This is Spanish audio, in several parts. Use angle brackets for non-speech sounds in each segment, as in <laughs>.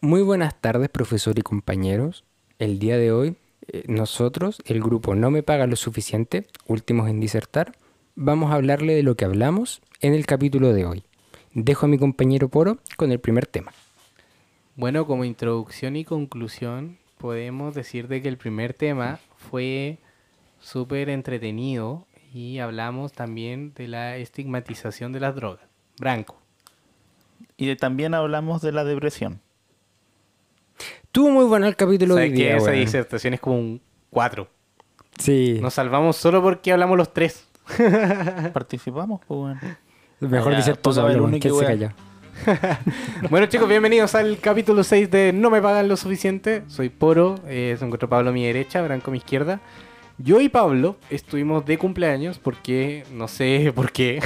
Muy buenas tardes, profesor y compañeros. El día de hoy, eh, nosotros, el grupo No me paga lo suficiente, últimos en disertar, vamos a hablarle de lo que hablamos en el capítulo de hoy. Dejo a mi compañero Poro con el primer tema. Bueno, como introducción y conclusión, podemos decir de que el primer tema fue súper entretenido y hablamos también de la estigmatización de las drogas. Branco. Y de- también hablamos de la depresión. Tuvo muy bueno el capítulo de hoy ¿Sabes que día, esa weón. disertación es como un 4? Sí, Nos salvamos solo porque hablamos los tres. Participamos, pues, weón. mejor Ya, dice toca todo ver el uno y que qué se wea. calla. Bueno chicos, bienvenidos al capítulo 6 de No me pagan lo suficiente. Soy Poro, eh, se encuentra Pablo a mi derecha, Branco a mi izquierda. Yo y Pablo estuvimos de cumpleaños porque no sé <laughs> por qué.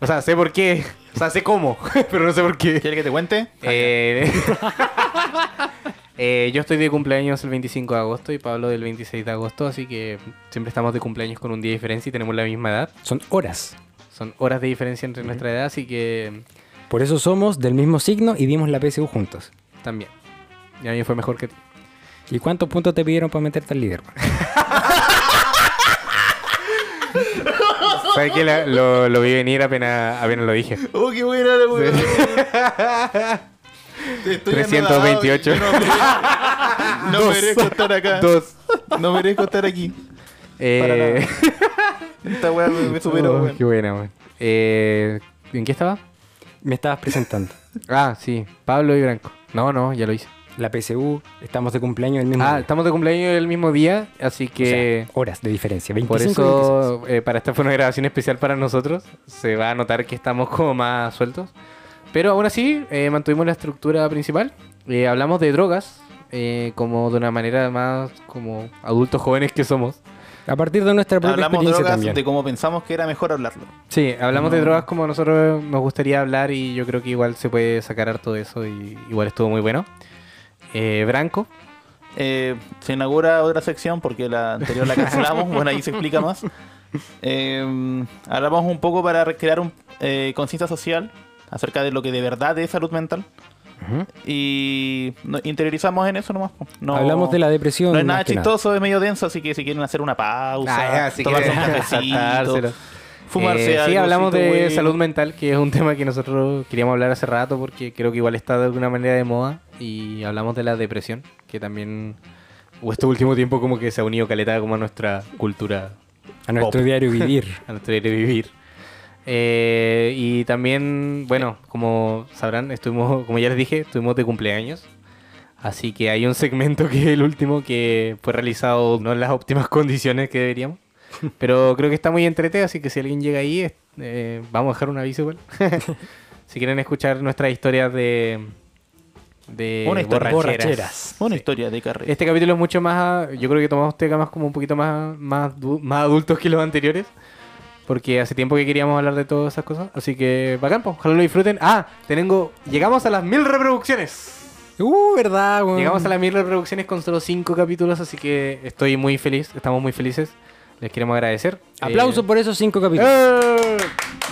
o sea, sé por qué. O sea, sé cómo, <laughs> pero no sé por qué. ¿Quieres que te cuente? Eh, eh, <laughs> yo estoy de cumpleaños el 25 de agosto y Pablo del 26 de agosto, así que siempre estamos de cumpleaños con un día de diferencia y tenemos la misma edad. Son horas. Son horas de diferencia entre nuestra edad, así que Por eso somos del mismo signo y dimos la PSU juntos. también. Y a mí me fue mejor que a ti. ¿Y cuántos puntos te pidieron para meterte al líder? weón? ¿Sabes qué? La- lo, lo vi venir apenas, apenas lo dije. ¡Oh, qué buena la weón! Estoy 328. anonadado, No merezco, no merezco estar acá. Dos. No merezco estar aquí. Para Eh, Esta weá me, me superó, oh, weón. qué buena, weón. Eh, ¿En qué estaba? Me estabas presentando. Ah, sí, Pablo y Branco. No, no, ya lo hice. La PSU, estamos de cumpleaños el mismo Ah, día. estamos de cumpleaños el mismo día, así O sea, que... horas de diferencia. 25 Por y 26. eso, eh, para esta fue una grabación especial para nosotros. Se va a notar que estamos como más sueltos. Pero aún así, eh, mantuvimos la estructura principal. Eh, hablamos de drogas, eh, como de una manera más como adultos jóvenes que somos. A partir de nuestra propia Hablamos de experiencia drogas también. de cómo pensamos que era mejor hablarlo. Sí, hablamos de Mm. drogas como a nosotros nos gustaría hablar y yo creo que igual se puede sacar harto de eso y igual estuvo muy bueno. Eh, Branco, Eh, se inaugura otra sección porque la anterior la cancelamos. bueno, ahí se explica más. Eh, hablamos un poco para crear un eh, conciencia social acerca de lo que de verdad es salud mental. Ujú. Y nos interiorizamos en eso nomás. po. No, Hablamos de la depresión. No es más nada que chistoso, es medio denso, así que si quieren hacer una pausa, Ah, ya, si tomarse un quieren cafecito, saltárselo. fumarse Eh, sí, algo, hablamos si tú, de güey. salud mental, que es un tema que nosotros queríamos hablar hace rato porque creo que igual está de alguna manera de moda. Y hablamos de la depresión, que también, o este último tiempo como que se ha unido caleta como a nuestra cultura, A nuestro Pop. diario <laughs> vivir. <laughs> a nuestro diario vivir. Eh, y también, bueno, como sabrán, estuvimos, como ya les dije, estuvimos de cumpleaños. Así que hay un segmento que es el último que fue realizado no en las óptimas <laughs> condiciones que deberíamos. Pero creo que está muy entretenido, así que si alguien llega ahí, es- eh, vamos a dejar un aviso <laughs> igual. si quieren escuchar nuestras historias de, de Una historia. Borracheras. Una historia de carrera. este capítulo es mucho más. Yo creo que tomamos temas como un poquito más, más, du- más adultos que los anteriores. Porque hace tiempo que queríamos hablar de todas esas cosas. Así que bacán, pues, ojalá lo disfruten. Ah, tengo. Llegamos a las mil reproducciones. Uh, verdad, weón. Llegamos a las mil reproducciones con solo cinco capítulos. Así que estoy muy feliz. Estamos muy felices. Les queremos agradecer. Aplauso por esos cinco Eh, capítulos. ¡eh!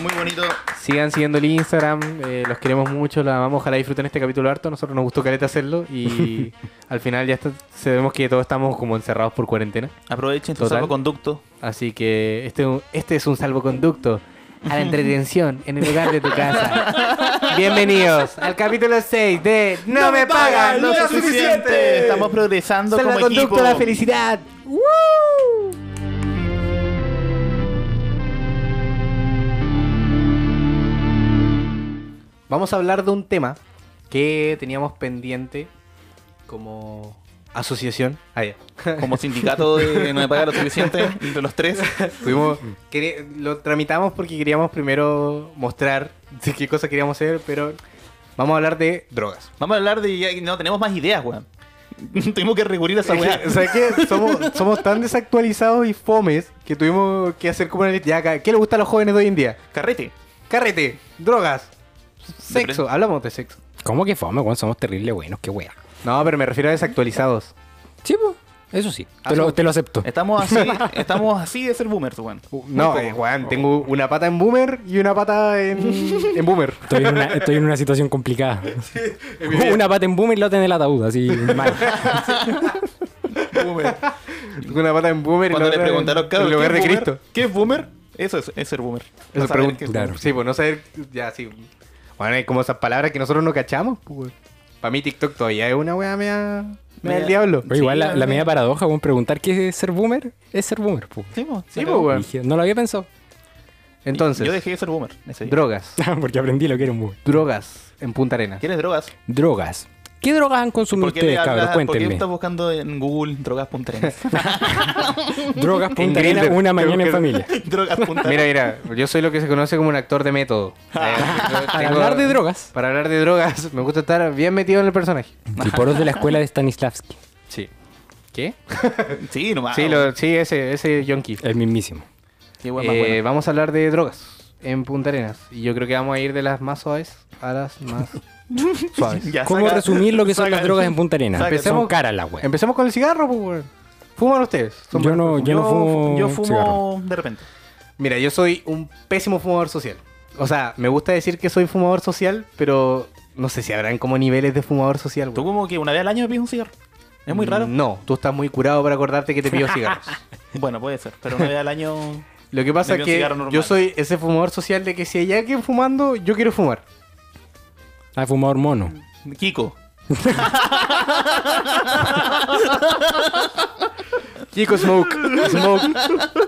Muy bonito. Sigan siguiendo el Instagram, eh, los queremos mucho, los amamos, ojalá disfruten este capítulo harto, nosotros nos gustó careta hacerlo y al final ya está- sabemos que todos estamos como encerrados por cuarentena. Aprovechen su Total. salvoconducto. Así que este, este es un salvoconducto a la entretención en el lugar de tu casa. Bienvenidos al capítulo 6 de No, me pagan lo suficiente. Estamos progresando como equipo. Salvoconducto a la felicidad. Vamos a hablar de un tema que teníamos pendiente como asociación. Ah, ya. Como sindicato <laughs> de no me paga lo suficiente entre los tres. Tuvimos- Mm. quere- lo tramitamos porque queríamos primero mostrar de qué cosa queríamos hacer, pero vamos a hablar de drogas. Vamos a hablar de... ya- No, tenemos más ideas, weón. <laughs> Tenemos que recurrir a esa weá. O sea que <laughs> somos, somos tan desactualizados y fomes que tuvimos que hacer como una lista. Ya, ca- ¿Qué le gusta a los jóvenes de hoy en día? Carrete. Carrete, drogas, sexo. Depre- Hablamos de sexo. ¿Cómo que fome, weón? Somos terrible buenos, qué wea. No, pero me refiero a desactualizados. Sí, po. Eso sí, Ah, te lo, sí. te lo <laughs> acepto. Estamos así, estamos así de ser boomers, weón. No, eh, Oh. Juan, tengo una pata en boomer y una pata en, en <laughs> boomer. Estoy en una, estoy en una situación complicada. una pata en boom y la otra en el ataúd, así mal. <laughs> Boomer. Tengo <laughs> una pata en boomer y Cuando la otra le en- preguntaron, claro, en lugar ¿qué de es boomer? Cristo. ¿Qué es boomer? Eso es, es ser boomer. No Eso saber pregunto. qué es Claro. Sí, pues no saber. Ya, sí. Bueno, hay como esas palabras que nosotros no cachamos. Para mí, TikTok todavía es una weá media. media del Media- diablo. Pero igual la, la la verdad. media paradoja, weón, preguntar qué es ser boomer, es ser boomer. po. Sí, po, Sí, se po, acabó. weón. Dije, No lo había pensado. <laughs> Entonces, Yo dejé de ser boomer. ese día. drogas. Porque aprendí lo que era un boomer. Drogas en Punta Arenas. ¿Quieres drogas? Drogas. ¿Qué drogas han consumido ¿Por qué, le ustedes, cabros? hablas- por qué Cuéntenme. estás buscando en Google drogas.net? <laughs> <laughs> Drogas Punta En Arenas, Grindr. una mañana en Creo que- familia. <laughs> drogas.net. Mira, mira, yo soy lo que se conoce como un actor de método. Eh, Ah, Para hablar de drogas. Para hablar de drogas, me gusta estar bien metido en el personaje. Tiporos de la escuela de Stanislavski. Sí. ¿Qué? Sí, nomás. Sí, lo- sí ese, ese yonki. El mismísimo. Qué weón más Eh, bueno. Vamos a hablar de drogas en Punta Arenas. Y yo creo que vamos a ir de las más suaves a <laughs> las más suaves. <laughs> Ya, ¿Cómo saca- resumir lo que son saca- las drogas en Punta Arenas? saca- Empezamos Empecemos- son caras las weas. Empecemos con el cigarro, pues, weón. Fuman ustedes. Son Yo buenos. no, yo no fumo. yo fumo cigarro. de repente. Mira, yo soy un pésimo fumador social. O sea, me gusta decir que soy fumador social, pero no sé si habrán como niveles de fumador social. ¿Tú weón. como que una vez al año me pides un cigarro? Es Mm. muy raro. No, tú estás muy curado para acordarte que te pido <laughs> cigarros. Bueno, puede ser, pero una vez al año... Lo que pasa Me pido es un que cigarro normal. yo soy ese fumador social de que si hay alguien fumando, yo quiero fumar. Ah, fumador mono. Kiko. Kiko Smoke. Smoke.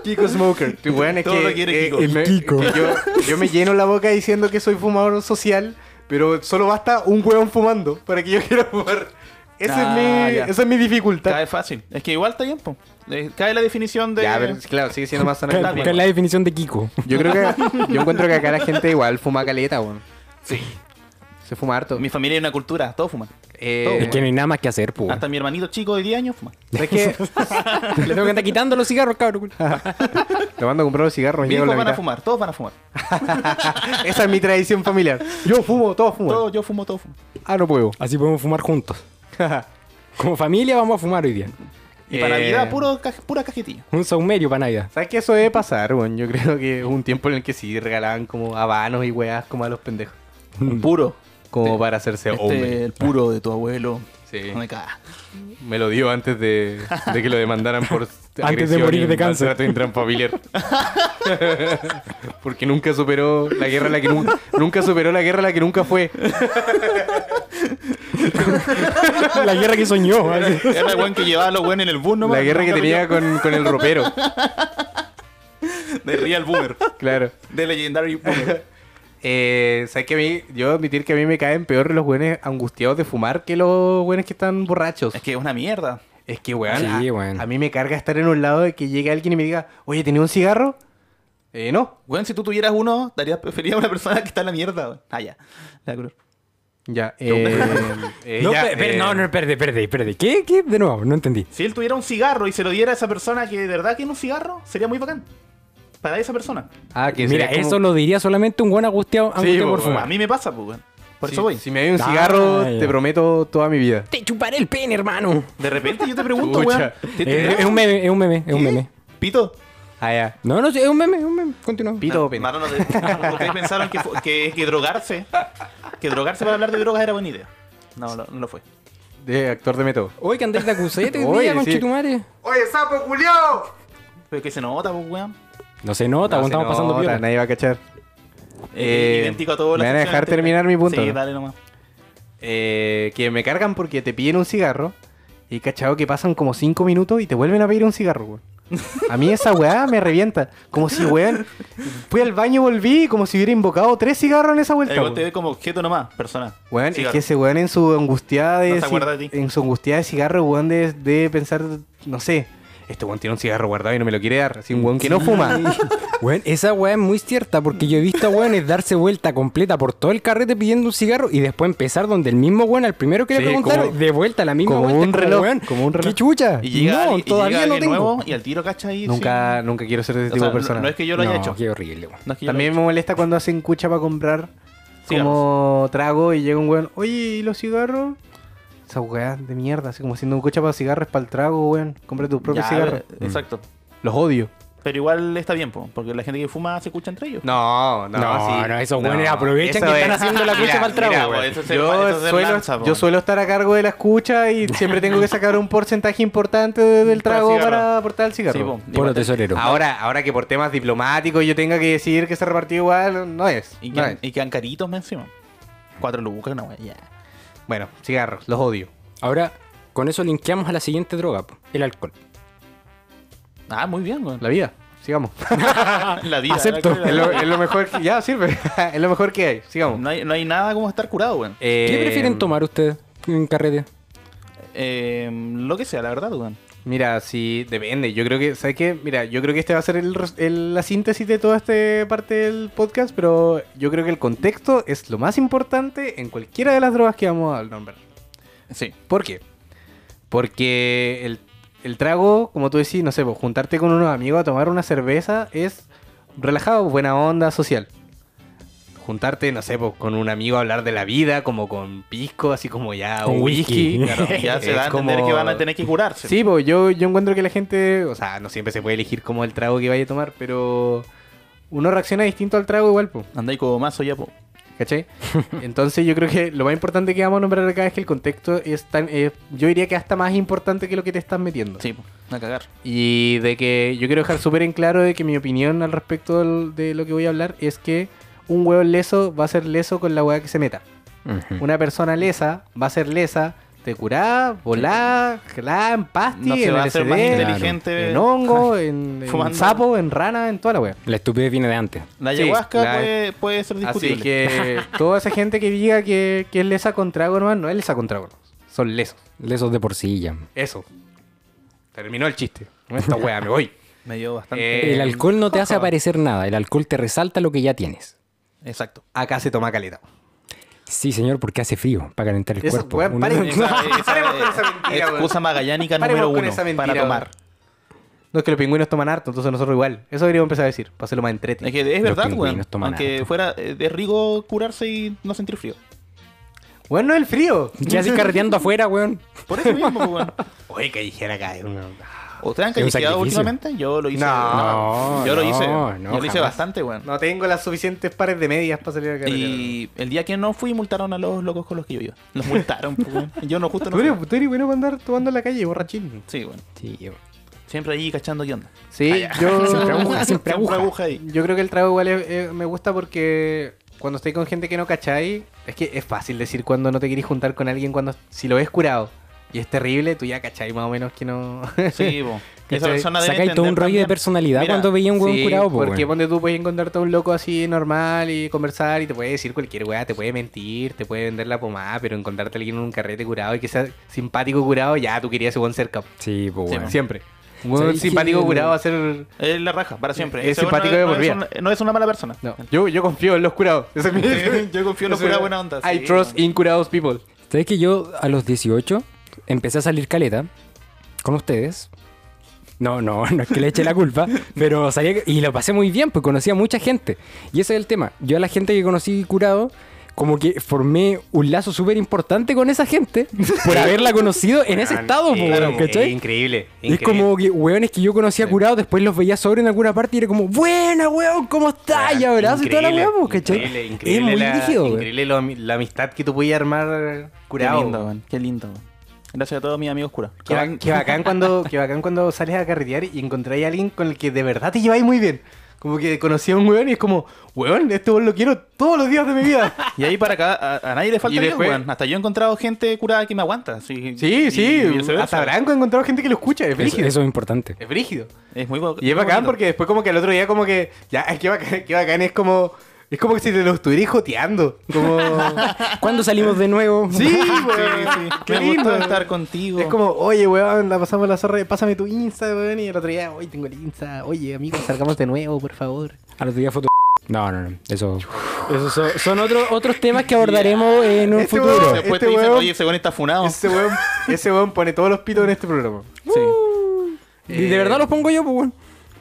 Kiko Smoker. Tu weón es Todo que. eh, lo quiere Kiko. El me- Kiko. que Yo, yo me lleno la boca diciendo que soy fumador social, pero solo basta un hueón fumando para que yo quiera fumar. Esa, Ah, es, mi, ya. esa es mi dificultad. Cae fácil. Es que igual está bien, po. Eh, Cae la definición de... Ya, pero claro, sigue siendo más sana que Buscar la buscar la definición de Kiko. Yo creo que. <laughs> Yo encuentro que acá la gente igual fuma caleta, weón. Sí. Se fuma harto. Mi familia hay una cultura, todos fuman. Eh, Es que no hay nada más que hacer, pues. Hasta mi hermanito chico de 10 años fuma. ¿Sabes <laughs> qué? Le tengo que andar quitando los cigarros, <laughs> cabrón. Te mando a comprar los cigarros, Mis llego a la hijos van a mitad. fumar, todos van a fumar. Esa es mi tradición familiar. Yo fumo, todos fuman. Todos, yo fumo, todos fuman. Ah, no puedo. Así podemos fumar juntos. <laughs> Como familia vamos a fumar hoy día. Y para Eh, Navidad, puro ca- pura cajetilla. Un saumerio para Navidad. <laughs> ¿Sabes qué? Eso debe pasar, weón. Yo creo que hubo un tiempo en el que sí regalaban como habanos y weas como a los pendejos. Mm. Puro. Como Este- para hacerse Este, hombre. el puro de tu abuelo. Sí. No me caga. Me lo dio antes de, de que lo demandaran <laughs> por de agresión morir y de cáncer. maltrato intrafamiliar. <laughs> Porque nunca superó la guerra a la que nun- nunca superó la guerra a la que nunca fue. La guerra que soñó. así. Era el buen que llevaba a los buenos en el bus, nomás. La guerra que tenía con, con <laughs> el ropero. De Real Boomer. Claro. De <laughs> Legendary Boomer. Eh, ¿Sabes que a mí? Yo admitir que a mí me caen peor los güenes angustiados de fumar que los güenes que están borrachos. es que es una mierda. Es que, weón, Sí, a, weón. a mí me carga estar en un lado de que llegue alguien y me diga, oye, ¿tenía un cigarro? Eh, no. Weón, si tú tuvieras uno, estarías preferido a una persona que está en la mierda, weón. Ah, ya. La cruz. Ya, eh, eh, <laughs> No, ya, pe- pe- eh, no, no, perde, perde, perde. ¿Qué? ¿Qué? De nuevo, no entendí. Si él tuviera un cigarro y se lo diera a esa persona que de verdad tiene un cigarro, sería muy bacán. Para esa persona. Ah, que Mira, sería como- eso lo diría solamente un buen angustiado, angustiado po, por weón. fumar. A mí me pasa, pues, weón. Por si- eso voy. Si me hay un Ah, cigarro, ya. te prometo toda mi vida. Te chuparé el pene, hermano. De repente yo te pregunto, Chucha. weón. ¿te- te- Eh, es un meme, es un meme, es un ¿Qué? meme. Pito. Ah, ya. No, no, sí, es un meme, es un meme. Continuamos. Pito, Ah, pene. Maro, no te- Ustedes pensaron que, fu- que, que drogarse. Que drogarse para hablar de drogas era buena idea. No, no, no lo fue. De actor de método. Oye, que andáis de acusete, <laughs> Oye, día, sí. conchetumare. ¡Oye, sapo, culiao! Pero que se nota, pues, weón. No se nota, weón, No, Ah, se estamos pasando nota, piola. Nadie va a cachar. Eh, Eh, idéntico a todo ¿me van a dejar terminar mi punto, Sí, no? dale nomás. Eh, que me cargan porque te piden un cigarro y cachado que pasan como 5 minutos y te vuelven a pedir un cigarro, <laughs> weón. A mí esa weá me revienta. Como si, weón, fui al baño y volví como si hubiera invocado tres cigarros en esa vuelta. El weón weón. te ve como objeto nomás, persona. Weón, es Cigarro. que ese weón en su angustiada de, No se ci- acuerda de ti. en su angustiada de cigarro, weón, de, de pensar, no sé, este weón tiene un cigarro guardado y no me lo quiere dar. Así un weón que <laughs> no fuma. <laughs> Weón, esa weá es muy cierta porque yo he visto a weones darse vuelta completa por todo el carrete pidiendo un cigarro y después empezar donde el mismo weón, al primero que le Sí, preguntaron, como- de vuelta a la misma como vuelta. un es reloj, weón, como un reloj. ¿Qué chucha? Y llega, no, y- y todavía llega no alguien tengo. nuevo y al tiro cacha ahí. nunca, nunca quiero ser ese sí. tipo O sea, de persona. No, no es que yo lo haya No, hecho. Qué horrible, weón. No es que yo lo También haya me molesta cuando hacen cucha para comprar Cigarros. como trago y llega un weón, oye, ¿y los cigarros? Esas weas de mierda, así como siendo un coche para cigarros, para el trago, weón. Compra tus propios Ya, cigarros. eh, Exacto. Los odio. Pero igual está bien, po, porque la gente que fuma se escucha entre ellos. No, no, No, sí. no, esos weones aprovechan que están haciendo <laughs> la cucha Mira, pa'l trago, mira, weón. po, eso es ser- Yo, eso es ser suelo, lanza, po. yo suelo estar a cargo de la escucha y siempre <laughs> tengo que sacar un porcentaje importante de- del Para trago cigarro. para aportar el Sí, cigarro. po. Puro tesorero. ahora, ahora que por temas diplomáticos yo tenga que decidir que se repartió igual, no es. Y no quedan, es. y quedan caritos más encima. Cuatro lucas, una wea. ya. Bueno, cigarros, los odio. Ahora, con eso linkeamos a la siguiente droga, po, el alcohol. Ah, muy bien, weón. Ah, La vida, sigamos. La vida. Acepto. es, <laughs> lo, es lo mejor que, ya sirve. <laughs> es lo mejor que hay, sigamos. No hay, no hay nada como estar curado, weón. Eh, ¿Qué prefieren tomar ustedes en carrete? Eh, lo que sea, la verdad, weón. Mira, sí, depende. Yo creo que, ¿sabes qué? Mira, yo creo que este va a ser el res- el- la síntesis de toda esta parte del podcast, pero yo creo que el contexto es lo más importante en cualquiera de las drogas que vamos a nombrar. Sí. ¿Por qué? Porque el, el trago, como tú decís, no sé, pues, juntarte con unos amigos a tomar una cerveza es relajado, buena onda social. Juntarte, no sé, pues, con un amigo a hablar de la vida, como con pisco, así como ya, Con o whisky. whisky. <laughs> claro, <laughs> Ya se es va a entender como- que van a tener que curarse. Sí, pues yo, yo encuentro que la gente, o sea, no siempre se puede elegir como el trago que vaya a tomar, pero uno reacciona distinto al trago igual, pues. Andáis como mazo ya, po. <laughs> ¿Cachai? Entonces yo creo que lo más importante que vamos a nombrar acá es que el contexto es tan... eh, yo diría que hasta más importante que lo que te estás metiendo. Sí, po. A cagar. Y de que yo quiero dejar súper en claro de que mi opinión al respecto del- de lo que voy a hablar es que un huevo leso va a ser leso con la hueá que se meta. Mm. Una persona lesa va a ser lesa de curada, volada, jalada, en pasti, No se en va a hacer más LSD, claro. inteligente. en hongo, en, en Fumando. sapo, en rana, en toda la hueá. La estupidez viene de antes. La Sí, ayahuasca la- puede, puede ser discutible. Así que toda esa gente que diga que, que es lesa con trago, hermano, no es lesa con trago, hermano. son lesos. De esos de por sí ya. Eso. Terminó el chiste. Con Esta hueá, me <laughs> voy. Me dio Eh, bastante. el alcohol no te hace ojo. aparecer nada, el alcohol te resalta lo que ya tienes. Exacto. Acá se toma caleta. Sí, señor, porque hace frío para calentar el Eso, cuerpo. weón, Uno- <laughs> paren. <laughs> <laughs> Esa- Paremos esa- con esa mentira, Excusa magallánica Paremos número con uno esa mentira, para weón. tomar. No es que los pingüinos toman harto, entonces nosotros igual. Eso deberíamos empezar a decir, para hacerlo más entrete. Es que es Los verdad, weón. pingüinos toman Aunque harto. fuera eh, de rico curarse y no sentir frío. Bueno, no es el frío. ¿Qué haces carreteando afuera, weón? Por eso mismo, pues, <laughs> weón. Oye, que dijera acá. es una- ¿Ustedes han Es un callejeado sacrificio. últimamente? Yo lo hice. No, yo lo no, hice. no, yo lo hice jamás. bastante, weón. <laughs> No tengo las suficientes pares de medias para salir a carretera. Y el día que no fui, multaron a los locos con los que yo iba. Los multaron, po, weón. Yo no, justo no. Tú fui. eres, tú eres bueno para andar tomando en la calle, borrachín. Sí, bueno. Sí, weón. Siempre ahí cachando qué onda. Sí, <laughs> Siempre yo, aguja, siempre aguja. ahí. yo creo que el trago igual es- eh, me gusta porque cuando estoy con gente que no cacháis, es que es fácil decir cuando no te querís juntar con alguien, cuando si lo ves curado. Y es terrible, tú ya cacháis más o menos que <laughs> no... Sí, po. Y Esa ¿Cachai? persona debe Sacáis todo un entender rollo de también. personalidad Mira, cuando veía un weón Sí, curado, po, porque weón. ponte tú puedes encontrarte a un loco así normal y conversar y te puede decir cualquier weá, te puede mentir, te puede vender la pomada, pero encontrarte a alguien en un carrete curado y que sea simpático curado, ya tú querías ese buen cerca. Sí, po, Sí, weón. Siempre. Un weón ¿Sabéis simpático que- curado va a ser. Es la raja, para siempre. Es Ese weón simpático de no, por no es vida. una- no es una mala persona. No. Yo, yo confío en los <laughs> curados. Ese es mi- Yo <laughs> confío en los ese- curados buena onda. I sí, trust weón. in curados people. ¿Sabes que yo a los 18 empecé a salir caleta con ustedes? No, no, <laughs> no es que le eche la culpa, pero salía y lo pasé muy bien, pues conocí a mucha gente. Y ese es el tema. Yo a la gente que conocí curado, como que formé un lazo súper importante con esa gente por <laughs> haberla conocido en ese estado, pues, Claro, ¿cachai? increíble. Y Es como que hueones que yo conocía curado, después los veía sobre en alguna parte y era como, buena, hueón, ¿cómo estás? Y abrazo y toda la hueá, pues, ¿cachai? Ah, Increíble, es increíble muy la, rígido, weón. increíble lo- la amistad que tú podías armar eh, Qué curado. lindo, weón. Qué lindo, weón. Gracias a todos mis amigos curas. Qué, ba- qué <laughs> bacán cuando, qué bacán cuando sales a carretear y encontráis a alguien con el que de verdad te lleváis muy bien. Como que conocí a un weón y es como, weón, este weón lo quiero todos los días de mi vida. Y ahí para acá, a, a nadie le Y falta Dios, después- weón. Hasta yo he encontrado gente curada que me aguanta. Sí, <laughs> Sí, Y- sí, y viceversa. hasta Branco ha encontrado gente que lo escucha, es Eso, brígido. eso es importante. Es brígido. Es muy bo- Y es muy bacán bonito. porque después como que el otro día como que, ya, ay, qué bacán, qué bacán, es como, es como que si te lo estuvierais joteando. Como, <laughs> ¿Cuándo salimos de nuevo? sí, <laughs> Sí, weón, sí. qué Me lindo. gustó estar contigo. Es como, oye, weón, la pasamos la zorra, pásame tu Insta, weón, y el otro día, oye, tengo el Insta, oye, amigo, salgamos de nuevo, por favor. Al otro día foto. No, no, no. Eso, eso son, son otro- otros temas que abordaremos en un Este futuro. weón- Después este te dicen, weón- oye, ese weón está Oh. funado. Ese weón, ese weón pone todos los pitos en este programa. Sí. Y de verdad los pongo yo, pues, weón.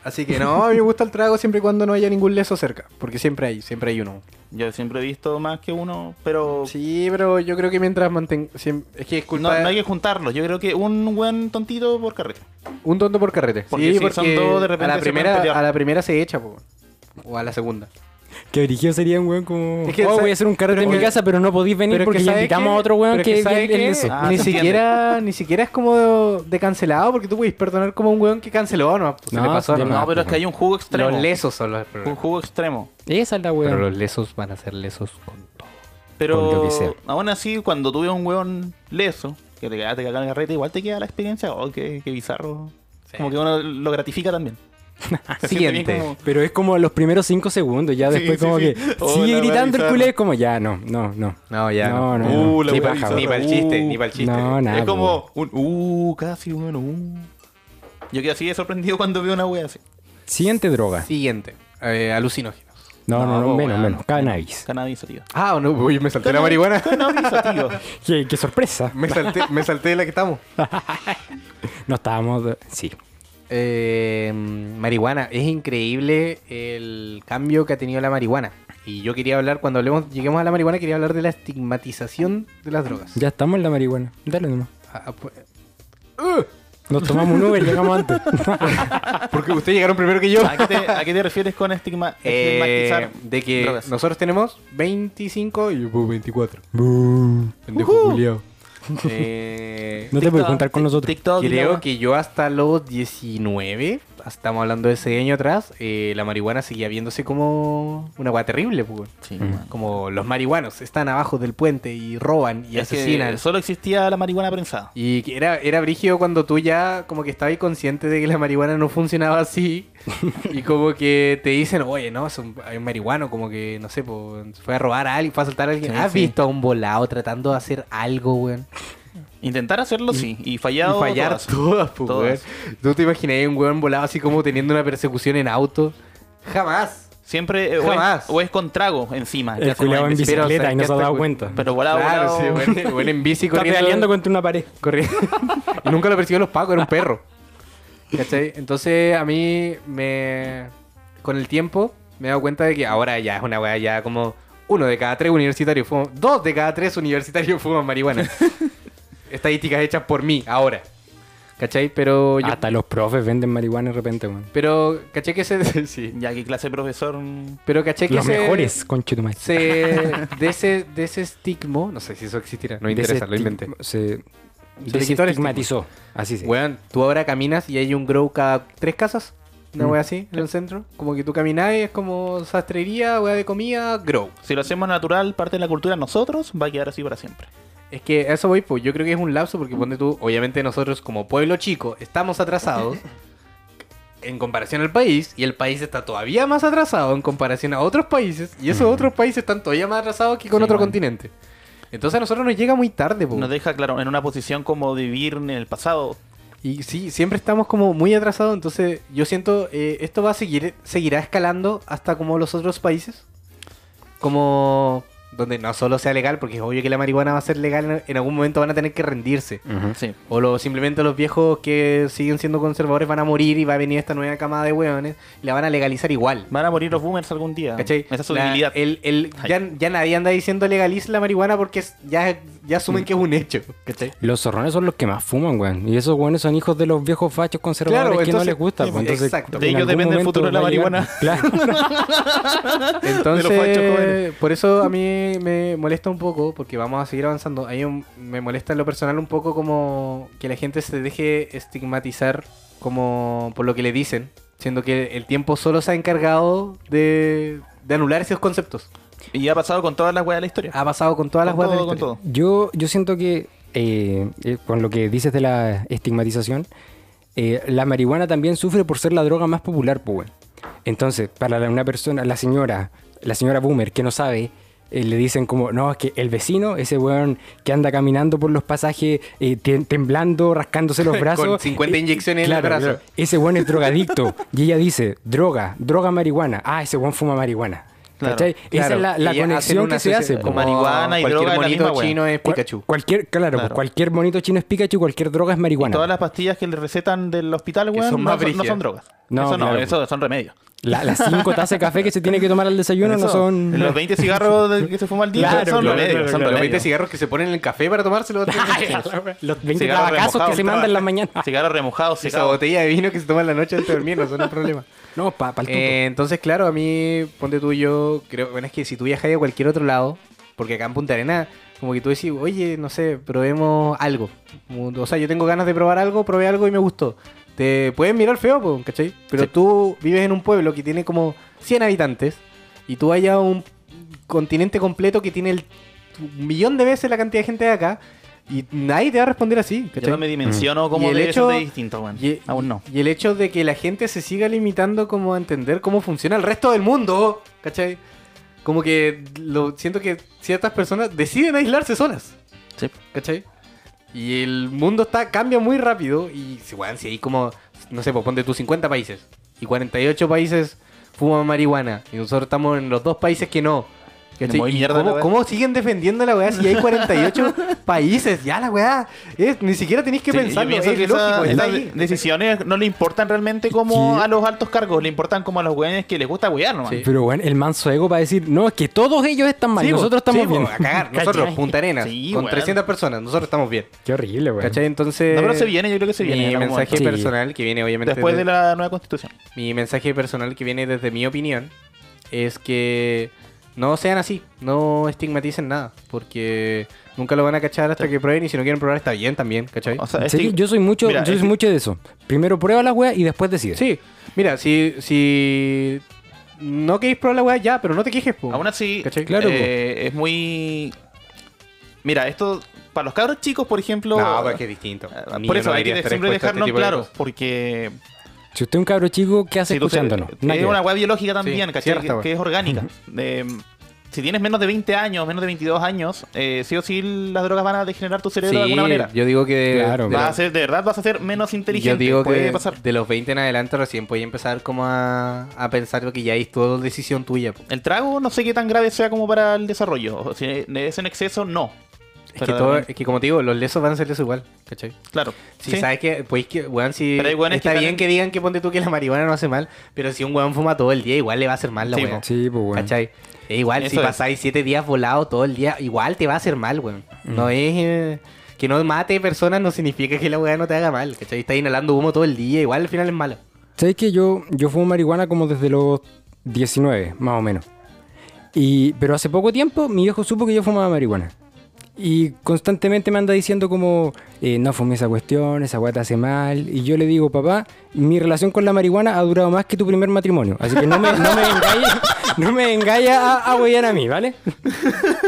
Así que no, a mí me gusta el trago siempre y cuando no haya ningún leso cerca. Porque siempre hay, siempre hay uno. Yo siempre he visto más que uno, pero Sí, pero yo creo que mientras mantengo... Es que es no, culpa no hay que juntarlos. Yo creo que un buen tontito por carrera. Un tonto por carrete. Porque si son dos, de repente a la, se pueden primera, pelear. a la primera se echa, po. o a la segunda. Que brígido sería un weón como. Es que "Oh, sabe- voy a hacer un carrete en pero mi que- casa, pero no podéis venir pero porque que ya sabe invitamos a que- otro weón pero que, que que- sabe que- el eso". Ah, ni, se siquiera, ni siquiera es como de, de cancelado, porque tú puedes perdonar como un weón que canceló, no, pues, se No, le pasó, se ¿no? le- No, Ah, pero es que hay un jugo extremo. Los lesos son los Un jugo extremo. Esa es la Pero weón. los lesos van a ser lesos con todo. Pero Por lo que sea. aún así, cuando tuve un hueón leso, que te quedaste acá en el carrete, igual te queda la experiencia. Oh, qué, qué bizarro. Como que uno lo gratifica también. <laughs> Se siente bien Siguiente. como- Pero es como los primeros cinco segundos, ya Sí, después sí, como sí. que Oh, la sigue wea gritando el bizarra. culé, es como ya, no, no, no. No, ya. No, no, no. Uh, la ni wea para bizarra. el chiste, ni para el Uh, chiste. no, nada. pues, es como un uh, casi un uh. Yo quedé así de sorprendido cuando veo una wea así. Siguiente droga. Siguiente. Eh, alucinógenos. No, no, No, no, po, menos, weón. menos. Cannabis. Cannabis, tío. Ah, no, uy, me salté la marihuana. <laughs> Cannabis, tío. <laughs> Qué, qué sorpresa. Me salté, me salté de la que estamos. No estábamos. de- Sí. Eh, mm, marihuana. Es increíble el cambio que ha tenido la marihuana. Y yo quería hablar, cuando hablemos, lleguemos a la marihuana, quería hablar de la estigmatización de las drogas. Ya estamos en la marihuana. Dale nomás. Ah, ¡Uh! pues, Nos tomamos un Uber, llegamos <laughs> antes. Porque ustedes llegaron primero que yo. ¿A qué te, a qué te refieres con estigma, eh, estigmatizar? de que drogas? nosotros tenemos 25 y yo pues, 24. Pendejo culiao. <laughs> Eh, No te puedes contar con nosotros. TikTok, y la Creo wea. que yo hasta los 19, estamos hablando de ese año atrás, eh, la marihuana seguía viéndose como una agua terrible, pues, weón. Sí, Mm. man. como los marihuanos están abajo del puente y roban y Es que asesinan. solo existía la marihuana prensada. Y que era, era brígido cuando tú ya como que estabas consciente de que la marihuana no funcionaba <laughs> así. y como que te dicen, oye, no, es un- hay un marihuano, como que, no sé, po, fue a robar a alguien, fue a asaltar a alguien. Sí, ¿Has sí. visto a un volado tratando de hacer algo, weón? Intentar hacerlo, sí. Y fallado. y fallar todas, todas. po, Todas. weón. ¿Tú te imaginas un weón volado así como teniendo una persecución en auto? Jamás. Siempre. eh, o es- Jamás. O es, con trago encima. que El hace más culiao en imbécil. bicicleta, este bicicleta y no se ha sacaste, dado weón. cuenta. Pero volado, claro, volado. sí, weón, el weón en <laughs> bici Está corriendo. peleando contra una pared. Corría. <laughs> y nunca lo persiguió los pacos, era un perro. ¿Cachai? Entonces a mí me... Con el tiempo me he dado cuenta de que ahora ya es una weá ya como... Uno de cada tres universitarios fuman... Dos de cada tres universitarios fuman <laughs> marihuana. Estadísticas hechas por mí, ahora. ¿Cachai? Pero yo... Hasta los profes venden marihuana de repente, weón. Pero caché que se... <laughs> sí. Ya que clase de profesor. mm, Pero caché que Los se- mejores, conchetumay. se- de, ese, de ese estigma... No sé si eso existirá. No me De ese interesa, lo esti- inventé. Se, le quitó el desestigmatizó. Así se. Weón, tú ahora caminas y hay un grow cada tres casas. Una Mm. wea así, en el centro. Como que tú caminas y es como sastrería, wea de comida, grow. Si lo hacemos natural, parte de la cultura de nosotros, va a quedar así para siempre. Es que a eso voy, pues yo creo que es un lapso porque ponte tú, obviamente nosotros como pueblo chico estamos <laughs> atrasados en comparación al país y el país está todavía más atrasado en comparación a otros países y esos otros países están todavía más atrasados que con Sí, otro bueno. continente. Entonces a nosotros nos llega muy tarde, po. Nos deja, claro, en una posición como de vivir en el pasado. Y sí, siempre estamos como muy atrasados, entonces yo siento, eh, esto va a seguir, seguirá escalando hasta como los otros países. Como donde no solo sea legal, porque es obvio que la marihuana va a ser legal, en, en algún momento van a tener que rendirse. Ujú. Sí. O lo- simplemente los viejos que siguen siendo conservadores van a morir y va a venir esta nueva camada de hueones y la van a legalizar igual. Van a morir los boomers algún día. ¿Cachai? Esa es su La- debilidad. el- el- Ay. ya, ya nadie anda diciendo legaliza la marihuana porque es- ya, ya Mm. asumen que es un hecho. ¿Cachai? Los zorrones son los que más fuman, weón. Y esos weones son hijos de los viejos fachos conservadores Claro, que no entonces- les gusta. sí, pues, entonces, exacto. en De ellos algún depende el momento futuro de la va a llegar. marihuana. <laughs> Claro. Entonces, De los fachos jóvenes. por eso a mí me molesta un poco, porque vamos a seguir avanzando. A mí un- me molesta en lo personal un poco como que la gente se deje estigmatizar como por lo que le dicen, siendo que el tiempo solo se ha encargado de, de anular esos conceptos. Y ha pasado con todas las weas de la historia. Ha pasado con Ah, todas las con weas de la todo, con historia. Yo, todo. yo siento que eh, eh, con lo que dices de la estigmatización, eh, la marihuana también sufre por ser la droga más popular, pues. weón. Entonces, para la- una persona, la señora, la señora boomer que no sabe, eh, le dicen como, no, es que el vecino, ese weón que anda caminando por los pasajes, eh, te- temblando, rascándose <laughs> los brazos. Con 50 eh, inyecciones en el brazo. Ese weón es <laughs> drogadicto. y ella dice, droga, droga marihuana. Ah, ese weón fuma marihuana. Claro, ¿Cachai? Esa Claro, es la, la y hacen conexión una que se hace. pues, asocia- po. Como Marihuana y cualquier droga es la monito misma wea. chino es Cual- Pikachu. Cualquier, claro, pues, Claro. cualquier bonito chino es Pikachu, cualquier droga es Y marihuana. todas las pastillas que le recetan del hospital, Que weón, son no, más son- no brígidas. son drogas. No, eso no, claro, eso son remedios. La- las cinco tazas de café que se tiene que tomar al desayuno no Eso, son... Los <laughs> 20 cigarros de- que se fuma al día Claro, son claro, remedios. claro, son claro. Los 20 remedios. cigarros que se ponen en el café para <laughs> tomárselo. Los 20 Cigarro tabacazos remojado, que se estaba- mandan en la mañana. <laughs> Cigarros remojados, Esa cigarros. botella de vino que se toma en la noche antes de dormir, no son un <laughs> problema. No, para el tuto. Eh, entonces, claro, a mí, ponte tú, yo creo, bueno, es que si tú viajas a cualquier otro lado, porque acá en Punta Arena, como que tú decís, oye, no sé, probemos algo. Como, O sea, yo tengo ganas de probar algo, probé algo y me gustó. Te pueden mirar feo, po, ¿cachai? Pero Sí. tú vives en un pueblo que tiene como 100 habitantes y tú vayas a un continente completo que tiene el un millón de veces la cantidad de gente de acá y nadie te va a responder así, Yo ¿cachai? no me dimensiono Mm. Y como el de hecho- eso de distinto, weón. Y, Aún no. y el hecho de que la gente se siga limitando como a entender cómo funciona el resto del mundo, ¿cachai? Como que lo siento que ciertas personas deciden aislarse solas, Sí. ¿cachai? Y el mundo está cambia muy rápido y si, weón, si hay como, no sé, pues ponte tú 50 países y 48 países fuman marihuana y nosotros estamos en los dos países que no. ¿cachai? Muy ¿Y mierda la ¿Cómo, weá. cómo siguen defendiendo la weá si hay <laughs> 48 países? Ya la weá. es- ni siquiera tenéis que Sí, pensarlo. yo pienso es que lógico, esas- está esas ahí. decisiones no le importan realmente como Sí. a los altos cargos, le importan como a los weones que les gusta wear nomás. Sí. Pero bueno, el manso ego va a decir, no, es que todos ellos están mal, Sí, po, nosotros sí, estamos po, bien. A <laughs> cagar, nosotros, ¿Cachai? Punta Arenas, Sí, con weón. 300 personas, nosotros estamos bien. <laughs> Qué horrible, güey. ¿Cachai? Entonces. No, pero se viene, yo creo que se viene. en Mi algún mensaje momento. Sí. personal, que viene momento. obviamente. Después de desde- la nueva constitución. Mi mensaje personal, que viene desde mi opinión, es que no sean así, no estigmaticen nada, porque nunca lo van a cachar hasta que prueben y si no quieren probar está bien también, ¿cachai? O sea, Sí, este- yo soy mucho, Mira, yo soy este- mucho de eso. Primero prueba la weá y después decide. Sí, mira, si. si no queréis probar la weá ya, pero no te quejes, po. Aún así, ¿Cachai? Claro, eh, es muy... Mira, esto, para los cabros chicos, por ejemplo... No, pero es que es distinto. eh, Un niño Por eso no hay debería que estar siempre expuesto a dejarnos este tipo de claro, cosas. porque... Si usted es un cabro chico, ¿qué hace Sí, entonces, eh, escuchándonos? Nada Es que una ver. weá biológica también, Sí, ¿cachai? cierta, que, weón. que es orgánica. Eh, si tienes menos de 20 años, menos de 22 años, eh, sí o sí las drogas van a degenerar tu cerebro de alguna Sí, manera. yo digo que de- Claro, de pero- Vas a ser, de verdad vas a ser menos inteligente. Yo digo puede que pasar. de los 20 en adelante recién podía empezar como a, a pensar lo que ya es todo decisión tuya. po. El trago no sé qué tan grave sea como para el desarrollo. O sea, si es en exceso, no. Es que, Pero todo, también- es que como te digo, los lesos van a ser lesos igual, ¿cachai? Claro. Si Sí. sabes que, pues que, weón, si Pero hay weones está que están bien en- que digan que ponte tú que la marihuana no hace mal, pero si un weón fuma todo el día, igual le va a hacer mal la Sí, weón. po. Sí, pues weón. ¿Cachai? E igual, si Eso es. pasáis 7 días volado todo el día, igual te va a hacer mal, weón. Mm. No es... eh, que no mate personas no significa que la weá no te haga mal, ¿cachai? Estás inhalando humo todo el día, igual al final es malo. ¿Sabes que yo, yo fumo marihuana como desde los 19, más o menos? Y, pero hace poco tiempo mi viejo supo que yo fumaba marihuana. Y constantemente me anda diciendo como, eh, no fumé esa cuestión, esa guata hace mal. Y yo le digo, papá, mi relación con la marihuana ha durado más que tu primer matrimonio. Así que no me, no me engañes, <laughs> no me engañes a, a huear a mí, ¿vale? <laughs>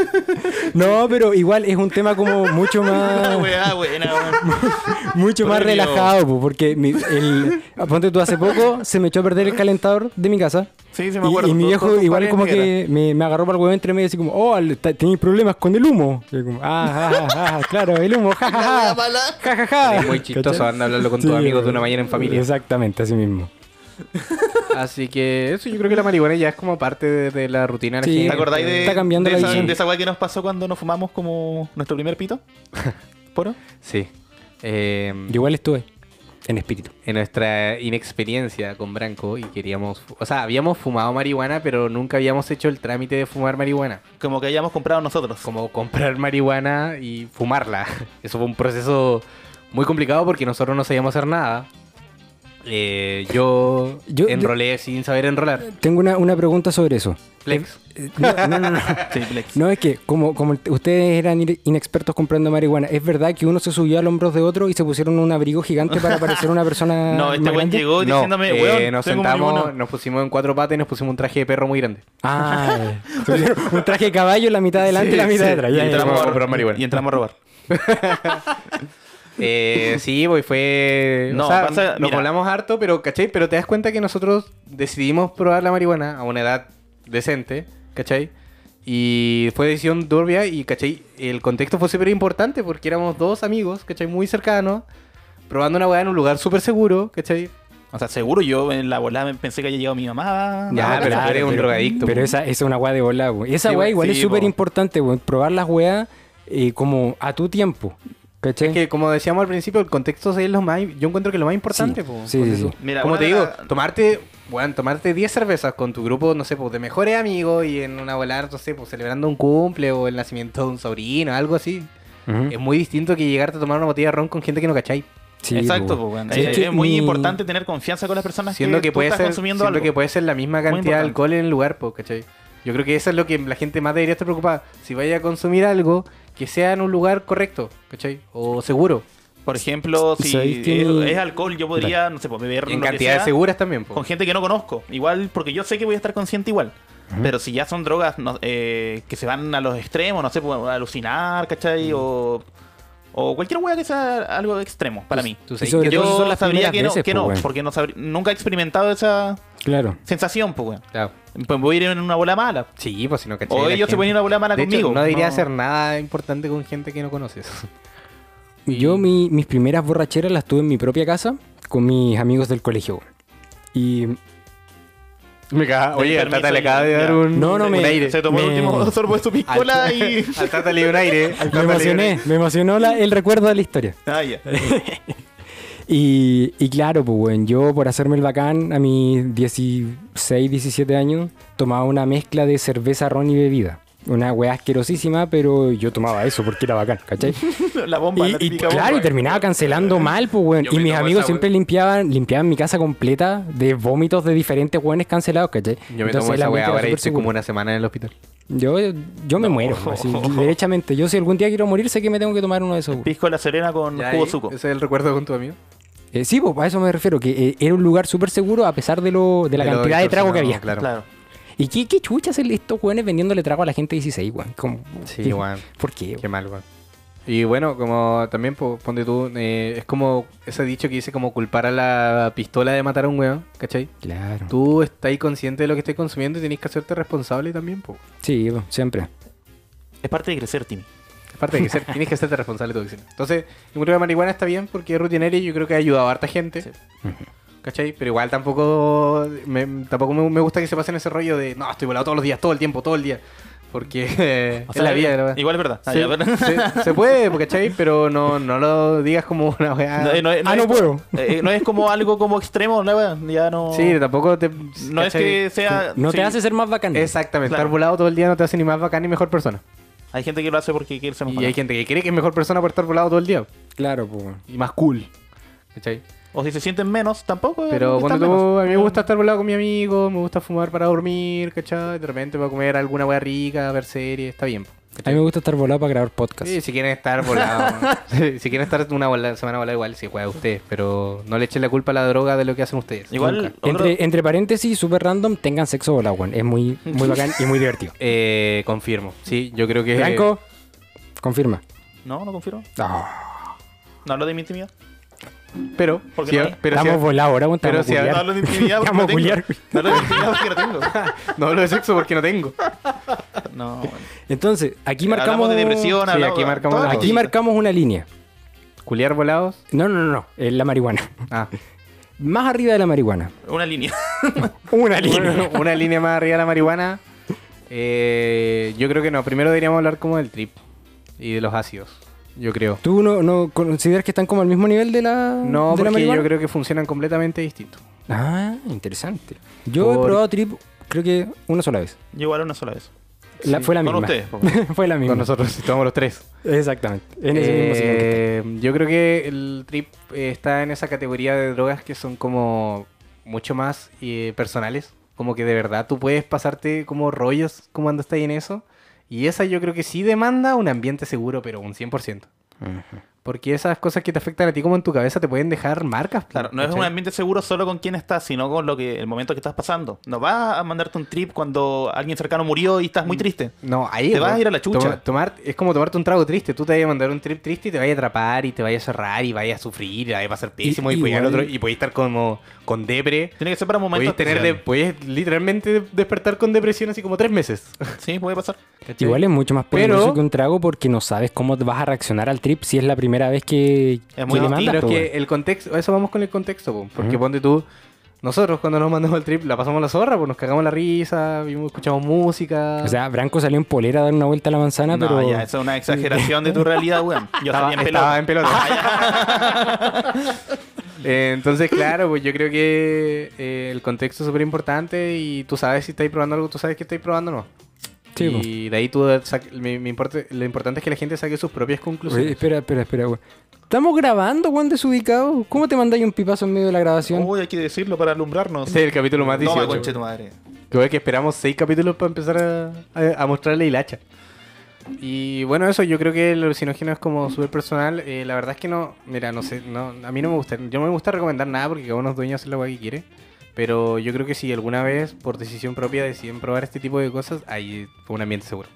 No, pero igual es un tema como mucho <laughs> Ah, más weá, <laughs> buena, weón. mucho más Previo. relajado, po, porque mi- el, ponte tú, hace poco se me echó a perder el calentador de mi casa. Sí, sí, me Y, acuerdo. y mi Todos- todos viejo tus igual paredes como negras. que me, me agarró para el huevo entre medio así como, oh, al- ta- tenéis problemas con el humo. Y yo como, ah, ah, ah, ah, claro, el humo, jajaja. Es muy chistoso, anda a hablarlo con tus amigos de una mañana en familia. Mm. Exactamente, así mismo. Así que eso, yo creo que la marihuana ya es como parte de, de la rutina de la Sí. gente. ¿Te acordáis de, Está cambiando de la esa, visión. de esa weá que nos pasó cuando nos fumamos como nuestro primer pito? <laughs> ¿Poro? Sí. Eh, Yo igual estuve en espíritu. en nuestra inexperiencia con Branco y queríamos... fu- O sea, habíamos fumado marihuana, pero nunca habíamos hecho el trámite de fumar marihuana. Como que hayamos comprado nosotros. Como comprar marihuana y fumarla. <laughs> Eso fue un proceso muy complicado porque nosotros no sabíamos hacer nada. Eh, yo, Yo- Eh, enrolé sin saber enrolar. Tengo una, una pregunta sobre <laughs> eso. Flex. Eh, No, no, no, no. Sí, Plex. No, es que como, como el- ustedes eran ir- inexpertos comprando marihuana, ¿es verdad que uno se subió al hombros de otro y se pusieron un abrigo gigante para parecer una persona <laughs> No, este más weón grande? llegó No, diciéndome, eh, weón, nos tengo sentamos, marihuana. nos pusimos en cuatro patas y nos pusimos un traje de perro muy grande. <laughs> Ah, se pusieron un traje de caballo, la mitad delante y la mitad sí, detrás. y Ya, ya, entramos ya. a comprar marihuana. Y entramos a robar. Eh, sí, pues fue. No, No, o sea, pasa- nos mira. volamos harto, pero ¿cachai? Pero te das cuenta que nosotros decidimos probar la marihuana a una edad decente, ¿cachai? Y fue decisión turbia y, ¿cachai? El contexto fue súper importante porque éramos dos amigos, ¿cachai? Muy cercanos, probando una weá en un lugar súper seguro, ¿cachai? O sea, seguro yo en la volada pensé que había llegado mi mamá. Ya, Ah, pero tú eres un drogadicto, pues. Pero po. esa, esa es una weá de bola, güey. Esa Sí, weá igual sí, es súper po. importante, güey. Probar las weas eh, como a tu tiempo. ¿Cachai? Es que, como decíamos al principio, el contexto es lo más. Yo encuentro que lo más importante, Sí, po. sí, Porque sí, tú- sí. Mira, Como una te de digo, la- tomarte, bueno, tomarte 10 cervezas con tu grupo, no sé, pues de mejores amigos y en una volar, no sé, pues celebrando un cumple o el nacimiento de un sobrino, algo así. Ujú. eh, Es muy distinto que llegarte a tomar una botella de ron con gente que no cacháis. Sí, Exacto, po. pues, weón. Sí, Es, es que es muy mi- importante tener confianza con las personas Siendo que, que, tú puede estás ser, consumiendo siendo algo. que puede ser la misma cantidad de importante. alcohol en el lugar, pues, ¿cachai? Yo creo que eso es lo que la gente más debería estar preocupada. Si vaya a consumir algo, que sea en un lugar correcto, ¿cachai? O seguro. Por ejemplo, si ¿Sabéis que es, mi- es alcohol, yo podría, no sé, pues beber Y en lo que cantidades sea seguras también, con pues. gente que no conozco. Igual, porque yo sé que voy a estar consciente igual. Pero si ya son drogas no- eh, que se van a los extremos, no sé, pues, a alucinar, ¿cachai? O, o cualquier hueá que sea algo extremo para mí. Tú sabes sobre que todo- yo- son Yo las sabría primeras que no, veces, que pues, no weón. porque no sabría- nunca he experimentado esa Claro. sensación, pues, weón. Claro. Pues voy a ir en una bola mala. Sí, pues si no cachai. O la ellos se gente. pueden ir en una bola mala De hecho, conmigo. no debería hacer nada importante con gente que no conoces. Yo mi- mis primeras borracheras las tuve en mi propia casa con mis amigos del colegio. weón. Y <laughs> Me caga. Oye, al Tata le acaba de dar un- No, no, un me- aire. Se tomó el me- <laughs> último sorbo de su <laughs> piscola Al- y. <laughs> Al Tata le dio un aire. Al me Tata le dio un emocioné, aire. me emocionó la- el recuerdo de la historia. Ah, ya. Y, y claro, pues bueno, yo por hacerme el bacán a mis 16, 17 años tomaba una mezcla de cerveza, ron y bebida. Una weá asquerosísima, pero yo tomaba eso porque era bacán, <laughs> ¿cachai? <laughs> La bomba, la Y, y típica bomba. claro, y terminaba cancelando mal, pues, weón. Yo Y me mis tomo amigos esa, siempre weón. limpiaban limpiaban mi casa completa de vómitos de diferentes weones cancelados, ¿cachai? Yo me Entonces, tomo el ambiente esa weá era ahora y súper estoy seguro. como una semana en el hospital. Yo, yo me muero, así, derechamente. Yo si algún día quiero morir, sé que me tengo que tomar uno de esos. weón. Piscola serena con Ya jugo ahí, suco. Ese es el recuerdo con tu amigo. Eh, sí, pues, a eso me refiero, que eh, era un lugar súper seguro a pesar de, lo, de la Pero cantidad de trago que distorsionado, había. Claro. Claro. ¿Y qué, qué chuchas el- estos weones vendiéndole trago a la gente 16, weón? Como- Sí, ¿qué- weón. ¿Por qué? Qué mal, weón. Y bueno, como también po- ponte tú, eh, es como ese dicho que dice como culpar a la pistola de matar a un weón, ¿cachai? Claro. Tú estás consciente de lo que estás consumiendo y tenés que hacerte responsable también, po. Sí, weón, siempre. Es parte de crecer, Timmy. Aparte de que <laughs> ser, tienes que hacerte responsable de tu acción. Entonces, yo creo que la marihuana está bien porque es rutinaria y yo creo que ha ayudado a harta gente. ¿Cachai? Pero igual tampoco me, tampoco me, me gusta que se pasen ese rollo de no, estoy volado todos los días, todo el tiempo, todo el día. Porque <laughs> eh, O es la vida, la verdad. Igual es verdad. Ah, Sí, ya, pero- <laughs> se, se puede, po, ¿cachai? Pero no, no lo digas como una weá. No, eh, no, eh, Ah, es no co- puedo. eh, eh, no es <laughs> como algo como extremo, la weá, Ya no. Sí, tampoco te. no es ¿cachai? que sea. No sí, te hace ser más bacán. Exactamente, Claro. estar volado todo el día no te hace ni más bacán ni mejor persona. Hay gente que lo hace porque quiere ser más Y hay bacán. gente que cree que es mejor persona por estar volado todo el día. Claro, pues. weón. Y más cool. ¿Cachai? O si se sienten menos, tampoco. eh, Pero están cuando menos. tú, a mí me gusta estar volado con mi amigo, me gusta fumar para dormir, ¿cachai? De repente para comer alguna hueá rica, ver series, está bien. A mí me gusta estar volado para grabar podcast. Sí, si quieren estar <laughs> volados, si si quieren estar una vola- semana volada igual, si juega ustedes, pero no le echen la culpa a la droga de lo que hacen ustedes. Igual. otro- Entre, entre paréntesis, super random, tengan sexo volado, weón. Es muy, muy bacán y muy <laughs> divertido. Eh, confirmo, sí, yo creo que... Blanco, confirma. No, no confirmo. Ah, No hablo de mi intimidad. Pero, ¿Por qué si- no hay? pero si- <laughs> estamos volados ahora, weón. te pero vamos a si- culiar. No hablo de <laughs> intimidad porque Vamos no a tengo. culiar. No hablo de intimidad porque no tengo. no hablo de sexo porque no tengo. <laughs> No, bueno. Entonces, aquí Hablamos marcamos, de depresión, Sí, hablamos aquí de- marcamos todas la- las aquí cosas. marcamos una línea. ¿Culiar volados? No, no, no, no. eh, la marihuana. <laughs> Ah, Más arriba de la marihuana. Una línea. <laughs> Una una, una línea más arriba de la marihuana. Eh, yo creo que no, primero deberíamos hablar como del trip y de los ácidos, yo creo. ¿Tú no, no consideras que están como al mismo nivel de la No, de la porque marihuana? yo creo que funcionan completamente distintos. Ah, interesante. Yo he Por- probado trip, creo que una sola vez. Yo igual una sola vez. La- fue la Con misma. ustedes, po. <laughs> fue la misma. Con nosotros, si tomamos los tres. Exactamente. En ese mismo sillón que está. Eh, yo creo que el trip eh, está en esa categoría de drogas que son como mucho más eh, personales. Como que de verdad tú puedes pasarte como rollos como cuando estás en eso. Y esa yo creo que sí demanda un ambiente seguro, pero un 100%. Porque esas cosas que te afectan a ti como en tu cabeza te pueden dejar marcas. Claro, no es ¿cachai? un ambiente seguro solo con quién estás, sino con lo que el momento que estás pasando. No vas a mandarte un trip cuando alguien cercano murió y estás Mm. muy triste. No, ahí Te vas weón. a ir a la chucha. Toma- tomar, es como tomarte un trago triste. Tú te vas a mandar un trip triste y te vas a atrapar y te vas a cerrar y vas a sufrir, y va a ser pésimo y, puedes igual- al otro- y puedes estar como con depre. Tiene que ser para Puedes momentos tener de- especiales. puedes literalmente despertar con depresión así como tres meses. Sí, puede pasar. ¿cachai? <laughs> Igual es mucho más Pero- peligroso que un trago porque no sabes cómo te vas a reaccionar al trip si es la primera vez que, Es muy que le mandas. pues, Pero es distinto, pues. po, que weón. el contexto, a eso vamos con el contexto, po, porque Ujú. ponte tú, Nosotros cuando nos mandamos el trip la pasamos la zorra, pues nos cagamos la risa, vimos, escuchamos música. O sea, Branco salió en polera a dar una vuelta a la manzana, No, pero. ya, esa es una exageración de tu realidad, weón. Yo Ah, estaba, salí en estaba pelota. en pelota. <laughs> Eh, Entonces, claro, pues yo creo que eh, el contexto es súper importante y tú sabes si estáis probando algo, tú sabes que estáis probando o no. Sí, pues. po. y de ahí tú sa- me- me importe- lo importante es que la gente saque sus propias conclusiones. Oye, espera, espera, espera, weón. Estamos grabando, weón, desubicado. ¿Cómo te mandáis un pipazo en medio de la grabación? Uy, hay que decirlo para alumbrarnos. Este es el capítulo más Toma, 18. conche tu madre. Creo que esperamos seis capítulos para empezar a, a- a mostrarle hilacha. Y bueno, eso, yo creo que el alucinógeno es como súper personal. Eh, la verdad es que no, mira, no sé, no, a mí no me gusta, yo no me gusta recomendar nada porque cada uno es dueño de hacer la weá que quiere. Pero yo creo que si alguna vez, por decisión propia, deciden probar este tipo de cosas, hay un ambiente seguro.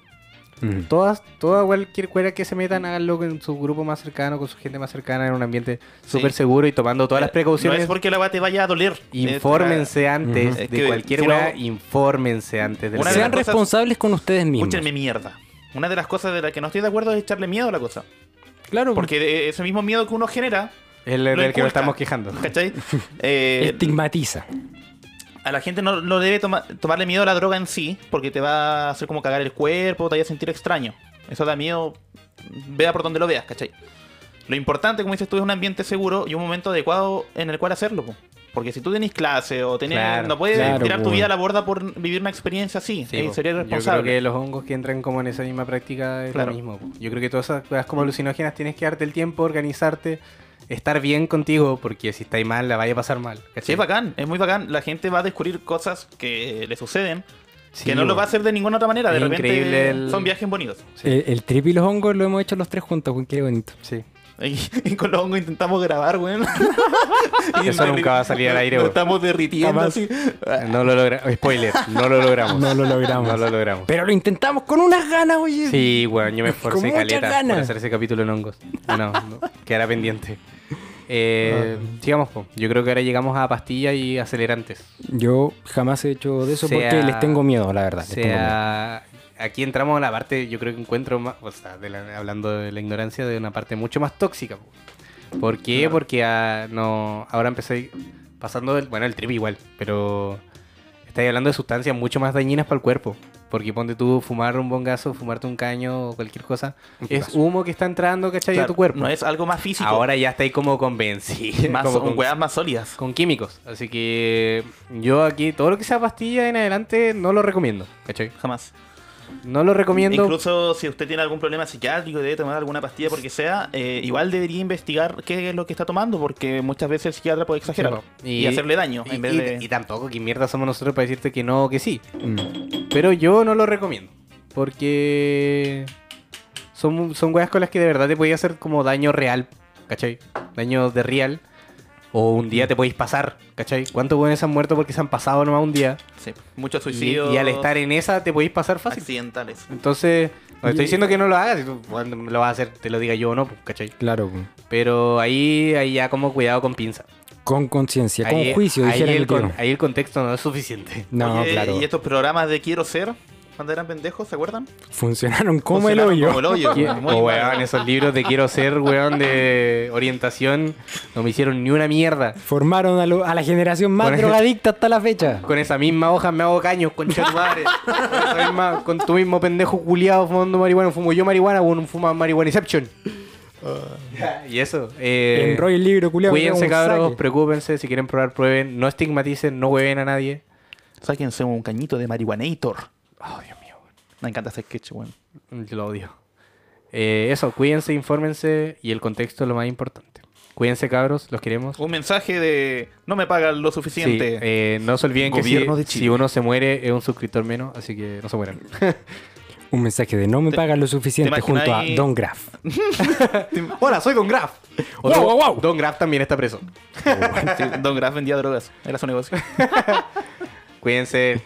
Mm. Todas, toda cualquier cuera que se metan, háganlo con su grupo más cercano, con su gente más cercana, en un ambiente súper seguro y tomando todas las No precauciones. es porque la weá te vaya a doler. Infórmense antes Ujú. Es de que cualquier si no- weá, infórmense antes de Una de Sean las cosas- responsables con ustedes mismos. Escúchenme mierda. Una de las cosas de las que no estoy de acuerdo es echarle miedo a la cosa. Claro, Porque de- eh, ese mismo miedo que uno genera, El Lo del que inculca. nos estamos <laughs> quejando. <laughs> ¿cachai? Eh, Este estigmatiza. a la gente no, no debe toma- tomarle miedo a la droga en sí, porque te va a hacer como cagar el cuerpo, te va a sentir extraño. Eso da miedo, vea por donde lo veas, ¿cachai? Lo importante, como dices tú, es un ambiente seguro y un momento adecuado en el cual hacerlo. po. Porque si tú tenés clase o tenés, Claro, no puedes claro, tirar po. tu vida a la borda por vivir una experiencia así. Sí, eh, po. sería Yo creo irresponsable. que los hongos que entran como en esa misma práctica es Claro. lo mismo. po. Yo creo que todas esas cosas como alucinógenas tienes que darte el tiempo, organizarte, estar bien contigo, porque si estáis mal la vaya a pasar mal. Sí, ¿cachai? es bacán, es muy bacán. La gente va a descubrir cosas que le suceden Sí, que no lo po. va a hacer de ninguna otra manera. De Es repente increíble el- son viajes bonitos. El, el trip y los hongos lo hemos hecho los tres juntos, weón, qué bonito. <laughs> Sí. Y, y con los hongos intentamos grabar, weón. Y Eso nos nunca va a derri- salir al aire, <laughs> Nos weón. estamos derritiendo Jamás. así. No lo logramos. Spoiler, no lo logramos. No lo logramos. No lo logramos. Pero lo intentamos con unas ganas, oye. Sí, weón, yo <laughs> me Con esforcé muchas caleta ganas. por hacer ese capítulo en hongos. No, no, <laughs> quedará pendiente. Eh, sigamos, po. yo creo que ahora llegamos a pastillas y acelerantes. Yo jamás he hecho de eso Sea- porque les tengo miedo, la verdad. O les tengo miedo. sea, aquí entramos a la parte, yo creo que encuentro más, o sea, de la- hablando de la ignorancia, de una parte mucho más tóxica. po. ¿Por qué? Porque ah, no, ahora empecé pasando del, bueno, el trip igual, pero estáis hablando de sustancias mucho más dañinas para el cuerpo. Porque ponte tú fumar un bongazo, fumarte un caño o cualquier cosa, Un es pipazo. humo que está entrando, ¿cachai? a Claro, tu cuerpo. No es algo más físico. Ahora ya estáis como convencidos. <laughs> más, como con con- weas más sólidas. con químicos. Así que yo aquí, todo lo que sea pastilla en adelante, no lo recomiendo. ¿Cachai? Jamás. E No lo recomiendo. Incluso si usted tiene algún problema psiquiátrico y debe tomar alguna pastilla porque sea, eh, igual debería investigar qué es lo que está tomando, porque muchas veces el psiquiatra puede exagerar Sí, y, hacerle daño. Y, en vez y- de... y tampoco, que mierda somos nosotros para decirte que no o que sí. Mm. Pero yo no lo recomiendo. Porque son, son weas con las que de verdad te podía hacer como daño real. ¿Cachai? Daño de real. O un día te podéis pasar. ¿Cachai? ¿Cuántos weones han muerto porque se han pasado nomás un día? Sí, muchos Y- suicidios. Y, al estar en esa te podéis pasar fácil. accidentales. Entonces, no Y- estoy diciendo que no lo hagas, y tú, bueno, lo vas a hacer, te lo diga yo o no, pues, ¿cachai? Claro, weón. Pero ahí, ahí ya como cuidado con pinza. con conciencia, con Ahí, juicio, ahí dijera mi el, tío. con- ahí el contexto no <laughs> es suficiente. No, Oye, claro. Y estos programas de Quiero Ser, cuando eran pendejos, ¿se acuerdan? Funcionaron como Funcionaron el hoyo. Oh, Como el hoyo. Qué- muy o, mal. weón, esos libros de quiero ser, weón, de orientación, no me hicieron ni una mierda. Formaron a, lo- a la generación más Con el- drogadicta hasta la fecha. Con esa misma hoja me hago caños, concha de tu madre. Con, esa misma- con tu mismo pendejo culiado fumando marihuana. Fumo yo marihuana, weón, fuma marihuana Inception. Ah. y eso. eh, Enrolla el libro, culiao. que Cuídense, haga un cabros, saque. preocúpense, si quieren probar, prueben, no estigmaticen, no hueven a nadie. Sáquense un cañito de marihuanator. Oh, Dios mío, Me encanta ese sketch, weón. weón. Yo lo odio. Eh, eso, cuídense, infórmense y el contexto es lo más importante. Cuídense, cabros, los queremos. Un mensaje de no me pagan lo Sí, suficiente. eh, no se olviden que si, Gobierno de Chile. si uno se muere es un suscriptor menos, así que no se <laughs> mueran. Un mensaje de no me pagan lo suficiente te junto a imagináis- Don Graf. Hola, soy Don Graf. O Wow, Don- wow, wow. Don Graf también está preso. Sí, Este <laughs> Don Graf vendía drogas. Era su negocio. Cuídense,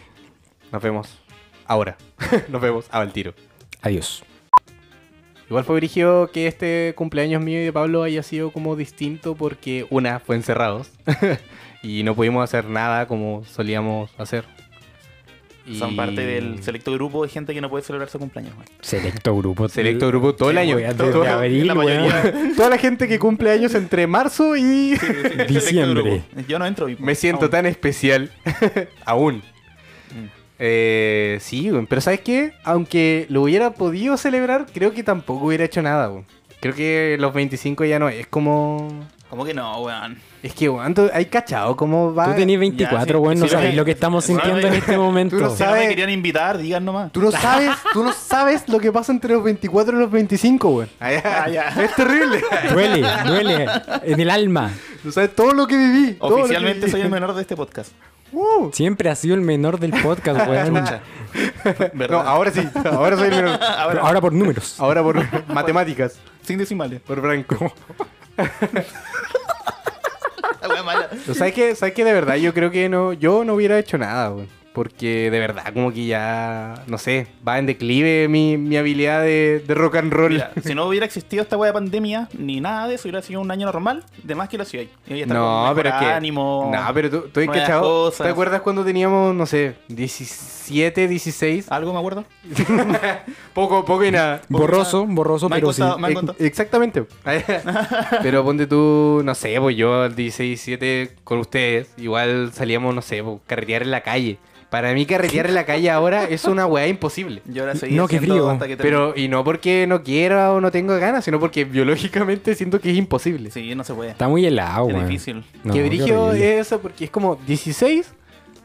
nos vemos ahora. <laughs> nos vemos a al tiro. Adiós. Igual fue dirigido que este cumpleaños mío y de Pablo haya sido como distinto porque una fue <laughs> encerrados y no pudimos hacer nada como solíamos hacer. Y- Son parte del selecto grupo de gente que no puede celebrar su cumpleaños. weón. Selecto grupo. Selecto grupo todo el Sí, año. weón, Todo- desde todo- abril, la mayoría. weón. Toda la gente que cumple años entre marzo y. Sí, sí, sí, el <laughs> selecto Diciembre. grupo. Yo no entro. y- Me siento aún. tan especial. Aún. Mm. Eh, sí, weón, pero ¿sabes qué? Aunque lo hubiera podido celebrar, creo que tampoco hubiera hecho nada, weón. Creo que los 25 ya no es como... ¿Cómo que no, weón? Es que, weón, tú- hay cachado cómo va. Tú tenés 24, sí, weón, no sí, sabéis sí. lo que estamos Sí, sintiendo en sí. este momento. Tú no Si no ¿Sabe? me querían invitar, digan nomás. Tú no sabes, tú no sabes lo que pasa entre los 24 y los Ah, 25, weón. Es terrible. Duele, duele. En el alma. <laughs> Tú sabes todo lo que viví. todo lo que Oficialmente viví. soy el menor de este podcast. Uh, Siempre ha sido el menor del podcast, weón. <laughs> ¿Verdad? no, ah. ahora sí, ahora soy el menor. Pero Ahora por números. Ahora por <laughs> matemáticas, Sin decimales. por Franco. La wea mala. Pero ¿Sabes qué? ¿Sabes qué? De verdad, yo creo que no, yo no hubiera hecho nada, weón. Porque de verdad, como que ya, no sé, va en declive mi, mi habilidad de, de rock and roll. Mira, si no hubiera existido esta wea de pandemia, ni nada de eso, hubiera sido un año normal, de más que lo hacía ahí. Y hoy está con No, mejor pero es que. ánimo. no, pero tú, tú has nuevas cachado, cosas. ¿Te acuerdas cuando teníamos, no sé, 17, 16? ¿Algo me acuerdo? Poco, poco y nada. Borroso, borroso, Me han pero sí. costado- me han Ex- contado. Eh, <laughs> Exactamente. Pero ponte tú, no sé, pues yo al 16, 17 con ustedes, igual salíamos, no sé, pues, carretear en la calle. Para mí carretear en la calle ahora es una weá imposible. Yo ahora seguí No, qué haciendo frío. hasta que termine. Pero, y no porque no quiera o no tengo ganas, sino porque biológicamente siento que es imposible. Sí, no se puede. Ah, Está muy helado, es weón. difícil. eh. No, que qué brillo horrible. es eso porque es como 16.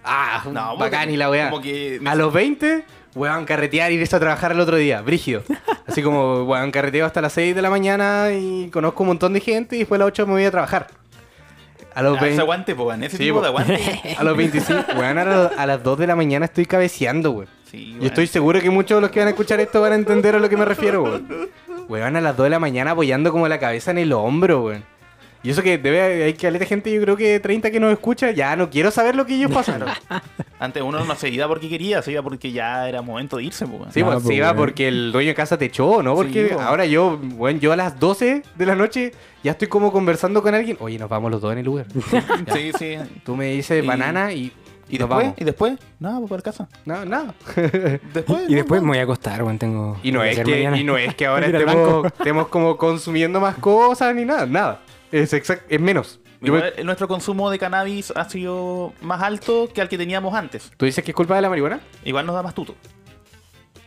Ah, No, bacán porque- y la Ah, weá. como que- A los 20, weón, carretear, irse a trabajar el otro día, brígido. Así como, weón, carreteo hasta las 6 de la mañana y conozco un montón de gente y después a las 8 me voy a trabajar. A los, Ah, 20 ese aguante, po, weón. Ese Sí, tipo po. de aguante. <laughs> a los 25, weón, a, la- a las 2 de la mañana estoy cabeceando, weón. Y Sí, weón. estoy seguro que muchos de los que van a escuchar esto van a entender a lo que me refiero, weón. Weón, a las 2 de la mañana apoyando como la cabeza en el hombro, weón. Y eso que debe, hay que de gente, yo creo que 30 que nos escucha, ya no quiero saber lo que ellos pasaron. Antes uno no se iba porque quería, se iba porque ya era momento de irse, po, weón. Sí, Ah, pues, pues, sí, va weón. porque el dueño de casa te echó, ¿no? Porque Sí, po. ahora yo, bueno, yo a las 12 de la noche ya estoy como conversando con alguien. Oye, nos vamos los dos en el <laughs> Uber. Sí, sí. Tú me dices Y- banana y, ¿Y nos después? vamos. Eh, ¿Y después? No, pues para casa. No, no. Después. Y después me voy a acostar, weón. Tengo. Y no, que es hacer que, mañana. y no es que <laughs> ahora Ir al estemos, banco. estemos como consumiendo más cosas ni nada, nada. Es, exact- es menos. pues, Yo me- Igual, Nuestro consumo de cannabis ha sido más alto que al que teníamos antes. ¿Tú dices que es culpa de la marihuana? Igual nos da más tuto.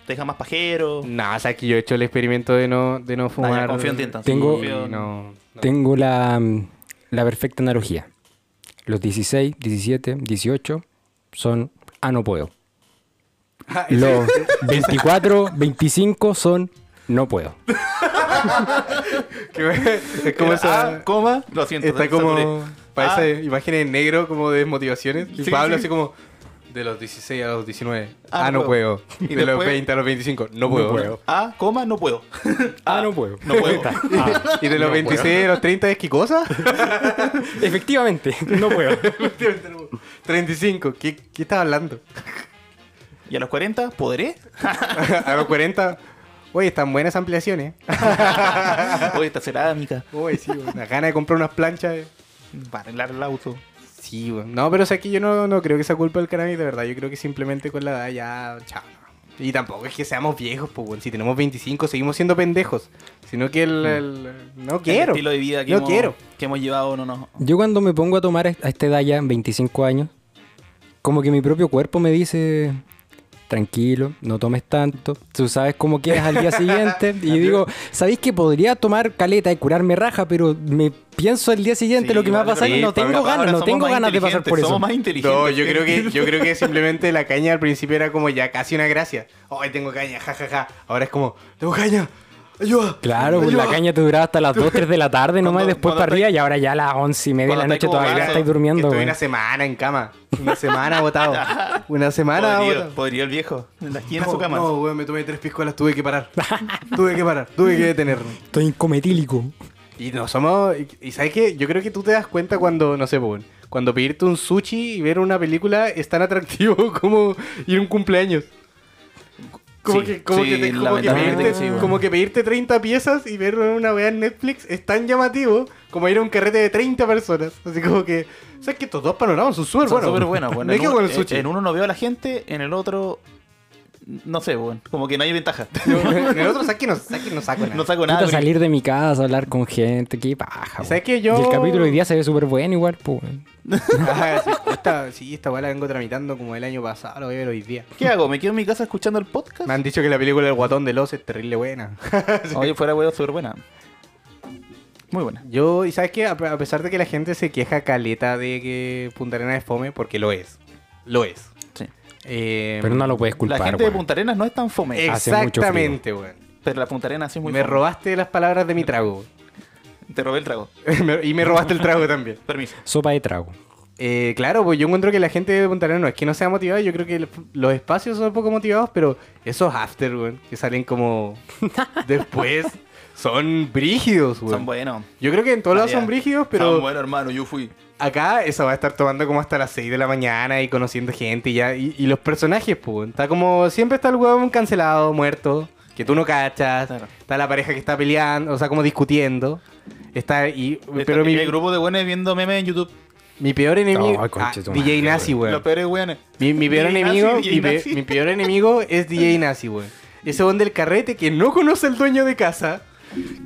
Te deja más pajero. No, o sea, que yo he hecho el experimento de no, de no Ah, ya, fumar. confío en ti entonces. Tengo- Confío en- No, Tengo la, mm, la perfecta analogía. Los 16, 17, 18 son. Ah, no puedo. <laughs> Los 24, 25 son. No puedo. Que- <laughs> es como Ah, esa... coma. Lo siento. Está te como. saturé. Parece Ah. imágenes en negro, como de desmotivaciones. Y Sí, Pablo, sí. así como. De los 16 a los 19. Ah, Ah, no no puedo. puedo. <laughs> Y de los después- 20 a los 25. No puedo. Ah, coma, no puedo. <laughs> Ah, no puedo. <laughs> No puedo. <laughs> <laughs> Ah. Y de los 26 a los 30 es qué <laughs> cosa? Efectivamente, <laughs> no puedo. 35. ¿Qué, qué estás hablando? <laughs> ¿Y a los <laughs> 40 podré? a los 40. Oye, están buenas ampliaciones. Oye, esta cerámica. Oye, sí, güey. la gana de comprar unas planchas. eh. Para arreglar el auto. Sí, güey. No, pero o sea que yo no, no creo que sea culpa del cannabis, de verdad. Yo creo que simplemente con la edad ya. Chao. no. Y tampoco es que seamos viejos, pues, güey. Si tenemos 25, seguimos siendo pendejos. Sino que el. el- no El quiero. estilo de vida que, no hemos, quiero. que hemos llevado no nos. Yo cuando me pongo a tomar a este esta edad ya, 25 años, como que mi propio cuerpo me dice, tranquilo, no tomes tanto, tú sabes cómo quedas al día <laughs> siguiente. y yo digo, ¿sabéis que podría tomar caleta y curarme raja, pero me pienso al día siguiente Sí, lo que me va a vale, pasar y sí, no tengo Pablo, ganas, ahora no somos tengo más ganas de pasar por inteligentes, eso. Somos más inteligentes. No, yo creo que yo creo que simplemente la caña al principio era como ya casi una gracia. Ay, tengo caña, jajaja. Ahora es como, tengo caña. Ayuda. Claro, pues ayuda". la caña te duraba <laughs> hasta las 2, 3 de la tarde nomás, y Cuando- después cuando para estáis- arriba y ahora ya a las 11 y media de la cuando noche estáis todavía como estáis vaso, durmiendo. Estuve güey. una semana en cama. Una semana botado. Una semana Podría, botado. podría el viejo. En la esquina de no, su cama. no, weón, me tomé tres piscolas, tuve que parar. tuve que parar, tuve que detenerme. Estoy incometílico. Y no somos. y- Y sabes qué? Yo creo que tú te das cuenta cuando, no sé, weón, cuando pedirte un sushi y ver una película es tan atractivo <laughs> como ir a un cumpleaños. Como, Sí, que, como, sí, que, te- como que lamentablemente pedirte, que sí, weón. como que pedirte 30 piezas y ver una weá en Netflix es tan llamativo como ir a un carrete de 30 personas. Así como que, ¿sabes que Estos dos panoramas son súper Son buenos. súper buenas, <laughs> weón. Me En quedo un- con el en- sushi. En uno no veo a la gente, en el otro. No sé, weón. Como que no hay <laughs> ventaja. En el otro, ¿sabes que no, sabes que no <laughs> saco nada? No saco nada. Puta, porque- salir de mi casa, hablar con gente, qué paja. ¿Sabes weón. que yo...? Y el capítulo hoy día se ve súper bueno igual, pues. weón. Ah, sí, esta, sí, esta weá la vengo tramitando como el año pasado, lo voy a ver hoy día. ¿Qué hago? ¿Me quedo en mi casa escuchando el podcast? Me han dicho que la película El Guatón de Los es terrible buena. <laughs> Oye, fuera weón, súper buena. Muy buena. Yo, y sabes que a a pesar de que la gente se queja caleta de que Punta Arenas es fome, porque lo es. Lo es. Sí. Eh, Pero no lo puedes La culpar. gente de weón. Punta Arenas no es tan fome. Eh. Hace mucho Exactamente, weón. Pero la Punta Arenas sí es muy Me fome. robaste las palabras de mi trago. Te robé el trago. <laughs> Me- y me robaste el trago también. Permiso. Sopa de trago. Eh, claro, pues yo encuentro que la gente de Punta Arenas no es que no sea motivada, yo creo que el- los espacios son poco motivados, pero esos after, weón, que salen <laughs> como después, son brígidos, weón. Son buenos. Yo creo que en todos lados Ah, ya. son brígidos, Son pero buenos, hermano. Yo fui. acá eso va a estar tomando como hasta las 6 de la mañana y conociendo gente y ya. Y, y los personajes, pues, weón, está como siempre está el huevón cancelado, muerto, que tú no cachas. Claro. Está la pareja que está peleando, o sea, como discutiendo. Está y pero Pero mi, El Este, grupo de buenos viendo memes en YouTube. mi peor enemigo Ay, conche ah, tu DJ madre, Nazi, Los weón. peores weones. Mi, mi peor DJ enemigo, Nazi, mi, DJ pe- Nazi. mi peor enemigo es DJ Nazi, weón. Ese weón del carrete que no conoce el dueño de casa,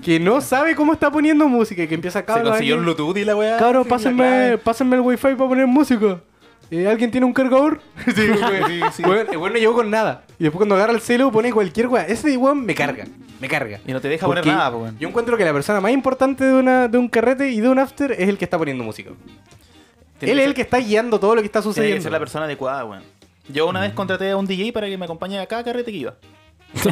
que no sabe cómo está poniendo música y que empieza a Se consiguió el cabros, Bluetooth y la weá. Cabros, Sí, la clave. pásenme, pásenme el wifi para poner música. Eh, ¿Alguien tiene un cargador? Sí, güey. <laughs> Sí, sí. Bueno, el weón no llegó con nada. Y después cuando agarra el celu pone cualquier weá. Ese weón me carga. Me carga. Y no te deja Porque poner nada, po, weón. Yo encuentro que la persona más importante de, una, de un carrete y de un after es el que está poniendo música. Él Tiene que es el ser- que está guiando todo lo que está Tiene que sucediendo. ser la persona adecuada, weón. Yo una vez contraté a un DJ para que me acompañe a cada carrete <laughs> que iba.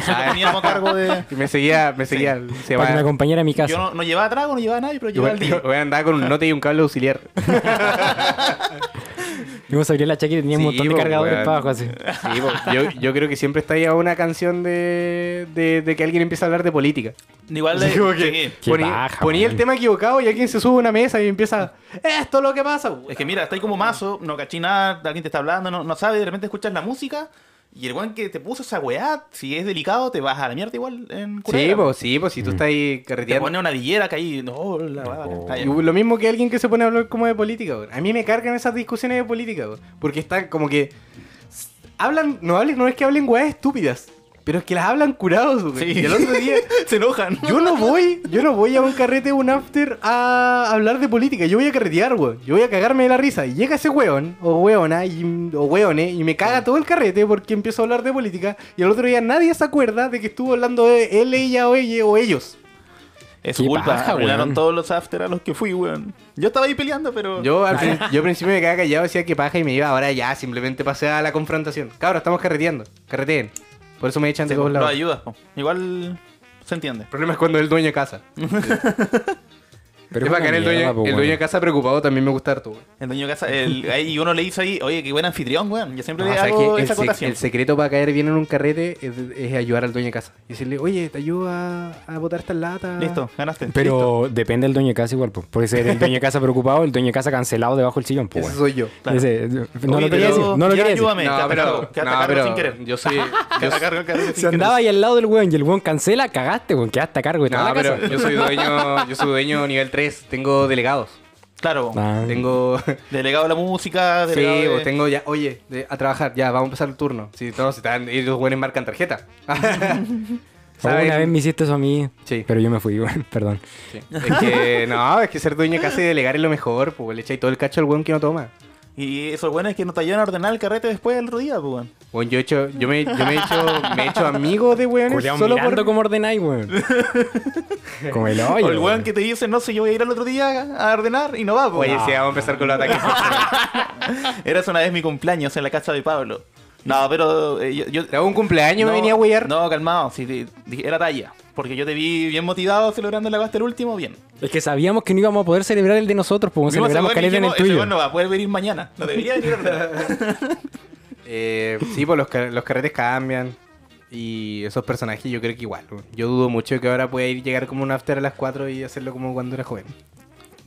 Ah, Teníamos a cargo de. y me seguía, me seguía. Se Para que me <laughs> va. acompañara a mi casa. Yo no, no llevaba trago, no llevaba nadie, pero llevaba al Voy DJ. a andar con un note y un cable auxiliar. Yo sabía la chaqueta y tenía un Sí, pues, montón de po, cargadores weón. para abajo así. Sí, po. yo, yo creo que siempre está ahí a una canción de, de- de que alguien empieza a hablar de política. <laughs> Igual de. Así como sí. que Qué ponía, baja, ponía el man. tema equivocado y alguien se sube a una mesa y empieza, esto es lo que pasa. Es que mira, está ahí como mazo, no cachí nada, alguien te está hablando, no, no sabe, de repente escuchas la música y el weón que te puso esa weá, si es delicado, te vas a la mierda igual en Sí, culera, pues, sí, pues, si tú estás ahí Te carreteando. pone una villera que ahí, no, la weá, Oh. está Y bien. lo mismo que alguien que se pone a hablar como de política, weón. A mí me cargan esas discusiones de política, weón. Porque están como que. s- Hablan, no hablen, no es que hablen weas estúpidas, pero es que las hablan curados, weón. Sí. Y el otro día. <laughs> <laughs> Se enojan. Yo no voy, yo no voy a un carrete, un after, a hablar de política. Yo voy a carretear, weón. Yo voy a cagarme de la risa. Y llega ese weón, o weona, y, o weone, y me caga todo el carrete porque empiezo a hablar de política. Y al otro día nadie se acuerda de que estuvo hablando de él, ella o ella o ellos. Es su Qué culpa, paja, arruinaron weón. todos los after a los que fui, weón. Yo estaba ahí peleando, pero. Yo al, prin- yo al principio me quedaba callado, decía que paja y me iba. Ahora ya, simplemente pasé a la confrontación. Cabros, estamos carreteando. Carreteen. Por eso me echan de Sí, todos lo lados. ayudas, po. Igual se entiende. El problema es cuando es el dueño de casa. Pero es una bacán el dueño, mierda, pues, po, el weón. dueño de casa preocupado también me gusta harto. güey. El dueño de casa, el, ahí y uno le hizo ahí, oye, qué buen anfitrión, weón. Yo siempre No, le ¿sabes hago qué? el, esa sec- acotación. el secreto para caer bien en un carrete es, es ayudar al dueño de casa. Y decirle, oye, te ayudo a, a botar estas latas. Listo, ganaste. Listo. Pero depende del dueño de casa igual, po. porque si el dueño de casa preocupado, el dueño de casa cancelado debajo del sillón, pues. Ese soy yo. claro. no Oye, lo quería pero- decir, no ya lo quería decir. ayúdame, quédate a cargo, quédate a cargo sin querer. Yo <laughs> soy. Que la carga el carrete <laughs> sin Se andaba ahí al lado del weón y el weón cancela, cagaste, weón, quedaste a cargo de toda No, la casa. Ah, pero yo soy dueño, yo soy dueño nivel 3. Tengo delegados. Claro, Ah. <laughs> Tengo. delegado a la música, Sí, Ah, delegado vos de- tengo ya, oye, de- a trabajar, ya, vamos a empezar el turno. Si no, si están, y los buenos marcan tarjeta. <laughs> Oh, ¿Sabes? Una vez me hiciste eso a mí, Sí. pero yo me fui, <laughs> weón, perdón. Sí. Es que, no, es que ser dueño casi de delegar es lo mejor, pues le echáis todo el cacho al buen que no toma. Y eso bueno es que no te ayudan a ordenar el carrete después del otro día, pues, weón. Bueno, yo he hecho, yo me, yo me he hecho, me he hecho amigo de weones Culeado solo mirando por... cómo ordenáis, <laughs> weón. Como el hoyo. O el weón. weón que te dice, no sé, yo voy a ir al otro día a ordenar y no va, pues. <laughs> Oye, sí, vamos a empezar con los ataques. Eras una vez mi cumpleaños en la casa de Pablo. No, pero eh, yo, yo- Te hago un cumpleaños, no, me venía a huear. No, calmado, sí, sí, dije, era talla. Porque yo te vi bien motivado celebrando la hasta el último, bien. Es que sabíamos que no íbamos a poder celebrar el de nosotros, pues Vimos ese celebramos weón y caleta en el dijimos, ese tuyo. weón no va a poder venir mañana. No debería venir a ordenar. <laughs> Eh, sí, pues los, car- los carretes cambian. Y esos personajes yo creo que igual. weón. Yo dudo mucho que ahora pueda ir llegar como un after a las 4 y hacerlo como cuando era joven.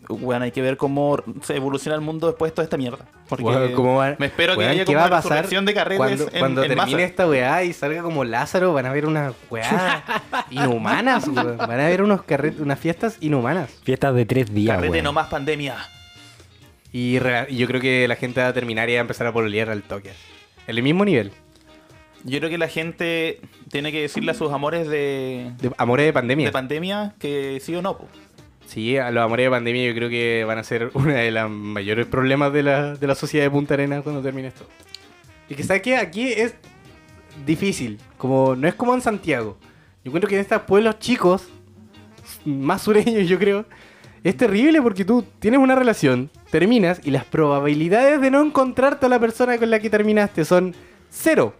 weón, hay que ver cómo se evoluciona el mundo después de toda esta mierda. Porque Weón, ¿cómo va- me espero que weón, haya ¿qué como va una a pasar resurrección de carretes cuando, en, cuando en termine este masa. esta weá y salga como Lázaro, van a haber unas weá <laughs> inhumanas, weón. Van a haber unos carretes, unas fiestas inhumanas. Fiestas de tres días, Carrete weón. no más pandemia. Y, re- y yo creo que la gente va a terminar y va a empezar a pololear al toque. En el mismo nivel. Yo creo que la gente tiene que decirle a sus amores de, De, amores de pandemia. de pandemia que sí o no. po. sí, a los amores de pandemia yo creo que van a ser <laughs> uno de los mayores problemas de la, de la sociedad de Punta Arenas cuando termine esto. Y que sabes que aquí es difícil. Como, no es como en Santiago. Yo encuentro que en estos pueblos chicos, más sureños yo creo, es terrible porque tú tienes una relación, terminas y las probabilidades de no encontrarte a la persona con la que terminaste son cero.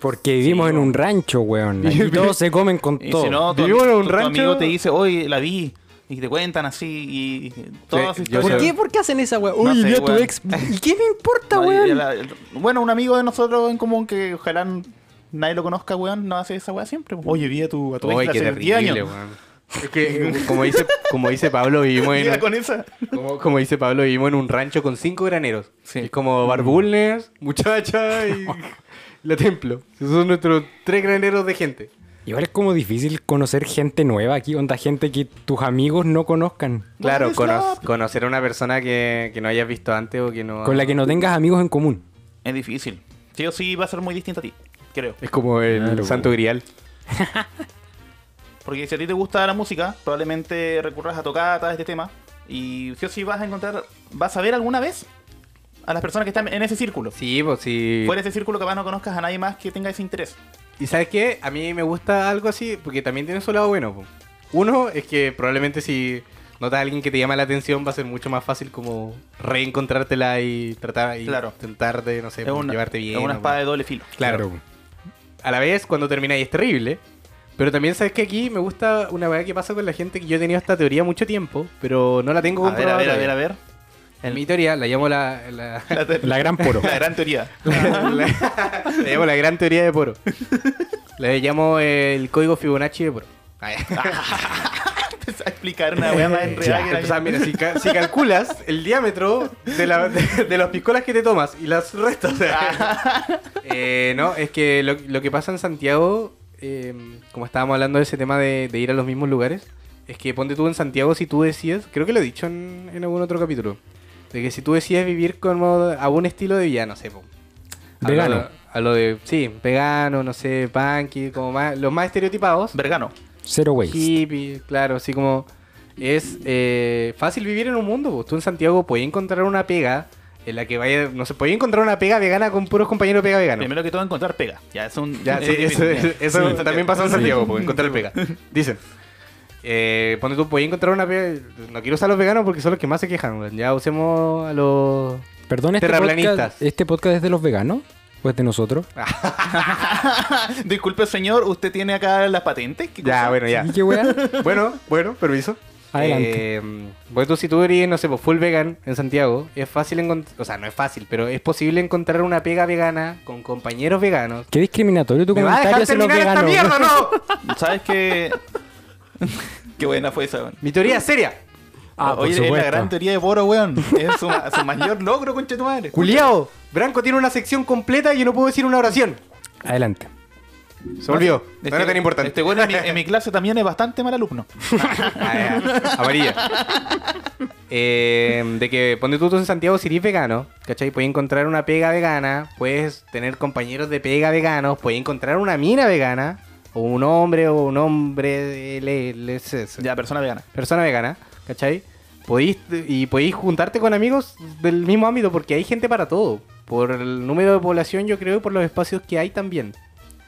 Porque vivimos en un rancho, weón. <laughs> Aquí todos se comen con Y todo. si no, tu, Vivimos en tu- un tu rancho. amigo te dice, hoy la vi. Y te cuentan así y y todas Sí, esas yo ¿Por historias. qué? ¿Por qué hacen esa weón? Uy, No sé, vi a tu weón. ex. ¿Y qué me importa, <laughs> No, y- weón? y la- bueno, un amigo de nosotros en común que ojalá n- nadie lo conozca, weón, no hace esa weá siempre. Oye, vi a tu, a tu Uy, ex qué hace 10 terrible, años. weón. Es que, <laughs> eh, como dice, como <laughs> dice Pablo, vivimos en, Mira con esa. Como, como dice Pablo, vivimos en un rancho con cinco graneros. Sí. Es como Mm. Barbulnes, Muchacha <laughs> y La Templo. Esos son nuestros tres graneros de gente. Igual es como difícil conocer gente nueva aquí, onda gente que tus amigos no conozcan, Claro, es la- cono- conocer a una persona que, que no hayas visto antes o que no... con la que no tengas amigos en común. Es difícil. Sí o sí va a ser muy distinta a ti, creo. Es como el Claro. santo grial. Porque si a ti te gusta la música, probablemente recurras a tocatas, este tema. Y sí o sí vas a encontrar, vas a ver alguna vez a las personas que están en ese círculo. Sí, pues sí. Fuera de ese círculo capaz no conozcas a nadie más que tenga ese interés. Y ¿sabes qué? A mí me gusta algo así porque también tiene su lado bueno. po. Uno es que probablemente si notas a alguien que te llama la atención va a ser mucho más fácil como reencontrártela y tratar y Claro. intentar de, no sé, es una, llevarte bien. es una o- espada de doble filo. Claro. a la vez cuando termina y es terrible. Pero también sabes que aquí me gusta una weá que pasa con la gente que yo he tenido esta teoría mucho tiempo, pero no la tengo A ver, a comprobada. ver, a ver, todavía. a ver. Mi teoría la llamo la, la, <laughs> La, <laughs> te- La gran poro. la gran teoría. la- la- la llamo la gran teoría de Poro. La llamo el código Fibonacci de Poro. Ay. Empezá a explicar <laughs> <laughs> una weá más enredada que la O sea, ah, mira, si, ca- si calculas el diámetro de, la- de- de los piscolas que te tomas y las restas. o <laughs> sea, eh, no, es que lo, lo que pasa en Santiago, eh, como estábamos hablando de ese tema de, de ir a los mismos lugares, es que ponte tú en Santiago si tú decides, creo que lo he dicho en, en algún otro capítulo, de que si tú decides vivir como a un estilo de vida, no sé, po, a lo- Vegano. A lo de, sí, vegano, no sé, punky, como más, los más estereotipados. Vergano. Cero waste. Hippie, claro, así como es eh, fácil vivir en un mundo. pues. Tú en Santiago podías encontrar una pega en la que vaya, no sé, podías encontrar una pega vegana con puros compañeros de pega vegano. Primero que todo encontrar pega. Ya es un. Ya, es sí, <laughs> eso, difícil, ya. eso Sí. también pasa en Santiago, pues, encontrar pega. Dicen. Eh, ponte tú, podías encontrar una pega. No quiero usar a los veganos porque son los que más se quejan. weón. Ya usemos a los. Perdón, este Terraplanistas. podcast, este podcast es de los veganos o es de nosotros. <laughs> Disculpe, señor, ¿usted tiene acá las patentes? ¿Qué cosa? Ya, bueno, ya. ¿Y qué weá? bueno, bueno, permiso. Adelante. Eh, bueno, tú si tú eres, no sé, pues full vegan en Santiago, es fácil encontrar, o sea, no es fácil, pero es posible encontrar una pega vegana con compañeros veganos. <laughs> Qué discriminatorio tu ¿Me vas a comentario dejar hacia los terminar esta veganos. mierda, no? <laughs> ¿Sabes qué? <laughs> qué buena fue esa, weón. Mi teoría es seria. Ah, por Oye, es la supuesto. gran teoría de Boro, weón. Es su, ma- su mayor logro, concha de tu madre. Culiao, Branco tiene una sección completa y yo no puedo decir una oración. Adelante. Se volvió. Este- no era tan importante. Este weón en, mi- <laughs> en mi clase también es bastante mal alumno. Ah, ya. Amarilla. Eh, de que ponte tú, tú en Santiago si eres vegano, ¿cachai? Puedes encontrar una pega vegana, puedes tener compañeros de pega veganos, puedes encontrar una mina vegana, o un hombre, o un hombre LSS, Ya, persona vegana. persona vegana, ¿cachai? Podís, y podéis juntarte con amigos del mismo ámbito, porque hay gente para todo. Por el número de población, yo creo, y por los espacios que hay también.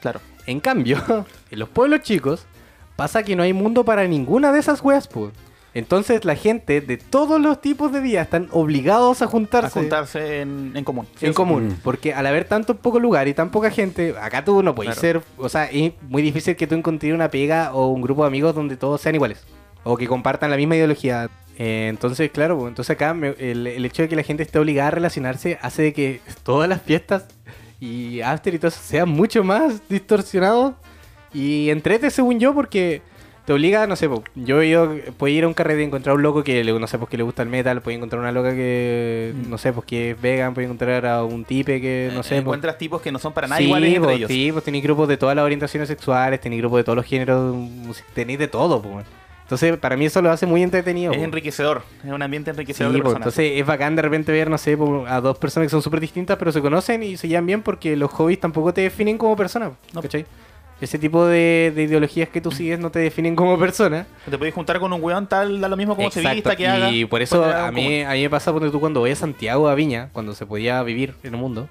Claro. En cambio, <laughs> en los pueblos chicos pasa que no hay mundo para ninguna de esas weas, po. Entonces la gente de todos los tipos de vida están obligados a juntarse, A juntarse en, en común. Sí, en sí. común. Mm. Porque al haber tanto poco lugar y tan poca gente, acá tú no puedes Claro. ser... O sea, es muy difícil que tú encontres una pega o un grupo de amigos donde todos sean iguales. O que compartan la misma ideología. Eh, entonces, claro, po, entonces acá me- el, el hecho de que la gente esté obligada a relacionarse hace de que todas las fiestas y after y todo eso sea mucho más distorsionado y entrete según yo porque te obliga, no sé, po, yo he ido, puedo ir a un carrete y encontrar a un loco que, le- no sé, pues que le gusta el metal, puedo encontrar una loca que, no sé, pues que es vegan, puedo encontrar a un tipe que, no sé, pues, Eh, encuentras tipos que no son para nada sí, iguales entre po, ellos. Sí, pues tenéis grupos de todas las orientaciones sexuales, tenéis grupos de todos los géneros, mus- tenéis de todo, pues. Entonces, para mí eso lo hace muy entretenido. Es po. enriquecedor, es un ambiente Sí, enriquecedor. de po, personas. entonces es bacán de repente ver, no sé, po, a dos personas que son súper distintas, pero se conocen y se llevan bien porque los hobbies tampoco te definen como persona, No. ¿cachai? Ese tipo de, de ideologías que tú sigues no te definen como persona. Te podéis juntar con un weón tal, da lo mismo como se Exacto, vista, que haga. Y por eso a mí, a mí me pasa ponte tú cuando voy a Santiago a Viña, cuando se podía vivir en el mundo.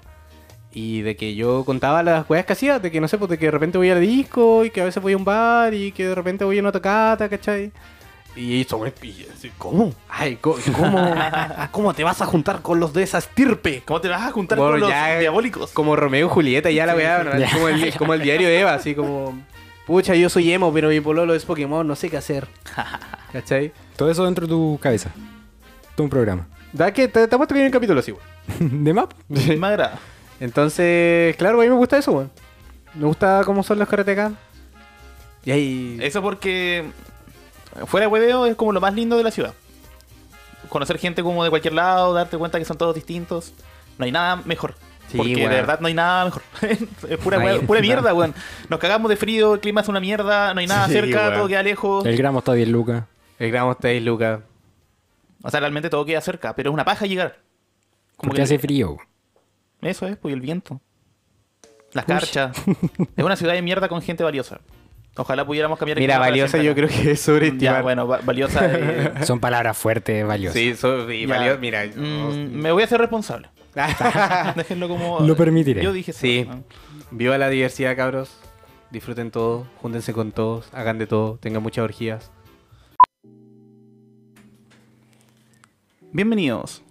Y de que yo contaba las weas que hacía, de que no sé, pues de que de repente voy al disco y que a veces voy a un bar y que de repente voy a una tocata, ¿cachai? Y eso me pilla, así, ¿cómo? Ay, co- ¿cómo, ¿cómo te vas a juntar con los de esa estirpe? ¿Cómo te vas a juntar Bueno, con los ya- diabólicos? Como Romeo y Julieta, ya la weá, ¿no? como, el, como el diario de Eva, así como, pucha, yo soy emo, pero mi pololo es Pokémon, no sé qué hacer. ¿Cachai? Todo eso dentro de tu cabeza. Todo un programa. <laughs> Da que te, te apuesto que hay un capítulo así, weón. ¿De map? <laughs> Me agrada. Entonces, claro, a mí me gusta eso, weón. Me gusta cómo son los carretes acá. Y ahí. Eso porque fuera de hueveo es como lo más lindo de la ciudad. Conocer gente como de cualquier lado, darte cuenta que son todos distintos. No hay nada mejor. Sí, porque weón. de verdad no hay nada mejor. <laughs> es pura, No hay hue- pura nada. mierda, weón. Nos cagamos de frío, el clima es una mierda, no hay nada Sí, cerca, weón. todo queda lejos. El gramo está 10 lucas. El gramo está eh, este ahí, Lucas. O sea, realmente todo queda cerca, pero es una paja llegar. Porque hace frío. Eso es, pues, y el viento. Las <laughs> carchas. es una ciudad de mierda con gente valiosa. Ojalá pudiéramos cambiar el Mira, clima para valiosa siempre, yo creo ¿no? que <laughs> es Ya, sobreestimar. bueno, va- valiosa. <laughs> eh, Son palabras fuertes, valiosas. Sí, so- sí, ya. valiosa. Mira. Mm, me voy a <laughs> hacer responsable. Déjenlo como. Lo permitiré. Yo dije Sí. Viva la diversidad, cabros. Disfruten todo, júntense con todos, hagan de todo, tengan muchas orgías. Bienvenidos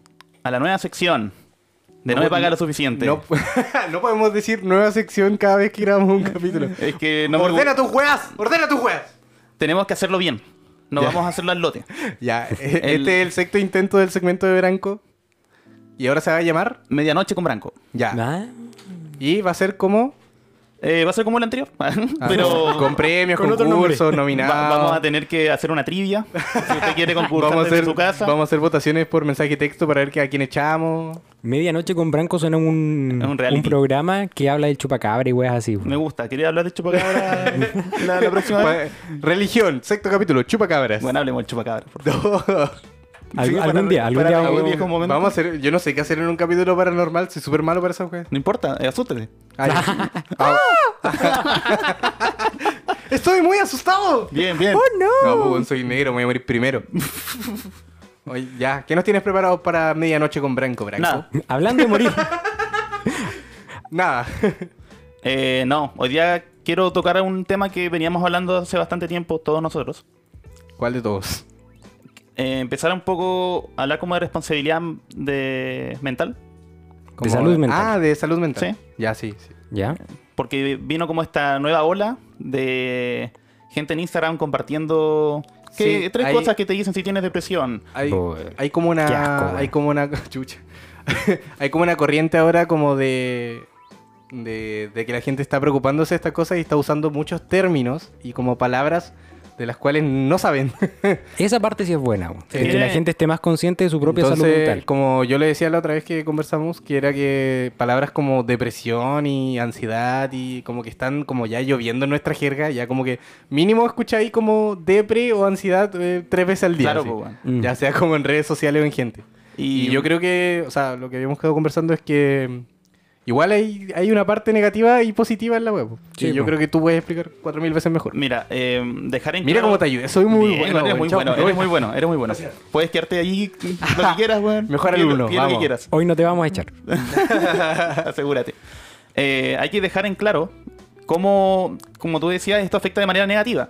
a la nueva sección de No, No, me paga no- lo suficiente. No, <laughs> no podemos decir nueva sección cada vez que grabamos <laughs> un capítulo. Es que no me ¡Ordena gu- tus juegas! ¡Ordena tus juegas! <laughs> Tenemos que hacerlo bien. No Ya. vamos a hacerlo al lote. Ya, eh, El- este es el sexto intento del segmento de Branco. Y ahora se va a llamar. Medianoche con Branco. Ya. Ah, Y va a ser como. Eh, va a ser como el anterior, <laughs> Ah. pero <laughs> Con premios, Con otro concursos, va- nominados. vamos a tener que hacer una trivia. Si usted <laughs> quiere concursar Vamos a desde hacer, su casa, vamos a hacer votaciones por mensaje y texto para ver que a quién echamos. Medianoche con Branco suena un, Es un reality. programa que habla del chupacabra y weas así. me gusta. Quería hablar de chupacabra la, la <laughs> próxima Pa- vez. Religión, sexto capítulo, chupacabras. Bueno, hablemos del chupacabra. por favor. Algún- Sí, para- algún día, algún para- día algún vamos- día es un momento. Vamos a hacer, yo no sé qué hacer en un capítulo paranormal, soy súper malo para esa juega. No importa, eh, asústate. <laughs> <laughs> Estoy muy asustado. Bien, Oh, bien. No, pues, weón, soy negro, me voy a morir <laughs> primero. Oye, ya, ¿qué nos tienes preparados para medianoche con Branco, Branco? Nada. <laughs> Hablando de <laughs> morir. Nada. <laughs> Eh, no, hoy día quiero tocar un tema que veníamos hablando hace bastante tiempo todos nosotros. ¿Cuál de todos? Eh, empezar un poco a hablar como de responsabilidad de mental, De salud mental. Ah, de salud mental. Sí. Ya, sí. sí. ¿Ya? porque vino como esta nueva ola de gente en Instagram compartiendo que, Sí, tres hay- cosas que te dicen si tienes depresión. Hay, Boy. hay como una. Qué asco, güey. hay como una. <laughs> Chucha. hay como una corriente ahora como de, de. de que la gente está preocupándose de estas cosas y está usando muchos términos y como palabras de las cuales no saben. <laughs> Esa parte sí es buena. weón. Sí. El que la gente esté más consciente de su propia salud Entonces, mental. como yo le decía la otra vez que conversamos, que era que palabras como depresión y ansiedad y como que están como ya lloviendo en nuestra jerga, ya como que mínimo escucháis como depre o ansiedad eh, tres veces al día. Claro, así. pues, bueno. Mm. Ya sea como en redes sociales o en gente. Y, Y yo creo que, o sea, lo que habíamos quedado conversando es que mm, igual hay, hay una parte negativa y positiva en la web. Sí, que yo po. creo que tú puedes explicar cuatro mil veces mejor. Mira, eh, dejar en Mira claro- cómo te ayudé, soy muy Bien, bueno. Eres weón, muy chao, bueno, me eres voy. muy bueno, eres muy bueno. Puedes quedarte allí lo <laughs> que quieras, weón. Mejor Pide lo- alumno, pide lo que vamos. quieras. <laughs> Hoy no te vamos a echar. Asegúrate. Eh, hay que dejar en claro cómo, como tú decías, esto afecta de manera negativa.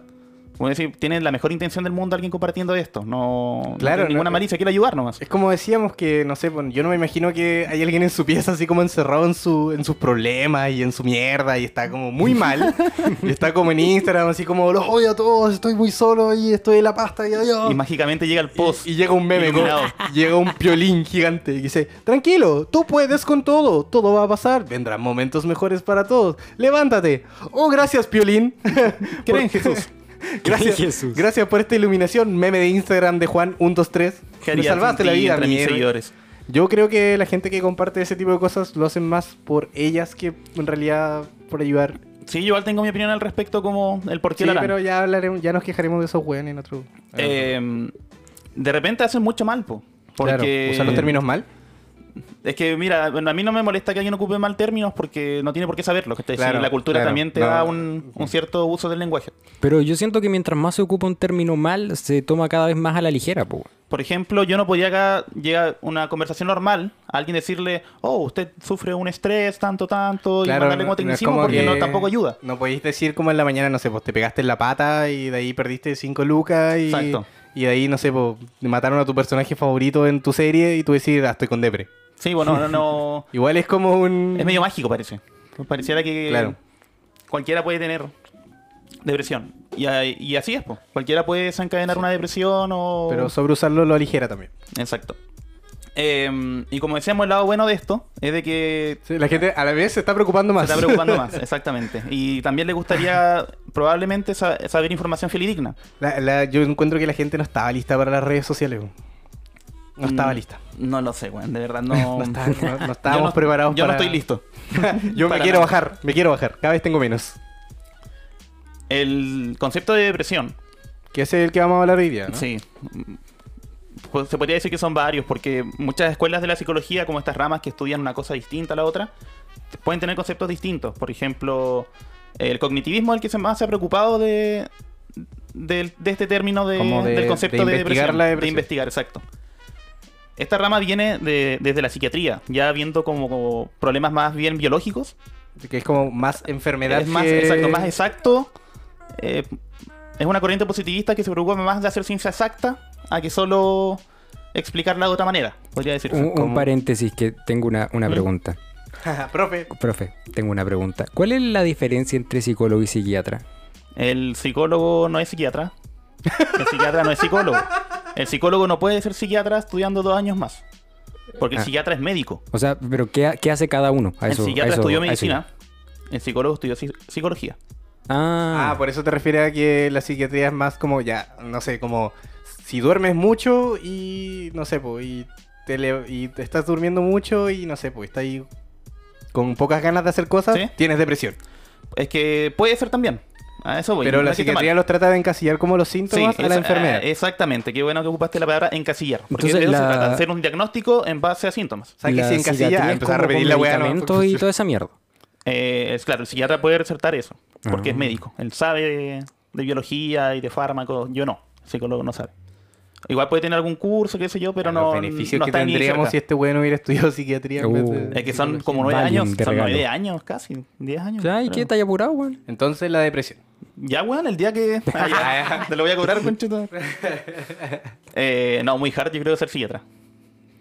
Como decir, tienen la mejor intención del mundo alguien compartiendo esto. No, no Claro, tiene ninguna no- malicia, quiere ayudar nomás. Es como decíamos que, no sé, pon- yo no me imagino que hay alguien en su pieza así como encerrado en, su, en sus problemas y en su mierda y está como muy mal. y está como en Instagram así como, los odio a todos, estoy muy solo y estoy en la pasta y adiós. Y mágicamente llega el post. Y, y llega un meme, como- Iluminado. <laughs> llega un piolín gigante y dice, tranquilo, tú puedes con todo, todo va a pasar, vendrán momentos mejores para todos, levántate. Oh, gracias, piolín. <laughs> Cree Por- en <laughs> Jesús. Gracias, Jesús. gracias por esta iluminación. Meme de Instagram de Juan 123. Me ¿Qué haría salvaste sin la ti vida, eh. entre mi mis héroe. seguidores? Yo creo que la gente que comparte ese tipo de cosas lo hacen más por ellas que en realidad por ayudar. Sí, yo igual tengo mi opinión al respecto como el por qué Sí, la harán. pero ya hablaremos, ya nos quejaremos de esos weones en otro. Eh, de repente hacen mucho mal, po. Claro, Porque usar los términos mal. Es que, mira, bueno, a mí no me molesta que alguien ocupe mal términos porque no tiene por qué saberlo. ¿cachai? Si Claro, la cultura claro, también te no. da un, un cierto uso del lenguaje. Pero yo siento que mientras más se ocupa un término mal, se toma cada vez más a la ligera, po. Por ejemplo, yo no podía acá llegar a una conversación normal, a alguien decirle, oh, usted sufre un estrés tanto, tanto, y Claro, mandarle como tecnicismo porque no, tampoco ayuda. No podéis decir como en la mañana, no sé, pues te pegaste en la pata y de ahí perdiste 5 lucas y, Exacto. y de ahí, no sé, pues mataron a tu personaje favorito en tu serie y tú decís, ah, estoy con depre. Sí, bueno, no, <laughs> no- Igual es como un... es medio mágico, parece. Pues Pareciera que Mm. Claro. cualquiera puede tener depresión. Y, ahí- y así es, po. cualquiera puede desencadenar una depresión o... Pero sobre usarlo lo aligera también. Exacto. Eh, y como decíamos, el lado bueno de esto es de que Sí, la gente a la vez se está preocupando más. se está preocupando más, exactamente. Y también le gustaría probablemente sa- saber información fidedigna. <laughs> La- la- yo encuentro que la gente no estaba lista para las redes sociales. weón. No estaba Mm, lista. No lo sé, weón. De verdad no. <laughs> No, está- no- <laughs> no Yo estábamos no- preparados Yo para- no estoy listo. Yo me Para quiero nada. bajar, me quiero bajar. Cada vez tengo menos. El concepto de depresión. Que ese es el que vamos a hablar hoy día, ¿no? Sí. Mm, pues se podría decir que son varios, porque muchas escuelas de la psicología, como estas ramas que estudian una cosa distinta a la otra, pueden tener conceptos distintos. Por ejemplo, el cognitivismo es el que se más se ha preocupado de, del- de este término de- Como de- del concepto de, de investigar depresión, la De depresión. investigar, exacto. Esta rama viene de- desde la psiquiatría, ya viendo como, como problemas más bien biológicos. Que es como más enfermedad. es más que- <laughs> exacto, más exacto. eh, es una corriente positivista que se preocupa más de hacer ciencia exacta a que solo explicarla de otra manera, podría decir. Un, un ¿Cómo? paréntesis que tengo una, una ¿Mm? pregunta. Ah, Profe. Profe, tengo una pregunta. ¿Cuál es la diferencia entre psicólogo y psiquiatra? El psicólogo no es psiquiatra. El psiquiatra no es psicólogo. El psicólogo no puede ser psiquiatra estudiando dos años más. Porque el Ah. psiquiatra es médico. O sea, pero ¿qué, ha- qué hace cada uno? A eso- el a psiquiatra eso- estudió a eso iba. medicina. El psicólogo estudió psi- psicología. Ah, Ah, por eso te refieres a que la psiquiatría es más como ya, no sé, como si duermes mucho y no sé, pues, y te, le- y te estás durmiendo mucho y no sé, pues, estás ahí con pocas ganas de hacer cosas, Sí. tienes depresión. Es que puede ser también. A eso voy. Pero no la es que esté mal. psiquiatría los trata de encasillar como los Sí, síntomas a esa- la enfermedad. ah, Exactamente, qué bueno que ocupaste la palabra encasillar. Porque Entonces, de eso se la- trata, hacer un diagnóstico en base a síntomas. o sea, que la si encasilla, psiquiatría es empezar a como repetir con la weá. medicamentos y toda esa <laughs> mierda. Eh, es claro, el psiquiatra puede resaltar eso, porque Ah. es médico. Él sabe de, de biología y de fármacos, yo no, el psicólogo no sabe. Igual puede tener algún curso, qué sé yo, pero no. Los beneficios no que está ni tendríamos si cerca. este bueno hubiera estudiado psiquiatría en vez Uh. de Es que son psicología. como nueve Valium años, de son regalo. nueve años casi, diez años. Ay, creo. ¿qué te haya apurado, weón? Entonces la depresión. Ya, weón, el día que. Ah, ya, te lo voy a cobrar, conchito. Eh, no, muy hard, yo creo, ser psiquiatra.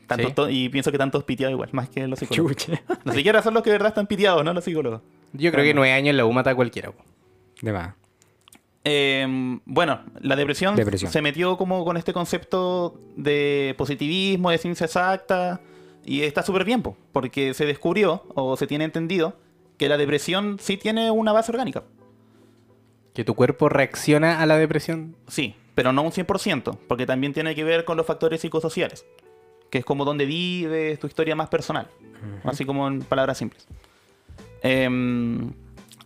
Tantos ¿Sí? to- y pienso que tantos piteados igual, más que los psicólogos. Chuche. Los psiquiatras son los que de verdad están piteados, no los psicólogos. Yo creo que nueve años en la U mata a cualquiera. po. De más. Eh, bueno, la depresión, Depresión. se metió como con este concepto de positivismo, de ciencia exacta, y está súper bien, po, porque se descubrió, o se tiene entendido, que la depresión sí tiene una base orgánica. Que tu cuerpo reacciona a la depresión. Sí, pero no un 100%, porque también tiene que ver con los factores psicosociales, que es como dónde vives, tu historia más personal, así como en palabras simples. Em,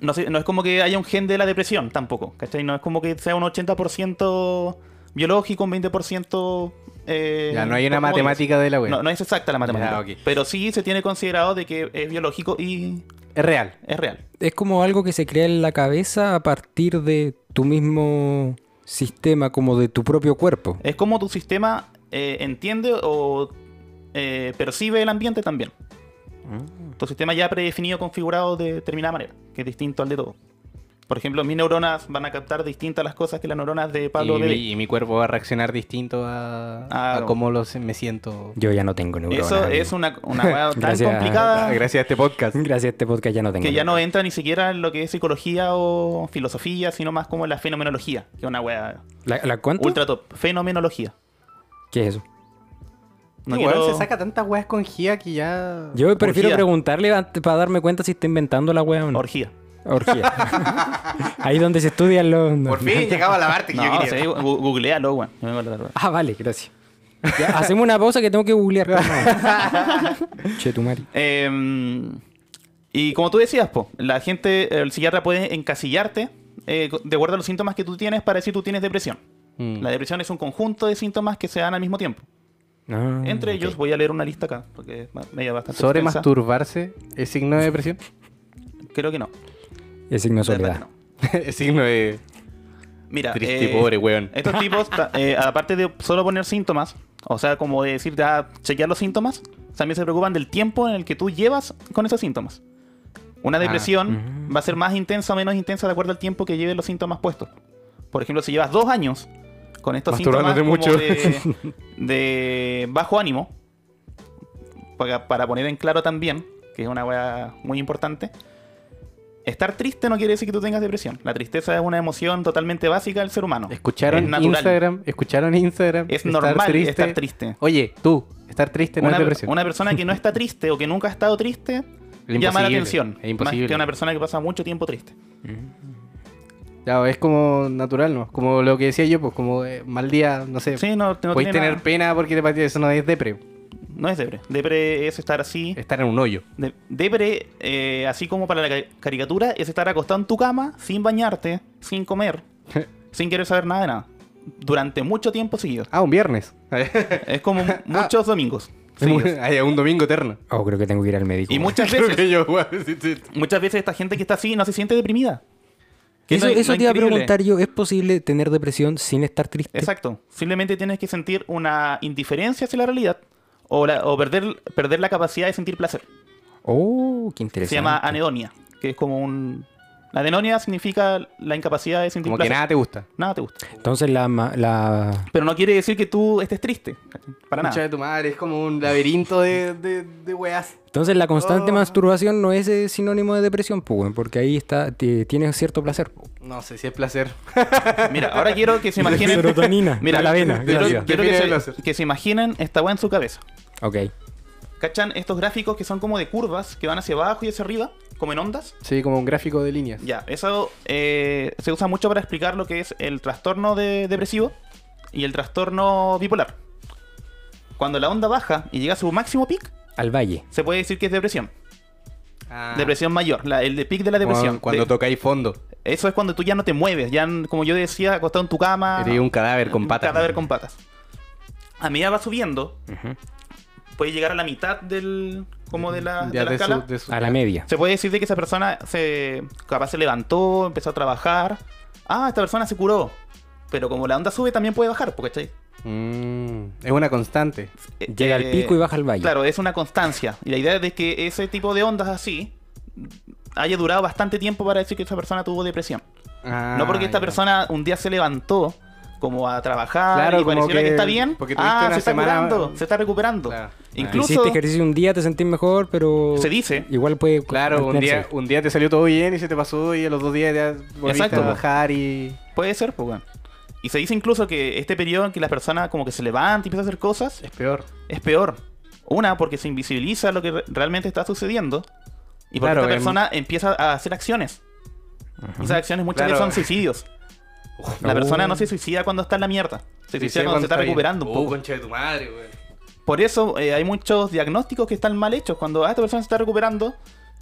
no, sé- no es como que haya un gen de la depresión tampoco, ¿cachai? No es como que sea un 80% biológico, un 20%... eh, ya no hay una ¿cómo dices? matemática de la web. No, no es exacta la matemática, Ya, ok. pero sí se tiene considerado de que es biológico y Es real. es real. Es como algo que se crea en la cabeza a partir de tu mismo sistema, como de tu propio cuerpo. Es como tu sistema eh, entiende o eh, percibe el ambiente también. Tu sistema ya predefinido, configurado de determinada manera, que es distinto al de todo. Por ejemplo, mis neuronas van a captar distintas las cosas que las neuronas de Pablo y, Bebé. mi, y mi cuerpo va a reaccionar distinto a, Ah, a no. cómo los, me siento. Yo ya no tengo neuronas. Eso amigo. es una, <laughs> una hueá tan Gracias. complicada Gracias a este <laughs> podcast. Gracias a este podcast ya no tengo. que ya no neuronas. entra ni siquiera en lo que es psicología o filosofía, sino más como en la fenomenología, que es una hueá ¿La, la cuánto? ultra top. Fenomenología. ¿Qué es eso? No Igual quiero- se saca tantas weas con GIA que ya. Yo prefiero Orgía. preguntarle ante- para darme cuenta si está inventando la wea o no. Orgía. Orgía. <laughs> Ahí donde se estudian los... no. Por fin llegaba la parte que yo No, quería. sí, gu- googlealo, weón. Yo me voy a acordar, weón. <laughs> Ah, vale, gracias. Ya, hacemos una pausa que tengo que googlear. calma. <laughs> che, tu madre. Eh, y como tú decías, po, la gente, el psiquiatra puede encasillarte eh, co- de acuerdo a los síntomas que tú tienes para decir tú tienes depresión. Mm. La depresión es un conjunto de síntomas que se dan al mismo tiempo. No, Entre ok. ellos, voy a leer una lista acá, porque es ma- media bastante Mm, ¿Sobre extensa. masturbarse es signo de depresión? <laughs> Creo que no. El signo de de verdad que soledad. no. es signo de... Mira, eh, Triste pobre, weón. Estos tipos, ta- eh, aparte de solo poner síntomas, o sea, como de decir, ah, chequear los síntomas, también se preocupan del tiempo en el que tú llevas con esos síntomas. Ah, Una depresión va a ser más intensa o menos intensa de acuerdo al tiempo que lleves los síntomas puestos. Por ejemplo, si llevas dos años con estos síntomas Masturbándote como mucho. De, de bajo ánimo, para, para poner en claro también, que es una weá muy importante, estar triste no quiere decir que tú tengas depresión. La tristeza es una emoción totalmente básica del ser humano. Es ¿Escucharon natural. Instagram? ¿Escucharon Instagram? Es normal estar triste. Oye, tú, estar triste no una, es depresión. una persona que no está triste o que nunca ha estado triste Es llama imposible, la atención. es imposible. Más que una persona que pasa mucho tiempo triste. Claro, es como natural, ¿no? Como lo que decía yo, pues como eh, mal día, no sé. Sí, no, no, podéis tiene tener nada- pena porque te partí, eso no es depre. no es depre. Depre es estar así. Estar en un hoyo. <laughs> De- depre, eh, así como para la ca- caricatura, es estar acostado en tu cama sin bañarte, sin comer, sin querer saber nada de nada. Durante mucho tiempo seguido. Ah, un viernes. <laughs> Es como muchos domingos. seguidos. Hay un domingo eterno. Oh, creo que tengo que ir al médico. Y güey. <laughs> muchas Creo veces, que yo, weón, sí, sí. muchas veces esta gente que está así no se siente deprimida. Que Eso, no- eso no es te iba a increíble. preguntar yo. ¿Es posible tener depresión sin estar triste? Exacto. Simplemente tienes que sentir una indiferencia hacia la realidad o, la- o perder, perder la capacidad de sentir placer. Oh, qué interesante. Se llama anedonia, que es como un... La anedonia significa la incapacidad de sentir Como que placer. nada te gusta. nada te gusta. Entonces la... ma- la... Pero no quiere decir que tú estés triste. Para Concha de nada. tu madre, es como un laberinto de, de, de weas. Entonces la constante Oh. masturbación no es eh, sinónimo de depresión, pues, güey, porque ahí está, ti- tiene cierto placer. No sé si es placer. Mira, ahora <laughs> quiero que se imaginen... Serotonina. Mira, a la vena. quiero- gracias. quiero Define el que, láser. se, que se imaginen esta weá en su cabeza. Ok. ¿Cachan estos gráficos que son como de curvas que van hacia abajo y hacia arriba, como en ondas? Sí, como un gráfico de líneas. Ya, eso eh, se usa mucho para explicar lo que es el trastorno de- depresivo y el trastorno bipolar. Cuando la onda baja y llega a su máximo pic, Al valle. se puede decir que es depresión. Ah. Depresión mayor, la- el de pic de la Cuando- depresión. Cuando De- tocáis fondo. eso es cuando tú ya no te mueves, ya n- como yo decía, acostado en tu cama. Eres un cadáver con Ah. un patas. cadáver con patas. A medida va subiendo, puede llegar a la mitad del, como de la, de Ya la de su- escala. de su- A la media. Se puede decir de que esa persona se capaz se levantó, empezó a trabajar. Ah, esta persona se curó. Pero como la onda sube, también puede bajar, porque ¿cachai? Mm, es una constante. Eh, Llega al eh, pico y baja al valle. Claro, es una constancia. Y la idea es de que ese tipo de ondas así haya durado bastante tiempo para decir que esa persona tuvo depresión. no porque esta Ah, ya. persona un día se levantó como a trabajar Claro, y como pareciera que, que- está bien. porque tuviste Ah, una se está semana- curando, se está recuperando. Claro. Incluso Hiciste ejercicio un día, te sentís mejor, pero... se dice Igual puede... Claro, un día, mantenerse. un día te salió todo bien y se te pasó y a los dos días ya volviste Exacto. a bajar y... Puede ser, pues, weón. Y se dice incluso que este periodo en que la persona como que se levanta y empieza a hacer cosas Es peor. es peor. Una, porque se invisibiliza lo que re- realmente está sucediendo. Y porque Claro, esta em- persona empieza a hacer acciones. Y esas acciones muchas Claro. veces son suicidios. La Oh. persona uh. no se suicida cuando está en la mierda. Se suicida cuando se está bien. recuperando un Oh, poco. concha de tu madre, güey. Por eso eh, hay muchos diagnósticos que están mal hechos. Cuando ah, esta persona se está recuperando,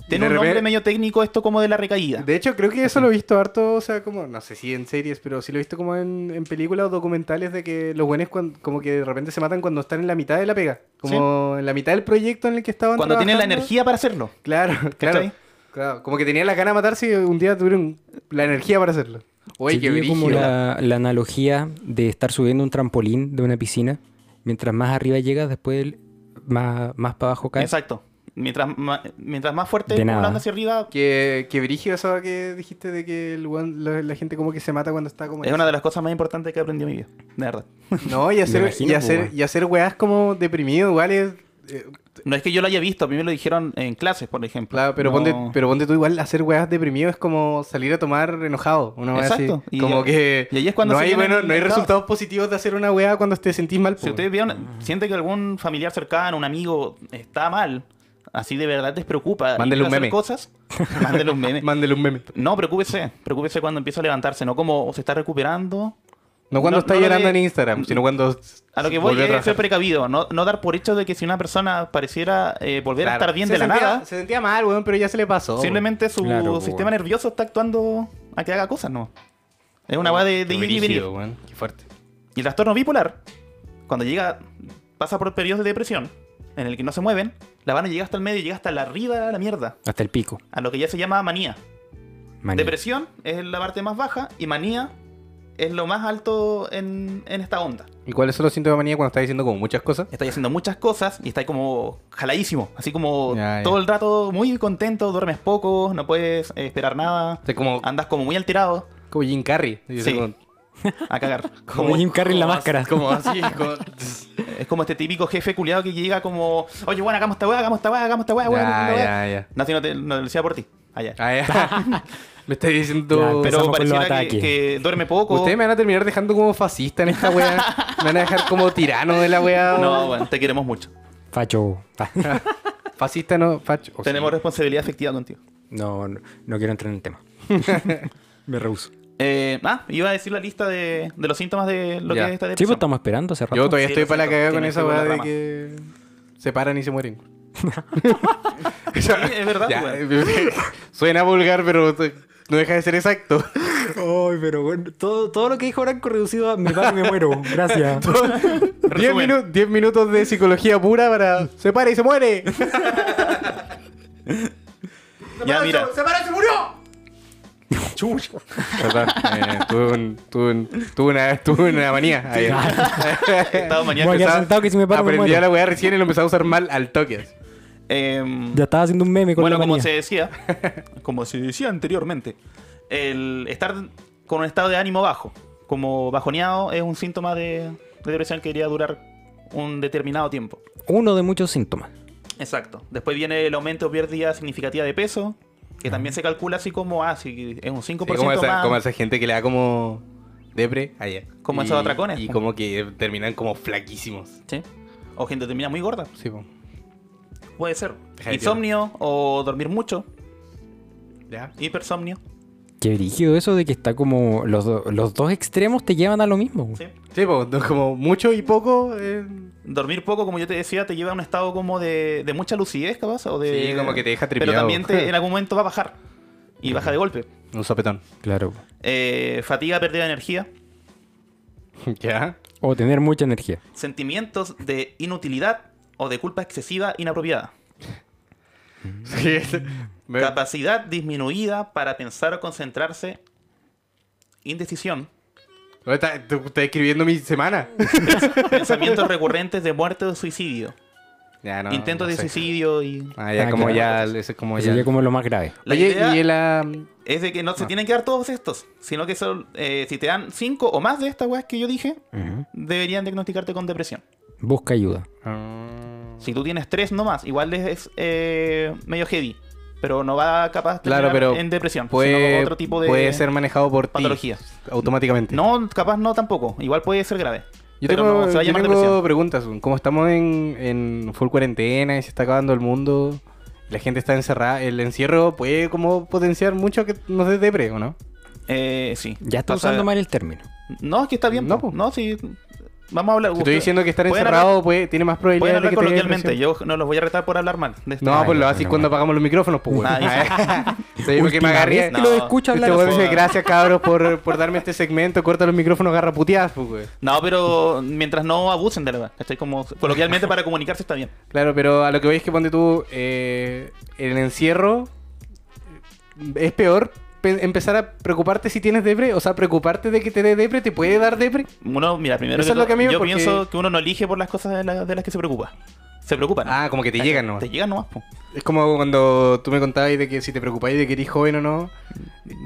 tiene De un nombre repente- medio técnico esto como de la recaída. De hecho, creo que eso lo he visto harto, o sea, como, no sé si en series, pero sí lo he visto como en, en películas o documentales de que los buenos cuan- como que de repente se matan cuando están en la mitad de la pega. Como en la mitad del proyecto en el que estaban Cuando tiene la trabajando. energía para hacerlo. Claro, <laughs> claro, ¿Cachai? claro. Como que tenían las ganas de matarse y un día tuvieron la energía para hacerlo. Oye, Sí, qué tiene como brígido. la, la analogía de estar subiendo un trampolín de una piscina. Mientras más arriba llegas, después el- más, más para abajo caes. Exacto. Mientras, ma- mientras más fuerte De como nada. la onda hacia arriba, Que, que brígido eso que dijiste de que el weón- la, la gente como que se mata cuando está como... es una de las cosas más importantes que aprendí en mi vida. De verdad. No, y hacer, Me imagino, y po, hacer, weón. y hacer weas como deprimido igual es... eh, No es que yo lo haya visto, a mí me lo dijeron en clases, por ejemplo. Claro, pero, No- ponte, pero ponte tú igual hacer weas deprimido es como salir a tomar enojado. Una wea Exacto. así. Y- como que y ahí es cuando no se hay, vienen bueno, no hay resultados. resultados positivos de hacer una wea cuando te sentís mal. po, Si ustedes vieron, siente que algún familiar cercano, un amigo está mal, así de verdad les preocupa y Mándele un quieren meme. <laughs> hacer cosas, mándele un meme. Mándele un meme. No, preocúpese, preocúpese cuando empieza a levantarse, no como se está recuperando. No cuando No, está no lo llorando de- en Instagram, sino cuando. A lo que voy volvió es ser trabajar. precavido, no, no dar por hecho de que si una persona pareciera eh, volver Claro. a estar bien Se de la sentía- nada, Se sentía mal, weón, pero ya se le pasó. simplemente su Claro, po, sistema weón. nervioso está actuando a que haga cosas, ¿no? Es una weá de, de ir y venir. Brígido, weón. Qué fuerte. Y el trastorno bipolar, cuando llega, pasa por periodos de depresión, en el que no se mueven, la van a llegar hasta el medio y llega hasta la arriba de la mierda, Hasta el pico. a lo que ya se llama manía. manía. Depresión es la parte más baja y manía es lo más alto en, en esta onda. ¿Y cuáles son los síntomas de manía cuando estás diciendo como muchas cosas? Estáis haciendo muchas cosas y estáis como jaladísimo, así como Ya, ya. todo el rato muy contento, duermes poco, no puedes eh, esperar nada, O sea, como, andas como muy alterado como Jim Carrey. Y yo Ah. Sí. como- a <laughs> cagar. Como Jim Carrey en la máscara. <laughs> Como así, como... Es como este típico jefe culiado que llega como, oye, bueno, hagamos esta weá, hagamos esta weá, hagamos esta weá, weá, ya, weá". ya, ya. Ah, No, si no te no, lo decía por ti. Allá. Ah, ya. <laughs> me estáis diciendo... Ya, Pero Empezamos con los pareciera que, ataques. que duerme poco. Ustedes me van a terminar dejando como fascista en esta weá. me van a dejar como tirano de la weá. No, bueno, te queremos <laughs> mucho. Facho. Fascista no, facho. Oh, O sea, Tenemos responsabilidad efectiva contigo. No, no, no quiero entrar en el tema. <laughs> Me rehuso. Eh, ah, iba a decir la lista de, de los síntomas de lo Ya. que es esta Sí, pues depresión. estamos esperando hace rato. Yo todavía Sí, estoy lo para la siento, cagada con tiene esa que weá ser de una que... Se paran y se mueren. <laughs> Sí, es verdad, Ya, weón. <laughs> suena vulgar, pero t- no deja de ser exacto. Ay, pero bueno, todo, todo lo que dijo Branco reducido a me paro y me muero. <laughs> Gracias. 10 Resumen. minutos de psicología pura para... Se para y se muere. Ya, <laughs> mira. <laughs> Perdón, eh, tuve, un- tuve un- tuve una, tuve una manía. ayer. <laughs> Estado maníaco. Voy a quedar Empezaba- sentado que si me paro me aprendí muero. a la weá recién y lo empecé a usar mal al toque. así. Em, Ya estaba haciendo un meme con bueno, la como manía. se decía, <laughs> como se decía anteriormente, el estar con un estado de ánimo bajo, como bajoneado, es un síntoma de, de depresión que debería durar un determinado tiempo. Uno de muchos síntomas. Exacto. Después viene el aumento o pérdida significativa de peso, que también se calcula así como, ah, si es un 5% Sí, como, esa, más. como esa gente que le da como depre ayer. Como Y- esos atracones. Y como que terminan como flaquísimos. Sí. O gente termina muy gorda. Sí, po. Puede ser. Deja de Insomnio o dormir mucho. ¿Ya? Hipersomnio. Qué dirigido eso de que está como. Los, do- los dos extremos te llevan a lo mismo. Sí. Sí, po, no, como mucho y poco. eh, Dormir poco, como yo te decía, te lleva a un estado como de, de mucha lucidez, capaz. O de, Sí, como que te deja Pero tripeado. <laughs> también te- en algún momento va a bajar. Y baja de golpe. Un sopetón. Claro. Eh, fatiga, pérdida de energía. <laughs> ¿Ya? O tener mucha energía. Sentimientos de inutilidad o de culpa excesiva inapropiada. Sí, es- me- <laughs> Capacidad disminuida para pensar o concentrarse. Indecisión. <laughs> Oye, está, tú- está escribiendo mi semana. Pensamientos recurrentes de muerte o suicidio. Ya, no, Intentos no de sé. suicidio y... Ah, ya, Ah, como ya. claro. Ese es como Eso ya. sería como lo más grave. La Oye, idea- y ah, la. Es de que no se tienen que dar todos estos, sino que son, eh, si te dan cinco o más de estas weas que yo dije, Ujú. deberían diagnosticarte con depresión. Busca ayuda. Ah, Si tú tienes tres nomás, igual es, es, eh, medio heavy, pero no va capaz de Claro, terminar pero en depresión, Puede, sino otro tipo de puede ser manejado por ti, patología. Automáticamente. No, capaz no tampoco, igual puede ser grave. Yo pero tengo, no, se va a yo llamar tengo depresión. preguntas. weón. Como estamos en, en full cuarentena y se está acabando el mundo, la gente está encerrada, el encierro puede como potenciar mucho que nos dé depre, ¿o no? Eh, sí. Ya está O sea, usando mal el término. No, es que está bien. No, No, po. no sí. Vamos a hablar. Te estoy Usted- diciendo que estar pueden encerrado hablar- puede, tiene más Pueden probabilidades de hablar que te dé coloquialmente, depresión. yo no los voy a retar por hablar mal. de este esto. No, pues lo Ay, así bueno, cuando bueno. apagamos los micrófonos, pues, weón. Ah, <laughs> ya. Sí, porque me Última agarré. vez que lo No. escucho Este hablar weón así. dice, gracias cabros por, por darme este segmento, corta los micrófonos, agarra puteadas, pues, weón. <laughs> No, pero mientras no abusen de la verdad. Estoy como coloquialmente para comunicarse está bien. Claro, pero a lo que voy es que ponte tú, eh, el encierro eh, es peor pe- empezar a preocuparte si tienes depre, o sea, preocuparte de que te dé depre, te puede dar depre. Uno, mira, primero Eso es lo todo, que a mí me- yo porque- pienso que uno no elige por las cosas de, la- de las que se preocupa. Se preocupa. ¿no? Ah, como que te llegan, ¿no? Te llegan nomás, po. Es como cuando tú me contabas de que si te preocupáis de que eres joven o no,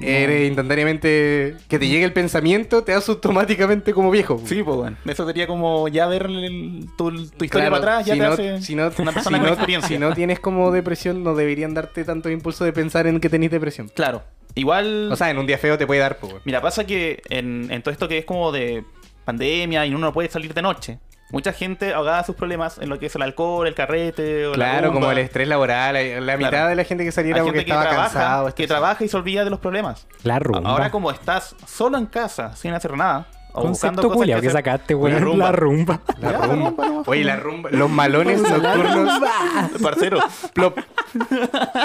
eres instantáneamente que te llegue el pensamiento, te das automáticamente como viejo. Sí, pues bueno. Eso sería como ya ver el- tu, tu historia Claro, para atrás, ya si te no, hace si no- una persona si con no- experiencia. si no tienes como depresión, no deberían darte tanto impulso de pensar en que tenés depresión. Claro. Igual. O sea, en un día feo te puede dar, pues. weón. mira, pasa que en, en todo esto que es como de pandemia y uno no puede salir de noche. Mucha gente ahogaba sus problemas en lo que es el alcohol, el carrete. O la Claro, como rumba. el estrés laboral, la, la mitad Claro. de la gente que Hay saliera gente porque que estaba trabaja, cansado. que estresado. trabaja y se olvida de los problemas. La A- rumba. Ahora como estás solo en casa, sin hacer nada, o buscando Concepto cosas culiao que que hacer, sacaste, la weón. rumba. La rumba. Ya, La rumba. nomás. Oye, la rumba. Los malones nocturnos. <laughs> Parcero. plop.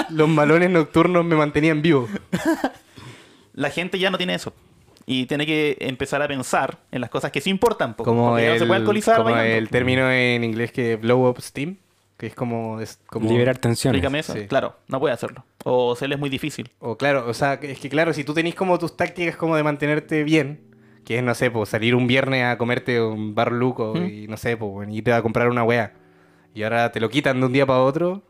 Los malones nocturnos me mantenían vivo. La gente ya no tiene eso. Y tiene que empezar a pensar en las cosas que sí importan. po, Como porque el, no se puede alcoholizar como bailando. el término en inglés que blow up steam, que es como... Es como Liberar tensiones. Explícame eso. Sí. Claro, no puede hacerlo. O se le es muy difícil. O claro, o sea, es que claro, si tú tenés como tus tácticas como de mantenerte bien, que es, no sé, pues salir un viernes a comerte un bar luco ¿Mm? y no sé, pues bueno, irte a comprar una wea. Y ahora te lo quitan de un día para otro.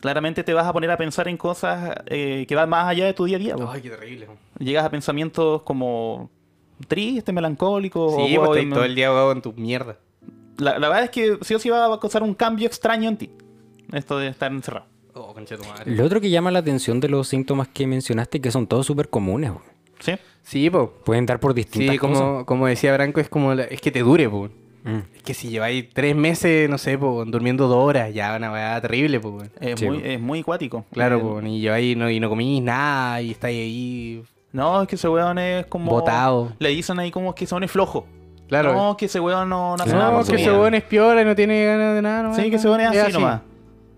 Claramente te vas a poner a pensar en cosas eh, que van más allá de tu día a día. po. qué terrible. Llegas a pensamientos como triste, melancólico. o, Sí, wow, pues em- estás todo el día ahogado en tu mierda. La, la verdad es que sí o sí va a causar un cambio extraño en ti. Esto de estar encerrado. Oh, concha de tu madre. Lo otro que llama la atención de los síntomas que mencionaste, que son todos súper comunes, weón. ¿Sí? Sí, pues. Pueden dar por distintas Sí, cosas. como, como decía Branco, es como la- es que te dure, pues. Mm. Es que si lleváis tres meses, no sé, pues, durmiendo dos horas, ya una weá terrible, pues. Es, Sí, muy, po. es muy cuático. Claro, Eh, pues, y lleváis no, y no comís nada, y estáis ahí. No, es que ese weón es como. Botado. Le dicen ahí como que ese weón es flojo. Claro. No, que ese weón no, no hace nada. No, por su que vida. ese weón es piola y no tiene ganas de nada. nomás. Sí, que ese weón es así nomás.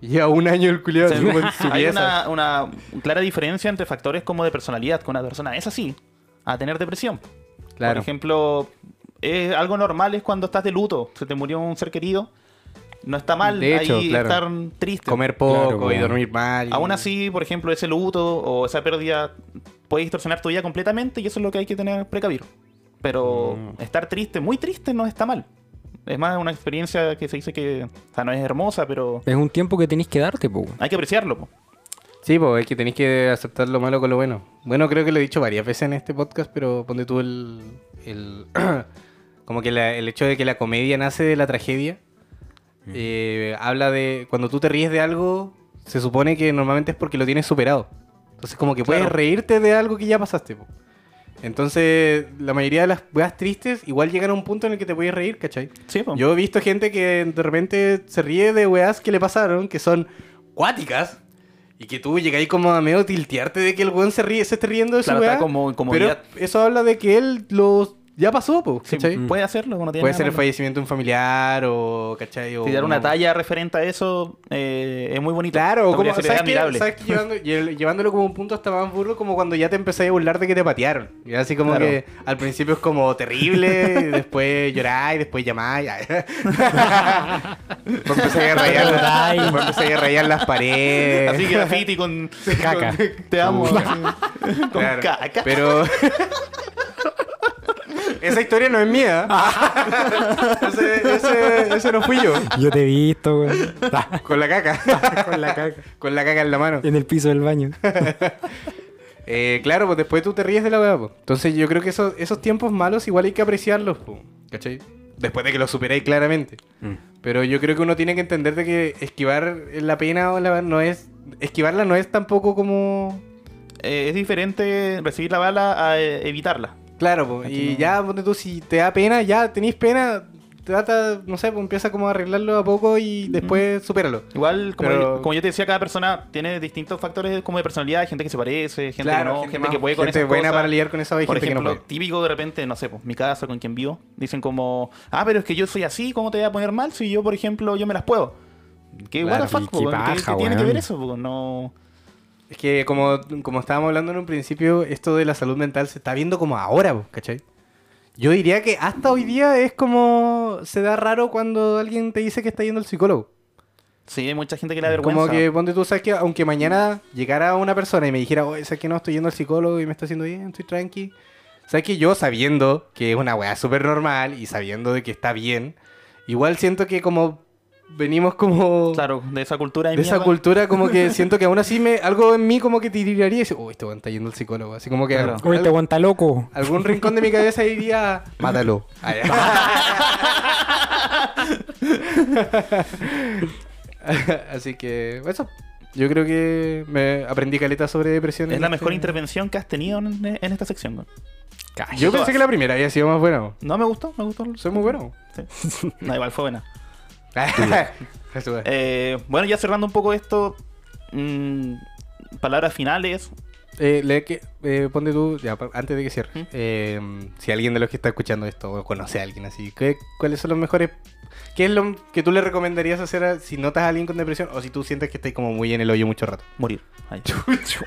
Lleva un año el culiado O sea, como en <laughs> su <laughs> hay pieza. una, una clara diferencia entre factores como de personalidad. Que una persona es así a tener depresión. Por Claro. ejemplo, es algo normal es cuando estás de luto. Se te murió un ser querido. No está mal De hecho, ahí claro. estar triste. Comer poco Claro, y dormir mal. y- Aún así, por ejemplo, ese luto o esa pérdida puede distorsionar tu vida completamente y eso es lo que hay que tener precavido. Pero Mm. estar triste, muy triste, no está mal. Es más, una experiencia que se dice que, o sea, no es hermosa, pero Es un tiempo que tenéis que darte, po. weón. hay que apreciarlo. po. Sí, pues es que tenéis que aceptar lo malo con lo bueno. Bueno, creo que lo he dicho varias veces en este podcast, pero ponte tú el. el <clears throat> como que la- el hecho de que la comedia nace de la tragedia. eh, habla de. Cuando tú te ríes de algo, se supone que normalmente es porque lo tienes superado. Entonces, como que puedes Claro. reírte de algo que ya pasaste. po. Entonces, la mayoría de las weas tristes igual llegan a un punto en el que te puedes reír, ¿cachai? Sí, po. Yo he visto gente que de repente se ríe de weas que le pasaron, que son cuáticas, y que tú llegáis como a medio tiltearte de que el weón se ríe, se esté riendo de su Claro, wea. está como pero incomodidad. eso habla de que él lo ya pasó, po, Sí, mm. ¿cachai? puede hacerlo. No tiene Puede nada ser el malo. fallecimiento de un familiar o, ¿cachai? O Si dar una una- talla referente a eso eh, es muy bonito. Claro, Podría como, ser ¿sabes qué? admirable. ¿Sabes qué? Llevando- <laughs> lle- llevándolo como un punto hasta más burro, como cuando ya te empezáis a burlar de que te patearon. Y así como Claro. que al principio es como <laughs> terrible, y después lloráis, después llamáis. Después empezáis a rayar, Lloráis. después empezáis a rayar las paredes. <laughs> Así que graffiti con, Caca. con- <laughs> te amo. eh, con Claro. caca. <laughs> Pero. Esa historia no es mía. Ah. ese, ese- ese no fui yo. <laughs> Yo te he visto, weón. Ta, Con la <laughs> caca. Con la caca. Con la caca en la mano. En el piso del baño. Eh, claro, pues después tú te ríes de la weá, pues. Entonces yo creo que esos, esos tiempos malos igual hay que apreciarlos, po, ¿cachai? Después de que los superéis claramente. Pero yo creo que uno tiene que entender de que esquivar la pena o la no es. Esquivarla no es tampoco como. Eh, es diferente recibir la bala a eh, evitarla. Claro, pues. Y ya, ponte tú, si te da pena, ya tenéis pena, trata, no sé, pues empieza como a arreglarlo a poco y después supéralo. Igual, como, Pero- yo, como yo te decía, cada persona tiene distintos factores como de personalidad, hay gente que se parece, gente que Claro, no, gente, más- que puede con gente esas buena cosas. para lidiar con esa y Por gente que ejemplo, no puede. típico de repente, no sé, pues mi casa con quien vivo, dicen como, ah, pero es que yo soy así, ¿cómo te voy a poner mal si yo, por ejemplo, yo me las puedo? ¿Qué, Claro, what the fuck, y qué po, ¿qué- paja, ¿Qué, tiene que weón. ver eso? po? No... Es que como, como estábamos hablando en un principio, esto de la salud mental se está viendo como ahora, po, ¿cachai? Yo diría que hasta hoy día es como se da raro cuando alguien te dice que está yendo al psicólogo. Sí, hay mucha gente que le da vergüenza. Como que ponte tú, sabes que aunque mañana llegara una persona y me dijera, oye, sabes que no, estoy yendo al psicólogo y me está haciendo bien, estoy tranqui. Sabes que yo sabiendo que es una weá súper normal y sabiendo de que está bien, igual siento que como venimos como Claro, de esa cultura de de esa mierda. cultura como que siento que aún así me algo en mí como que tiraría y dice, oh, este weón está yendo al psicólogo. Así como que Claro. este al- Oye, te aguanta <laughs> loco. algún rincón de mi cabeza diría, mátalo. Ah, Ay, <laughs> así que eso. Yo creo que me aprendí caleta sobre depresión. Es en la este- mejor intervención que has tenido en, en esta sección. weón. Cash. Yo todas. pensé que la primera había sido más buena. weón. No, me gustó, me gustó. Soy muy bueno. No, igual fue buena. <laughs> Eso es. Eh, bueno, ya cerrando un poco esto. mm, palabras finales. Eh, le que, eh, ponte tú, ya, pa- antes de que cierre. ¿Mm? eh, si alguien de los que está escuchando esto o conoce a alguien así, ¿qué- ¿cuáles son los mejores? ¿Qué es lo que tú le recomendarías hacer a- si notas a alguien con depresión o si tú sientes que estás como muy en el hoyo mucho rato? Morir. Ay.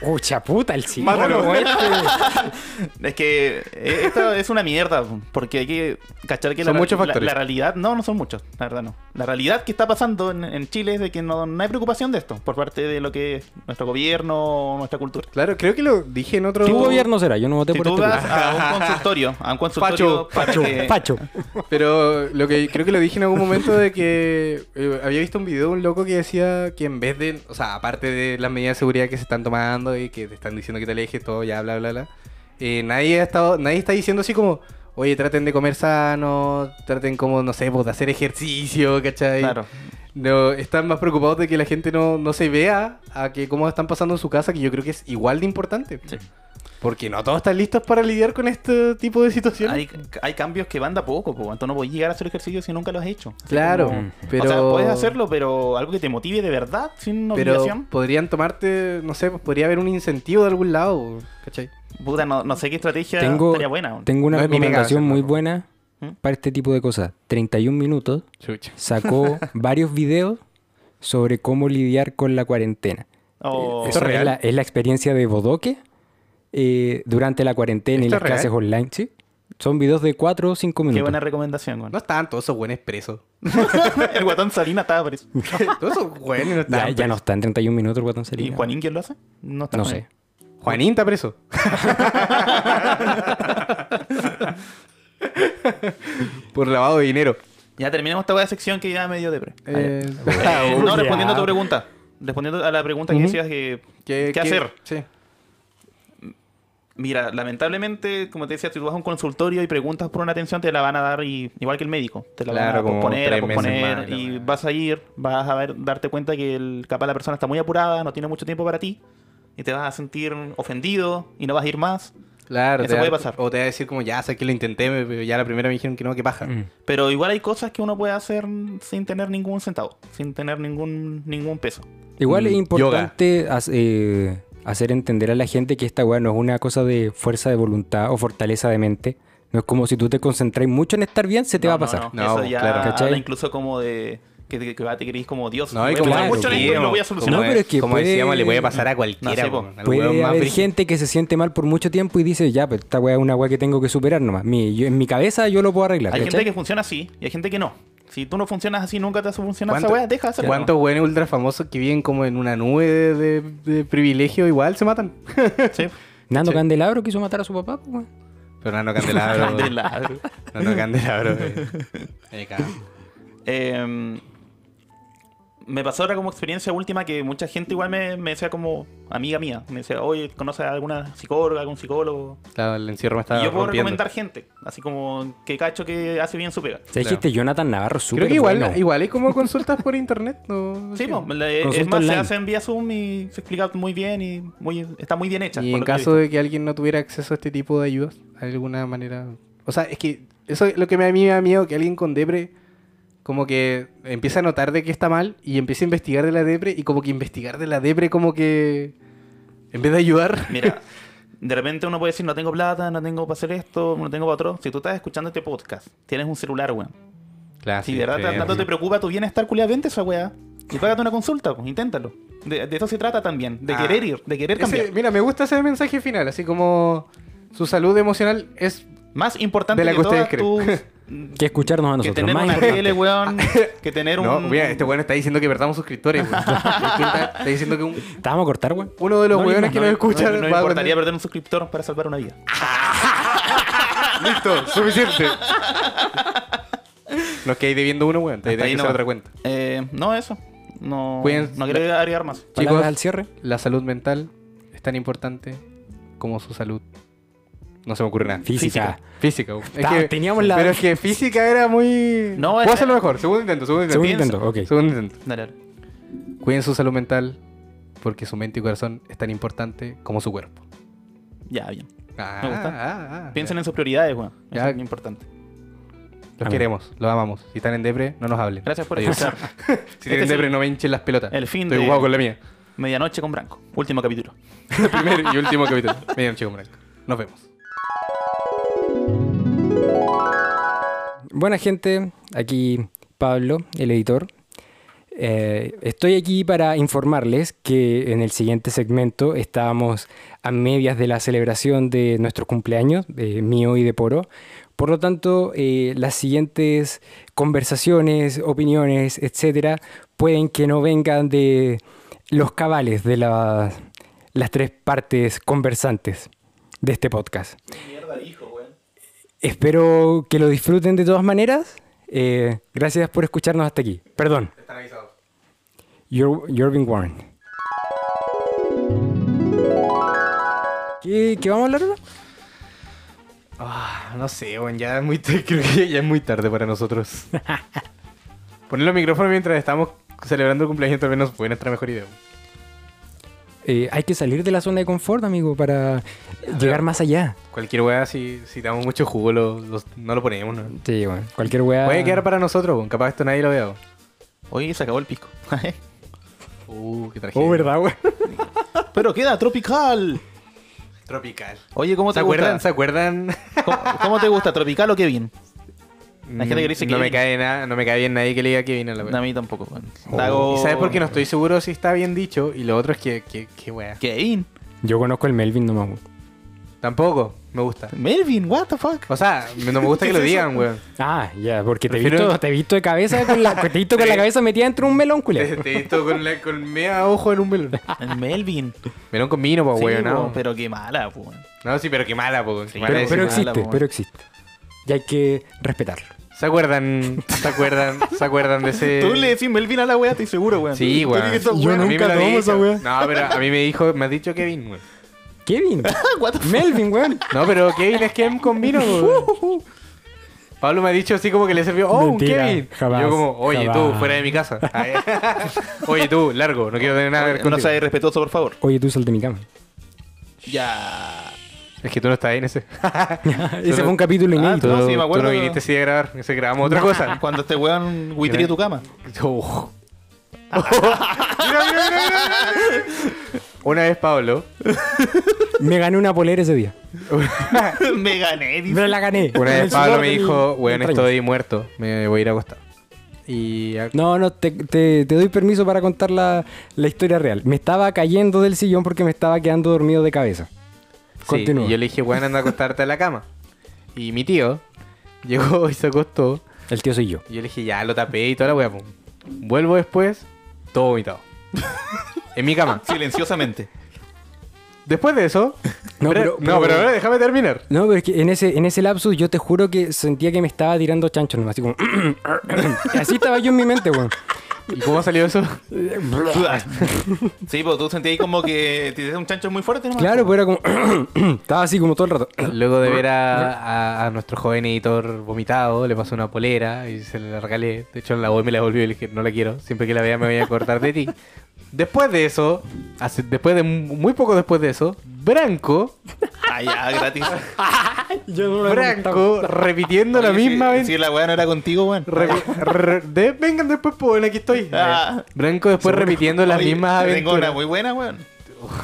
Oh, chaputa el sí. Mátalo. Bueno, este. <laughs> Es que eh, esto es una mierda, porque hay que cachar que Son la, muchos la- factores. la realidad, no, no son muchos, la verdad no. La realidad que está pasando en, en Chile es de que no, no hay preocupación de esto por parte de lo que es nuestro gobierno, nuestra cultura. Claro, creo que lo dije en otro... Tu gobierno será, yo no voté Si por tú este vas gobierno. a un consultorio, a un consultorio Pacho, para Pacho, <laughs> que- Pacho. Pero lo que creo que lo dije en algún momento de que eh, había visto un video de un loco que decía que en vez de, o sea, aparte de las medidas de seguridad que se están tomando y que te están diciendo que te alejes, todo ya, bla, bla, bla, eh, nadie ha estado, nadie está diciendo así como, oye, traten de comer sano, traten como, no sé, pues, de hacer ejercicio, ¿cachai? Claro. No, están más preocupados de que la gente no, no se vea a que cómo están pasando en su casa, que yo creo que es igual de importante. Sí. Porque no todos están listos para lidiar con este tipo de situaciones. Hay, hay cambios que van de a poco, po, entonces no podés llegar a hacer ejercicio si nunca lo has hecho. Así Claro, como- pero... O sea, puedes hacerlo, pero algo que te motive de verdad, sin Pero obligación. podrían tomarte, no sé, pues podría haber un incentivo de algún lado, ¿cachai? Puta, no, no sé qué estrategia Tengo, estaría buena. tengo una No es mi mega recomendación hacerlo, muy ¿no? buena ¿Mm? para este tipo de cosas. 31 minutos <laughs> sacó varios videos sobre cómo lidiar con la cuarentena. O- Esa real? la, es la experiencia de Bodoque eh, durante la cuarentena y ¿Esto las es real? clases online. Sí. Son videos de 4 o 5 Qué minutos. buena recomendación, <laughs> weón. No estaban todos esos buenos presos. <laughs> El guatón Salina estaba preso. todos esos buenos no estaban ya, ya no presos. está en 31 minutos el guatón ¿Y Salinas. Juanín Ah. quién lo hace? No está. No sé. Juanín <laughs> está preso. Por lavado de dinero. Ah, Ya terminamos esta buena sección que ya medio depre. Eh, <laughs> Eh, <laughs> no, ya. respondiendo a tu pregunta. Respondiendo a la pregunta que Ujú. decías que... ¿Qué, hacer? Sí. Mira, lamentablemente, como te decía, si tú vas a un consultorio y preguntas por una atención, te la van a dar y- igual que el médico. Te la Claro, van a como posponer, a tres meses posponer. más, la y weá. vas a ir, vas a ver, darte cuenta que el, capaz la persona está muy apurada, no tiene mucho tiempo para ti. Y te vas a sentir ofendido y no vas a ir más. Claro. Eso te va- puede pasar. O te va a decir como, ya, sé que lo intenté, pero ya la primera me dijeron que no, que paja. Mm. Pero igual hay cosas que uno puede hacer sin tener ningún centavo, sin tener ningún, ningún peso. Igual es Mm, importante hac- eh, hacer entender a la gente que esta weá no es una cosa de fuerza de voluntad o fortaleza de mente. No es como si tú te concentras mucho en estar bien, se te No, va a no, pasar. No, No, Eso ya claro. habla ¿Cachai? incluso como de que, que, que va, te creís como Dios. No, y voy a como, pasar claro, mucho en esto y lo voy a solucionar. No, pero es que como puede- decíamos, le puede pasar a cualquiera. No sé, po. weón, al weón Puede más haber brígido. gente que se siente mal por mucho tiempo y dice, ya, pero esta weá es una weá que tengo que superar nomás. Mi- yo- en mi cabeza yo lo puedo arreglar. Hay gente ¿cachai? que funciona así y hay gente que no. Si tú no funcionas así, nunca te hace funcionar esa ¿Cuánto- weá, deja de hacerlo. ¿Cuántos güeyes ultra famosos que viven como en una nube de, de- de privilegio igual se matan? <laughs> Sí. Nando Sí. Candelabro quiso matar a su papá, pues, weón. Pero Nano Candelabro. Candelabro. Nano <laughs> Candelabro. eh. Eh, cago. Eh, me pasó ahora como experiencia última que mucha gente igual me, me decía como amiga mía. Me decía, oye, ¿conoces a alguna psicóloga, algún psicólogo? Claro, el encierro me Y estaba yo puedo rompiendo. recomendar gente. Así como que cacho que hace bien su pega. O sea, Claro. dijiste Jonathan Navarro, súper Creo que igual, bueno. igual hay como consultas por internet. ¿no? Sí, pues, po, la- es Consulta más, se online. hacen vía Zoom y se explica muy bien y muy, está muy bien hecha. Y por en lo que he caso visto. de que alguien no tuviera acceso a este tipo de ayudas, de alguna manera. O sea, es que eso es lo que me- a mí me da miedo: que alguien con depre, como que empieza a notar de que está mal y empieza a investigar de la depre, y como que investigar de la depre, como que. En vez de ayudar. Mira, de repente uno puede decir, no tengo plata, no tengo para hacer esto, no tengo para otro. Si tú estás escuchando este podcast, tienes un celular, weón. Claro, Si de verdad tanto te preocupa tu bienestar, culia, vente esa weá. Y págate una consulta, pues, inténtalo. De, de eso se trata también, de Ah. querer ir, de querer Ese- cambiar. mira, me gusta ese mensaje final, así como su salud emocional es Más importante De la que, que ustedes <laughs> todas tus- Que escucharnos a que nosotros. tener más una importante. tele, weón, que tener un... No, mira, este weón está diciendo que perdamos suscriptores. <laughs> weón. está, está diciendo que un- ¿Te vamos a cortar, weón? uno de los No, weones no, que nos no, escucha No, no va me a importaría poner- perder un suscriptor para salvar una vida. Listo, <laughs> suficiente. Nos quedáis debiendo uno, weón. Te Hasta que ahí hacer nomás. otra cuenta. Eh, no, eso. No, Cuídense. no quiero agregar más. Palabras Chicos. al cierre. La salud mental es tan importante como su salud. No se me ocurre nada. Física. Física, weón. Es Ta- que- teníamos la- Pero es que física era muy. No, Puedo es- hacerlo mejor. Segundo intento, segundo intento. Segundo intento, ok. Segundo intento. Dale, dale. Cuiden su salud mental porque su mente y corazón es tan importante como su cuerpo. Ya, bien. Ah, Me gusta. ah, ah. Piensen en sus prioridades, weón. Eso Ya. es muy importante. Los Amén. queremos, los amamos. Si están en depre, no nos hablen. Gracias por Adiós. escuchar. Si tienen Este es depre, el- no me hinchen las pelotas. el fin Estoy de- guau con la mía. <laughs> Medianoche con Branco. Último capítulo. Primer y último capítulo. Medianoche con Branco. Nos vemos. Buena gente, aquí Pablo, el editor. Eh, estoy aquí para informarles que en el siguiente segmento estábamos a medias de la celebración de nuestros cumpleaños, de mío y de Poro. Por lo tanto, eh, las siguientes conversaciones, opiniones, etcétera, pueden que no vengan de los cabales de la- las tres partes conversantes de este podcast. Espero que lo disfruten de todas maneras. Eh, gracias por escucharnos hasta aquí. Perdón. Están avisados. You're, you're being warned. ¿Qué, qué vamos a hablar ahora? Ah, no sé, bueno, ya es muy tarde, <laughs> creo que ya es muy tarde para <laughs> nosotros. Poner los micrófonos mientras estamos celebrando el cumpleaños tal vez nos fue nuestra mejor idea. Eh, hay que salir de la zona de confort, amigo, para llegar más allá. Cualquier weá, si, si damos mucho jugo, lo- los- no lo ponemos, ¿no? Sí, bueno, cualquier weá. Puede quedar para nosotros, weón. capaz esto nadie lo vea. weón. Hoy se acabó el <laughs> pisco. Uh, qué tragedia. Oh, ¿verdad, weón? Pero queda tropical. Tropical. Oye, ¿cómo ¿Se te acuerdan? ¿Se gusta? acuerdan? ¿Cómo, cómo te gusta? ¿Tropical o Kevin? Hay gente que dice Mm, no que- me cae nada, no me cae bien nadie que le diga que viene <laughs> a la weá. A mí tampoco, weón. ¿Y sabes por qué no estoy seguro si está bien dicho? Y lo otro es que, que, que weá. Kevin. Yo conozco el Melvin nomás. weón. Tampoco me gusta. Melvin, what the fuck? O sea, no me gusta que lo digan, weón. Ah, ya, porque te he Prefiero- visto, te he visto de cabeza con la, te he visto con la cabeza metida entre un melón, Te, culiao. te he visto con, la, con mea ojo en un melón. <laughs> Melvin. Melón con vino, pues, Sí, weón. No. po, Pero qué mala, weón. no, sí, pero qué mala, pues. Sí, Pero, parece pero mala, existe, weón. pero existe. Y hay que respetarlo. ¿Se acuerdan? ¿Se acuerdan? ¿Se acuerdan <laughs> de ese...? Tú le decís Melvin a la weá, estoy seguro, weón. Eh. Sí, Tú weón. dices, "Esa Yo weá". A mí me nunca lo tomo dijo. esa weá. No, pero a mí me dijo... Me has dicho Kevin, weón. Kevin, <laughs> What the fuck? Melvin, weón. No, pero Kevin es Kevin con <laughs> vino, weón. Pablo me ha dicho así como que le sirvió, oh, un Mentira, Kevin. jamás, Yo como, oye, tú, jamás. fuera de <laughs> mi casa. Ay, <laughs> oye, tú, largo, no quiero tener nada que ver No contigo. seas irrespetuoso, por favor. Oye, tú sal de mi cama. Ya. Es que tú no estás ahí en ese. Ese fue un capítulo Ah, inédito. Tú, No, sí, me tú acuerdo. no viniste así a grabar, ese grabamos otra <laughs> cosa. Cuando este weón buitríe tu cama. Oh. Mira, mira, mira, mira, mira. Una vez Pablo, Me gané una polera ese día. <laughs> me gané, dice. Me la gané. una En vez el sudor Pablo me del- dijo, weón, del estoy muerto, me voy a ir a acostar. Y a- traño. No, no, te, te- te doy permiso para contar la, la historia real. Me estaba cayendo del sillón porque me estaba quedando dormido de cabeza. sí, Continúa. y yo le dije, weón, anda a acostarte a la cama. Y mi tío <laughs> llegó y se acostó. El tío soy yo. Y yo le dije, ya, lo tapé y toda la weá. pum. Vuelvo después, todo <laughs> vomitado. en mi cama. Silenciosamente. Después de eso. <laughs> No, pero- no, pero- pero déjame terminar. No, pero es que en ese, en ese lapsus yo te juro que sentía que me estaba tirando chancho nomás, así como... <coughs> así estaba yo en mi mente, weón. ¿Y cómo <laughs> salió eso? sí, pues tú sentías ahí como que te hiciste un chancho muy fuerte, ¿no? Claro, pues era como... <coughs> estaba así como todo el rato. Luego de ver a, a- a nuestro joven editor vomitado, le pasó una polera y se la regalé. De hecho, la voz me la devolvió y le dije, no la quiero. Siempre que la vea me voy a cortar <laughs> de ti. Después de eso, hace- después de muy poco después de eso, Branco, Ah, ya, gratis. Yo no Branco, repitiendo la Oye, si- misma Si, vez. la weá no era contigo, weón. vengan después, pues, aquí estoy. Ah. Branco después repitiendo las Oye, mismas Tengo una aventuras. muy buena, weón.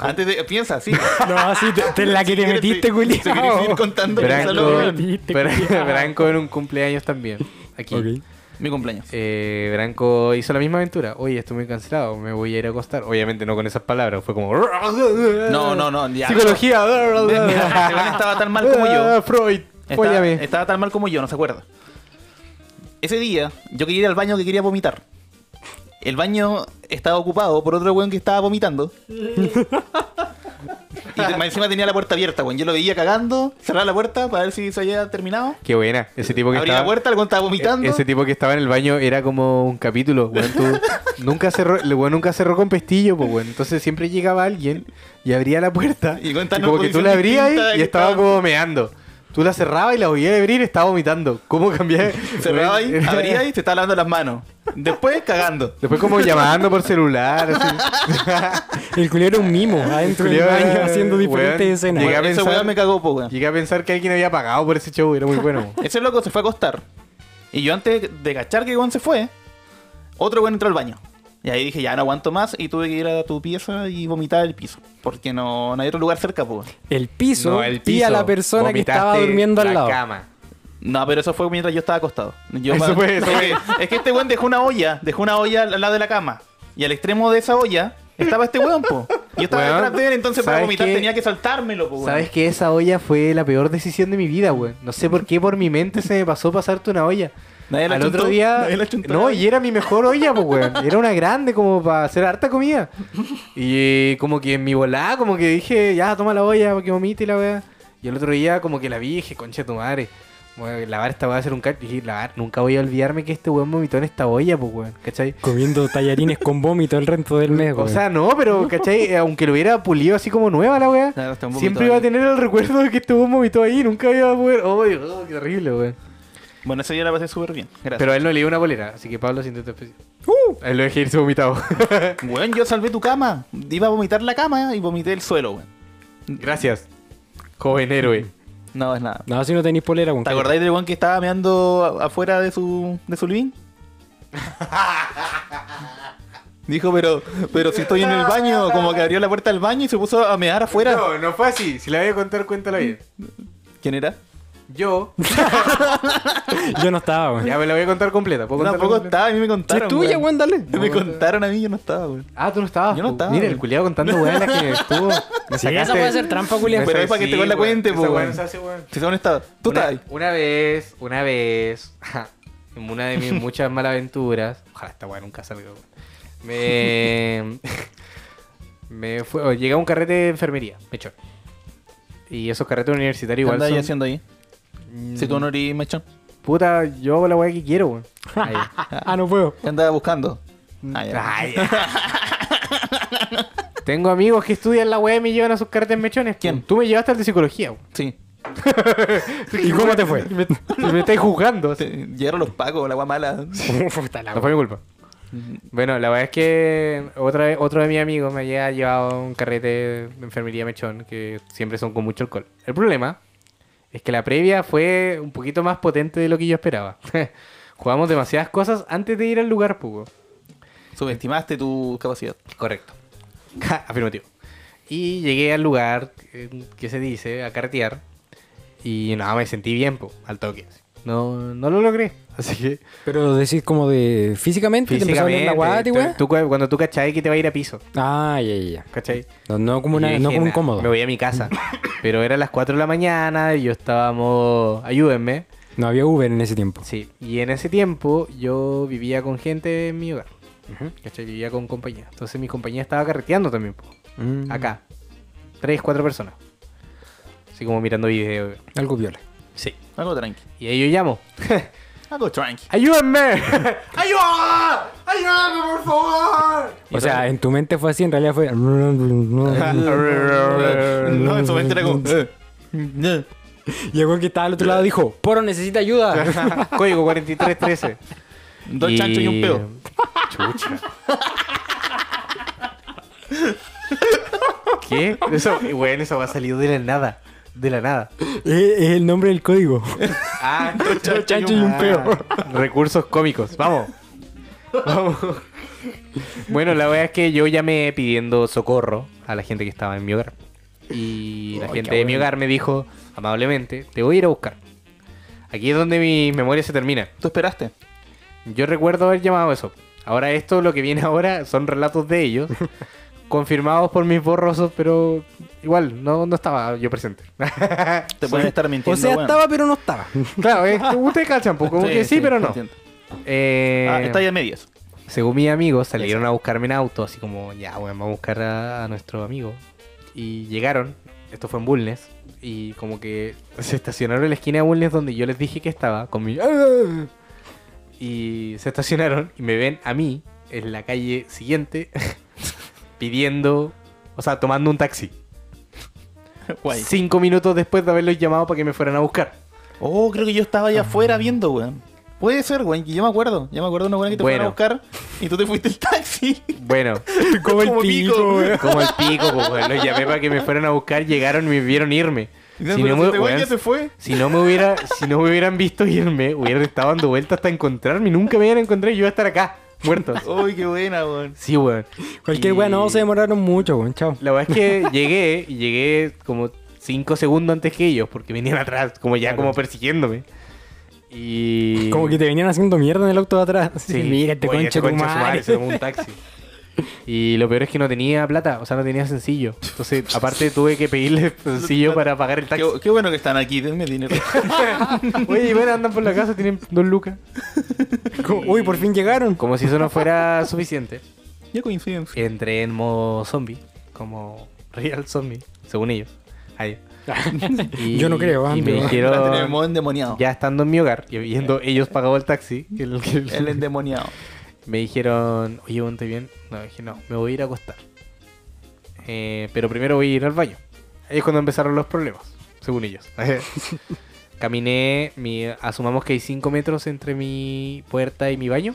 Antes de. Piensa, sí. No, así, te, te- la que Si te quieres, metiste, si- culiao. Si quieres seguir contando, piénsalo, Branco, weón. metiste, Bran- <laughs> culiao. Branco en un cumpleaños también. Aquí. Ok. <laughs> Mi cumpleaños. Eh, Branco hizo la misma aventura. Oye, estoy muy cansado, me voy a ir a acostar. Obviamente no con esas palabras, fue como... No, no, no, ya. Psicología. <laughs> Mira, este weón estaba tan mal como yo. Ah, Freud, Estaba, fóllame. estaba tan mal como yo, no se acuerda. Ese día, yo quería ir al baño que quería vomitar. El baño estaba ocupado por otro weón que <laughs> estaba vomitando. y te- más encima tenía la puerta abierta, weón. Yo lo veía cagando, cerraba la puerta para ver si se había terminado. Qué buena. Ese tipo que Abrí la estaba... puerta, el weón estaba vomitando. e- Ese tipo que estaba en el baño era como un capítulo, weón. <laughs> Tú- nunca cerró, el weón nunca cerró con pestillo, pues, weón. Entonces siempre llegaba alguien y abría la puerta. Y Y, con tal como que tú posición la abrías distinta de y, y que estaba estaba- como meando. Tú la cerrabas y la volvías a abrir y estaba vomitando. ¿Cómo cambié? <laughs> Cerraba ahí, Weón, abría y te estaba lavando las manos. Después cagando. Después como llamando por celular. así. El culio era un mimo adentro del Culiao era- baño haciendo diferentes weón, escenas. Llegué a Esa pensar- weá me cagó, po, weón. Llegué a pensar que alguien había pagado por ese show, era muy bueno. Ese loco se fue a acostar. Y yo antes de cachar que Gon se fue, otro weón entró al baño. Y ahí dije, ya no aguanto más. Y tuve que ir a tu pieza y vomitar el piso. Porque no, no hay otro lugar cerca, pues. El piso, No, el y a la piso. persona que estaba Vomitaste durmiendo al la lado. cama. No, pero eso fue mientras yo estaba acostado. Yo Eso fue, <laughs> eso es, que, es que este weón dejó una olla, dejó una olla al lado de la cama. Y al extremo de esa olla estaba este weón, po. Yo estaba Weón, detrás de él, entonces para ¿sabes vomitar qué? tenía que saltármelo, po, weón. ¿Sabes que esa olla fue la peor decisión de mi vida, güey? No sé por qué por mi mente se me pasó pasarte una olla. Nadie la Al chuntó, otro día... nadie la chuntó. No, y era mi mejor olla, pues, güey. Era una grande como para hacer harta comida. Y como que en mi volada, como que dije, ya, toma la olla para que vomite y la weá. Y el otro día como que la vi y dije, concha de tu madre. Bueno, lavar esta weá va a ser un cacho. Y dije, lavar, nunca voy a olvidarme que este weón vomitó en esta olla, pues, güey. ¿Cachai? Comiendo tallarines con vómito el resto del mes, O pues. weón. sea, no, pero, ¿cachai? <laughs> Eh, Aunque lo hubiera pulido así como nueva la weá, Claro, está un vómito siempre iba a ahí. tener el recuerdo de que este weón vomitó ahí. Nunca iba a poder. ¡Oh, Dios, oh, qué horrible, weón! Bueno, ese día la pasé súper bien. Gracias. Pero a él no le dio una polera, así que Pablo siente especial. ¡Uh! A él lo dejé irse vomitado. Weón, yo salvé tu cama. Iba a vomitar la cama y vomité el suelo, weón. <laughs> Gracias, joven héroe. No, es nada. no, si no tenéis polera, weón. ¿Te acordáis del weón que estaba meando a- afuera de su, de <laughs> su living? Dijo, pero, pero si estoy en el baño, como que abrió la puerta del baño y se puso a mear afuera. No, no fue así. Si la voy a contar, cuéntala bien. ¿Quién era? Yo, Yo no estaba, weón. ya me la voy a contar completa. ¿Puedo contarla Tampoco completa? estaba, a mí me Si contaron. es tuya, weón, dale. Me contaron a mí, yo no estaba, weón. Ah, tú no estabas. Yo no po. estaba, Mira, weón. el culiado contando weá la que estuvo. <laughs> Me Sí, esa puede ser trampa, culiao. Pero es para que te la cuente, po, pues. weón. Si son estaba. Tú una, estabas ahí. una vez, una vez, <laughs> en una <laughs> de mis muchas malaventuras, ojalá esta weá nunca salga, weón. me, <laughs> me fue, o llegué a un carrete de enfermería, me echó. Y esos carretes ¿Qué universitarios igual andabas son... haciendo ahí? Mm, Si tú no eres machón. Puta, yo hago la weá que quiero, <laughs> weón. Ahí. Ah, no <laughs> puedo. ¿Qué andabas buscando? Ah, ya. Mm. Ay. Tengo amigos que estudian la weá y me llevan a sus carretes mechones. po. ¿Quién? Tú me llevaste al de psicología, weón. Sí. <laughs> ¿Y cómo te fue? <laughs> Me, me estáis juzgando. así. Te- Llegaron los pacos, la <laughs> gua mala. Puta la No fue mi culpa. Bueno, la verdad es que otra vez, otro de mis amigos me había llevado a un carrete de enfermería mechón, que siempre son con mucho alcohol. El problema es que la previa fue un poquito más potente de lo que yo esperaba. <laughs> Jugamos demasiadas cosas antes de ir al lugar, Pugo. Subestimaste tu capacidad. <laughs> Correcto. Afirmativo. Y llegué al lugar, eh, que se dice, a carretear. Y nada, me sentí bien, po, al toque. así. No, no lo logré. Así que Pero lo decís como de físicamente, te empezó a doler físicamente, la guata y tú- weón. tú cu- cuando tú cachai que te va a ir a piso, Ah, ya, ya, ya. ¿cachai? No, no como, Y yo una, dije, no como un "Nah, Me cómodo. voy a mi casa. <coughs> Pero era las 4 de la mañana y yo estaba modo, ayúdenme. No había Uber en ese tiempo. Sí. Y en ese tiempo yo vivía con gente en mi hogar. ¿Cachai? Vivía con compañía. Entonces mi compañía estaba carreteando también. po. Mm, Acá. Tres, cuatro personas. Así como mirando videos. Algo viola. Sí. Algo tranqui. Y ahí yo llamo. <laughs> Algo tranqui. ¡Ayúdenme! ¡Ayuda! <laughs> ¡Ayúdame, por favor! O sea, en tu mente fue así, en realidad fue. Llegó no, en su mente era como. eh, eh. el que estaba al otro lado dijo: Poro necesita ayuda. <laughs> Código 4313. Dos chanchos y un peo. Chucha. ¿Qué? Eso, bueno, eso va a salir de la nada. De la nada. <laughs> es, es el nombre del código. Ah, Dos chanchos y un peo. Ah, recursos cómicos. Vamos. Vamos. Bueno, la verdad es que yo llamé pidiendo socorro a la gente que estaba en mi hogar. Y la gente de mi hogar me dijo amablemente, te voy a ir a buscar. Aquí es donde mi memoria se termina. ¿Tú esperaste? Yo recuerdo haber llamado eso. Ahora esto, lo que viene <laughs> ahora, son relatos de <laughs> ellos, confirmados por mis borrosos, pero igual, no, no estaba yo presente. <laughs> Te pueden estar O mintiendo. sea, weón. estaba, pero no estaba. claro, <laughs> es que ustedes cachan, poco, como que sí, pero no. entiendo. Eh, Ah, está ahí a medias. Según mis amigos, salieron a buscarme en auto, así como, ya, bueno, vamos a buscar a, a nuestro amigo. Y llegaron, esto fue en Bulnes, y como que <laughs> se estacionaron en la esquina de Bulnes donde yo les dije que estaba, con mi... ¡Ah! Y se estacionaron y me ven a mí en la calle <laughs> siguiente pidiendo, o sea, tomando un taxi. Guay. Cinco minutos después de haberlos llamado para que me fueran a buscar. Oh, creo que yo estaba allá afuera viendo, weón. Puede ser, weón, que yo me acuerdo. Yo me acuerdo de una weón que te Bueno. fueron a buscar y tú te fuiste <laughs> el taxi. <laughs> Bueno, Como el Como pico, pico, weón. Como el pico, po, weón. Los llamé para que me fueran a buscar, llegaron y me vieron irme. Y Si no, pero me, este weón weón, ya se fue. si no me hubiera, si no me hubieran visto irme, hubieran estado dando vueltas hasta encontrarme. y Nunca me iban a encontrar y yo iba a estar acá, muerto. Uy, qué buena, weón. Sí, weón. Cualquier Y- weón, no, se demoraron mucho, weón. Chao. La verdad es que llegué, y llegué como 5 segundos antes que ellos, porque venían atrás, como ya como persiguiéndome. Y... Como que te venían haciendo mierda en el auto de atrás. Sí, Sí, <laughs> mira, este oye, concha, este tu concha su madre, madre. se tomó un taxi. Y lo peor es que no tenía plata, o sea, no tenía sencillo. Entonces, aparte tuve <laughs> que pedirle sencillo para pagar el taxi. Qué, qué bueno que están aquí, <laughs> denme dinero. Oye, y bueno, andan por la casa, tienen dos lucas. Como, <laughs> Uy, por fin llegaron. Como si eso no fuera suficiente. ya coincidencia. Entré en modo zombie, como real zombie, según ellos. <laughs> Ahí. Y- Yo no creo, y me amigo. dijeron- La tenemos endemoniado. ya estando en mi hogar y viendo ellos pagado el taxi, que el- que el- El endemoniado. me dijeron, oye, ponte bien. No, dije, no, me voy a ir a acostar. Eh, pero primero voy a ir al baño. Ahí es cuando empezaron los problemas, según ellos. <laughs> Caminé, mi- asumamos que hay 5 metros entre mi puerta y mi baño.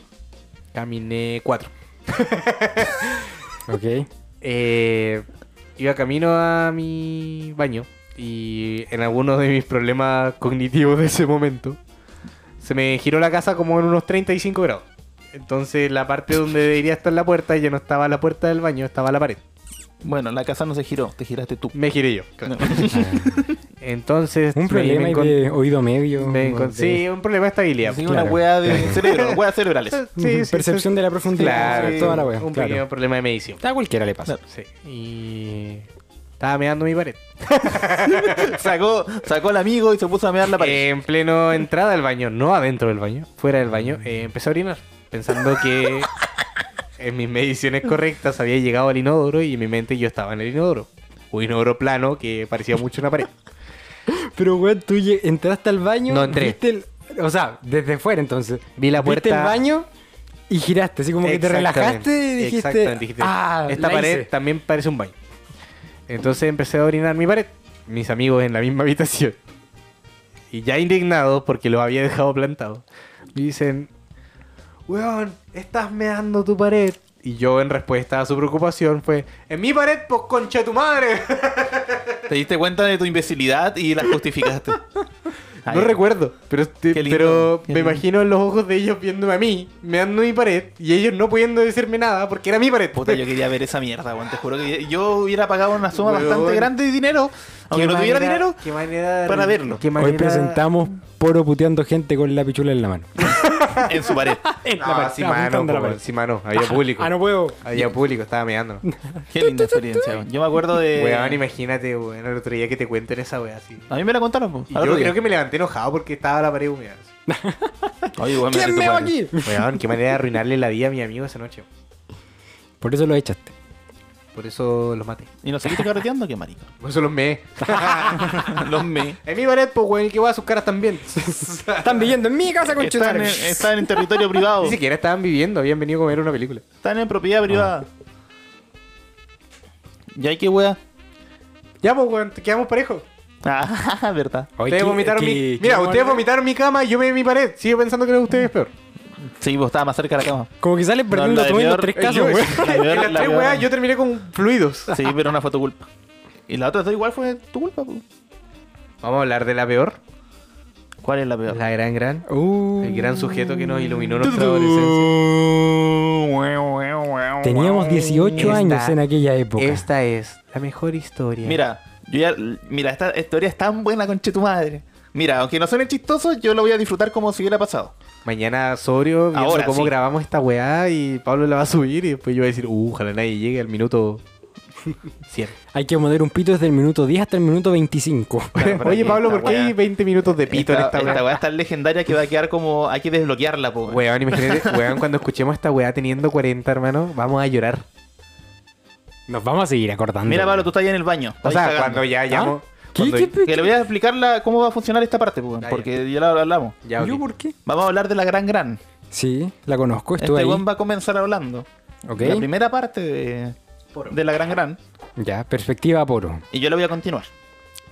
Caminé 4. Ok. Eh, iba camino a mi baño y en alguno de mis problemas cognitivos de ese momento se me giró la casa como en unos 35 grados. Entonces la parte donde debería estar la puerta ya no estaba la puerta del baño, estaba la pared. Bueno, la casa no se giró, te giraste tú. Me giré yo. claro. Entonces Un me- problema me ahí encon- de oído medio. me o encon- de- sí, un problema de estabilidad. Sí, claro. una wea de cerebro, weas cerebrales. <laughs> Sí, sí, Percepción sí. de la profundidad. Claro, toda la wea. un claro. pequeño problema de medición. A cualquiera le pasa. Sí. Y estaba meando mi pared. Sacó, sacó al amigo y se puso a mear la pared. Eh, en pleno entrada al baño, no adentro del baño, fuera del baño, eh, empecé a orinar, pensando que en mis mediciones correctas había llegado al inodoro y en mi mente yo estaba en el inodoro. Un inodoro plano que parecía mucho una pared. Pero, weón, tú lle- entraste al baño. No entré. viste el- O sea, desde fuera entonces. Vi la Viste el puerta- baño y giraste. Así como que te Exactamente, relajaste y dijiste. exactamente, dijiste, ah, esta la pared hice". también parece un baño. Entonces empecé a orinar mi pared, mis amigos en la misma <laughs> habitación. Y ya indignados porque lo había dejado plantado, me dicen, weón, estás meando tu pared. Y yo en respuesta a su preocupación fue, en mi pared, pues concha de tu madre. Te diste cuenta de tu imbecilidad y la <laughs> justificaste. Ay, no recuerdo, pero, este- Qué lindo, pero qué me lindo. imagino los ojos de ellos viéndome a mí, meando mi pared, y ellos no pudiendo decirme nada porque era mi pared. Puta, yo quería ver esa mierda, weón. Te juro que yo hubiera pagado una suma Weón. bastante grande de dinero. Aunque no tuviera dinero. qué manera de- para verlo. qué Hoy manera- presentamos poro puteando gente con la pichula en la mano. En su pared. No, Ah, sí, mano, Apuntando la po, pared. sí, mano, había público. <laughs> Ah, no puedo. Había público, <laughs> estaba meando. Qué linda experiencia, weón. Yo me acuerdo Eh. de. Weón, imagínate, weón, el otro día que te cuenten esa wea así. a mí me la contaron, po. Y Al yo otro día. creo que me levanté enojado porque estaba la pared húmeda. así. Oye, weón, ¿Quién metí tu meo <laughs> pared. aquí? Weón, qué manera de arruinarle la vida a mi amigo esa noche. Por eso lo echaste. Por eso los maté. ¿Y nos seguiste carreteando? Qué marico. Por eso los <laughs> meé. Los me. En mi pared, pues, weón, y que voy a sus caras también. <laughs> Están viviendo en mi casa, Están en, conchetumare. están en territorio privado. <laughs> Ni siquiera estaban viviendo, habían venido a ver una película. Están en propiedad privada. ¿Y hay qué wea? Ya, pues, weón, te quedamos parejos. Ah, <laughs> verdad. Oye, ustedes ¿qué- vomitaron qué- mi... qué Mira, ustedes amor- vomitaron mi cama y yo me en mi pared. Sigo pensando que lo de ustedes es peor. Sí, vos estabas más cerca de la cama. Como que sales No, perdiendo la tú en los peor- tres eh, casos, yo, weón. <laughs> La en peor- las la tres peor. weas yo terminé con fluidos. Sí, pero una fue tu culpa. Y la otra igual fue tu culpa. po. Vamos a hablar de la peor. ¿Cuál es la peor? La gran gran. <laughs> Uh. El gran sujeto que nos iluminó nuestra adolescencia. Teníamos 18 Esta- años en aquella época. Esta es la mejor historia. Mira, yo ya, mira, esta historia es tan buena, conche tu madre. Mira, aunque no suene chistoso, yo lo voy a disfrutar como si hubiera pasado. Mañana Sobrio viendo Ahora cómo sí. grabamos esta weá y Pablo la va a subir y después yo voy a decir, uh, ojalá nadie llegue al minuto 100. Hay que mover un pito desde el minuto 10 hasta el minuto 25. Claro, <laughs> pero Oye esta Pablo, ¿por qué weá- hay 20 minutos de pito esta, en esta esta weá? weá es tan legendaria que va a quedar como. Hay que desbloquearla, po. weón. Weón, imagínate, weón, cuando escuchemos esta weá teniendo 40, hermano, vamos a llorar. Nos vamos a seguir acordando. Mira, Pablo, weón. tú estás ahí en el baño. O estás sea, ahí cagando. cuando ya hayamos... ¿Qué, cuando- qué, pe- Que le voy a explicar la- cómo va a funcionar esta parte, po, weón, Ah, ya. porque ya lo hablamos. Ya, ok. ¿Yo por qué? Vamos a hablar de la gran gran. Sí, la conozco, Este estuve weón ahí. va a comenzar hablando. Ok. La primera parte de, de la gran gran. Ya, perspectiva poro. Y yo la voy a continuar.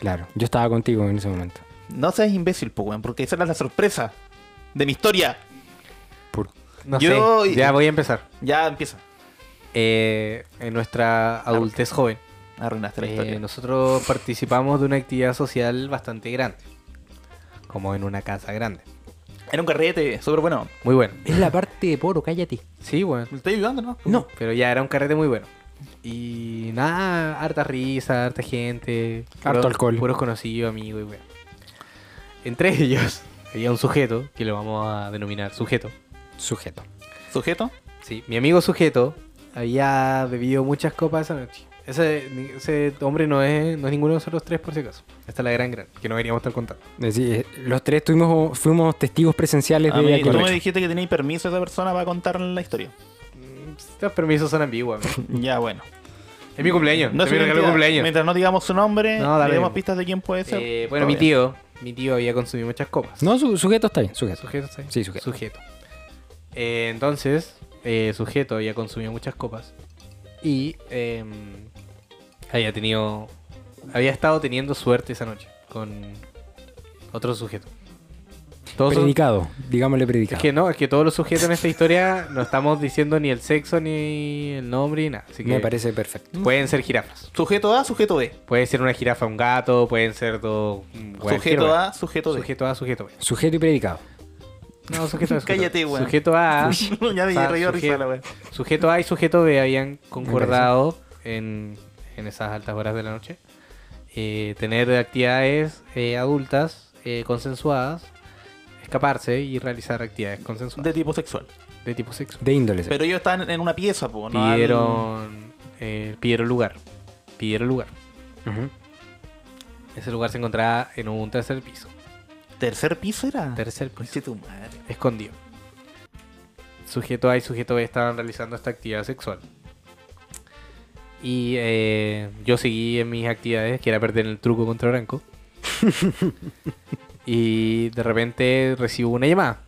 Claro, yo estaba contigo en ese momento. No seas imbécil, po, weón, porque esa era la sorpresa de mi historia. Por- No Yo- sé, ya voy a empezar. Ya empieza. Eh, en nuestra adultez joven, Arruinaste la eh, historia. nosotros participamos de una actividad social bastante grande. Como en una casa grande. Era un carrete, súper bueno. Muy bueno. Es la parte de poro, cállate. Sí, bueno. ¿Me estoy ayudando, no? No. Pero ya era un carrete muy bueno. Y nada, harta risa, harta gente. Harto alcohol. Puros conocidos, amigos y bueno. Entre ellos había un sujeto, que lo vamos a denominar sujeto. Sujeto. ¿Sujeto? Sí, mi amigo sujeto había bebido muchas copas esa noche. Ese, ese hombre no es, no es ninguno de nosotros tres, por si acaso. Esta es la gran gran, que no deberíamos estar contando. Es decir, eh, los tres tuvimos, fuimos testigos presenciales A de mí- aquel tú me hecho. dijiste que tenías permiso a esa persona para contar la historia. Estos permisos son ambiguos. amigo. Ya, bueno. Es mi cumpleaños. No es su mi regalo de identidad. cumpleaños. Mientras no digamos su nombre, No, no, dale. demos pistas de quién puede ser. Eh, bueno, todo mi bien. tío, mi tío había consumido muchas copas. No, su- sujeto está bien, sujeto. Sujeto, ¿sí? Sí, sujeto. Eh, entonces, eh, sujeto había consumido muchas copas y em, había tenido, había estado teniendo suerte esa noche con otro sujeto. Todos son- predicado, digámosle es predicado. que no, es que todos los sujetos en esta historia no estamos diciendo ni el sexo ni el nombre ni nada. Así que Me parece perfecto. pueden ser jirafas. Sujeto A, sujeto B. Puede ser una jirafa, un gato, pueden ser dos. mm, cualquier Sujeto wea. A, sujeto B. Sujeto A, sujeto pues. B. Sujeto y predicado. No, sujeto A. sujeto B. Cállate, weón. Sujeto <laughs> A. ya me O sea, reí de risa suje- la wea. Sujeto A y sujeto B habían concordado en, en esas altas horas de la noche eh, tener actividades eh, adultas eh, consensuadas, escaparse y realizar actividades De consensuadas tipo sexual. de, tipo sexo. De índole. Pero ellos estaban en una pieza, po. No Pidieron, eh, pidieron lugar. Pidieron lugar. Ujú. Ese lugar se encontraba en un tercer piso. al- ¿Tercer piso era? Tercer piso. Conche tu madre. escondido. Sujeto A y sujeto B estaban realizando esta actividad sexual. Y eh, yo seguí en mis actividades, que era perder el truco contra Branco. y de repente recibo una llamada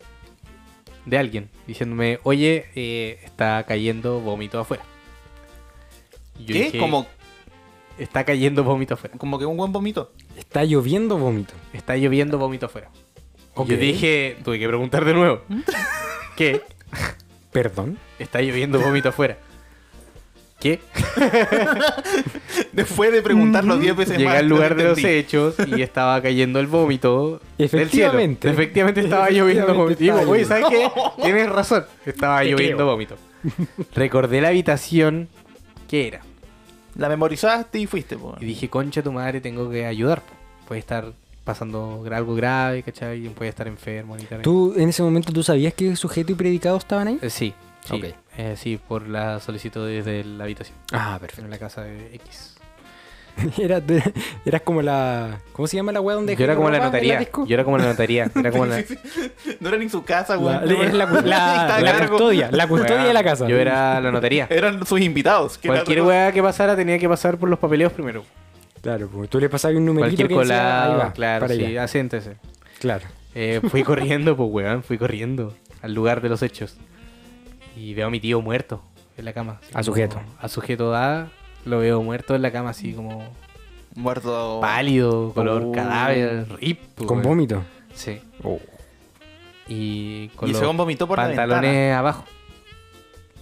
de alguien diciéndome, oye, eh, está cayendo vómito afuera. Y yo ¿Qué? dije, Como, Está cayendo vómito afuera. como que un <laughs> buen vomito. Está lloviendo vómito. Está lloviendo vómito afuera. Y Ok. Yo dije, tuve que preguntar de nuevo. ¿Qué? Perdón. Está lloviendo vómito afuera. <laughs> ¿Qué? Después de preguntarlo 10 veces Llegué más. al lugar de los entendí. hechos <laughs> y estaba cayendo el vómito Efectivamente. del cielo. Efectivamente estaba lloviendo Efectivamente vómito. Y digo, estaba oye, ¿sabes qué? <laughs> Tienes razón. Estaba lloviendo vómito. Recordé la habitación que era. La memorizaste y fuiste, po. Y dije, concha tu madre, tengo que ayudar. po. Puede estar pasando gra- algo grave, ¿cachai? Puede estar enfermo. ni tal. ¿Tú en ese momento tú sabías que sujeto y predicado estaban ahí? Eh, Sí. Sí, Ok. Eh, sí, por la solicitud desde la habitación. Ah, En la casa de X. <laughs> Era, eras como la. ¿Cómo se llama la weá donde Yo era dejáis como la ropa en notaría. disco? Yo era como la notaría. Era <laughs> como la... No era ni su casa, La, weón. es <laughs> la, la- <laughs> Estaba la cargo. custodia, la custodia Weá, de la casa. Yo era la <laughs> notaría. Eran sus invitados. que era Cualquier otra cosa. weá que pasara tenía que pasar por los papeleos primero. Claro, porque tú le pasabas un numerito Cualquier que decía, colado, ahí va, claro, para sí, ah. allá. asiéntese. Claro. Eh, fui corriendo, pues weón, fui corriendo al lugar de los hechos. Y veo a mi tío muerto en la cama. así A sujeto. A sujeto A, lo veo muerto en la cama así como Muerto. pálido, color Oh. cadáver, rip. pues, Con weón. vómito. Sí. Oh. Y con Y los según vomitó por la ventana. pantalones abajo.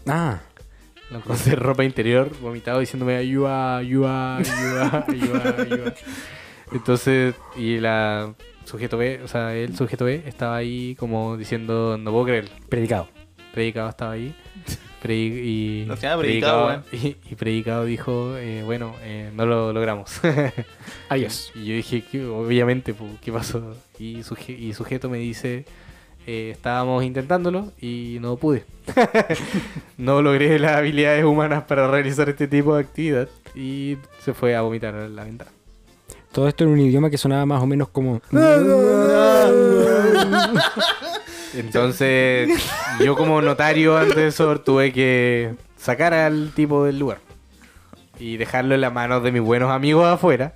Ah, Lo encontré en ropa interior, vomitado, diciéndome ayuda, ayuda, <laughs> ayuda, ayuda, ayuda. Entonces, y la sujeto B, o sea, el sujeto B estaba ahí como diciendo, no puedo creer. predicado. Predicado estaba ahí. Predi- y, No se llama predicado, eh. y, y predicado dijo, eh, bueno, eh, no lo logramos. <laughs> Adiós. Y yo dije, "¿Qué? obviamente, pu, ¿qué pasó? Y, suje- y sujeto me dice, eh, estábamos intentándolo y no pude. <laughs> no logré las habilidades humanas para realizar este tipo de actividad y se fue a vomitar a la ventana. Todo esto en un idioma que sonaba más o menos <laughs> como. Entonces, yo como notario antecesor tuve que sacar al tipo del lugar y dejarlo en las manos de mis buenos amigos afuera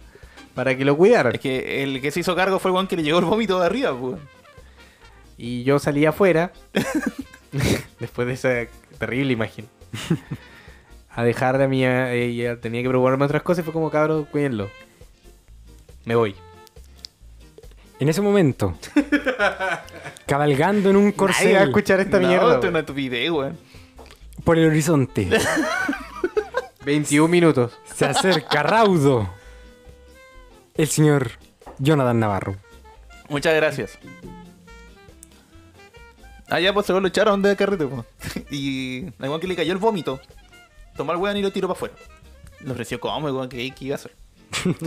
para que lo cuidaran. Es que el que se hizo cargo fue el weón que le llegó el vómito de arriba, pues. Y yo salí afuera, después de esa terrible imagen, a dejar a mi... Ella tenía que probarme otras cosas y fue como, cabrón, cuídenlo. me voy. En ese momento, cabalgando en un Nadie va a corcel escuchar esta no, mierda. esto es weón. una estupidez, weón. por el horizonte, 21 minutos. se acerca raudo el señor Jonathan Navarro. Muchas gracias. Allá pues se lo echaron de carrete, po. <laughs> Y al igual que le cayó el vómito, tomó el weón y lo tiró para afuera. Lo ofreció como, weón, que que iba a hacer.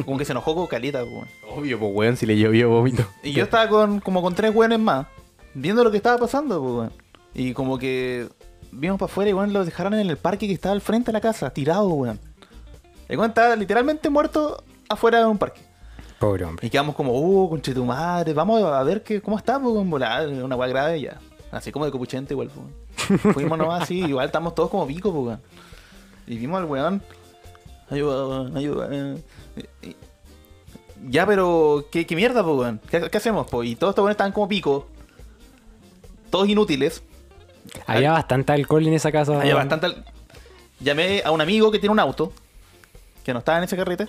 Como que se enojó con caleta, po, weón. Obvio, pues weón, si le llovió vómito. Y yo estaba con, como con tres weones más, viendo lo que estaba pasando, po, weón. Y como que vimos para afuera y weón lo dejaron en el parque que estaba al frente de la casa, tirado, weón. El weón estaba literalmente muerto afuera de un parque. Pobre hombre. Y quedamos como, uh, conche tu madre, vamos a ver qué, cómo está, pues, en volada, una weá grave ya. Así como de copuchente igual, pues. weón. Fuimos nomás así, igual estamos todos como pico, pues, weón. Y vimos al weón. Ayuda, weón, ayuda. eh, eh. Ya, pero, ¿qué, qué mierda, pues, weón? ¿Qué, qué hacemos, pues? Y todos estos weones estaban como pico. Todos inútiles. Había bastante alcohol en esa Ah, casa. Había bastante. al- Llamé a un amigo que tiene un auto, que no estaba en ese carrete,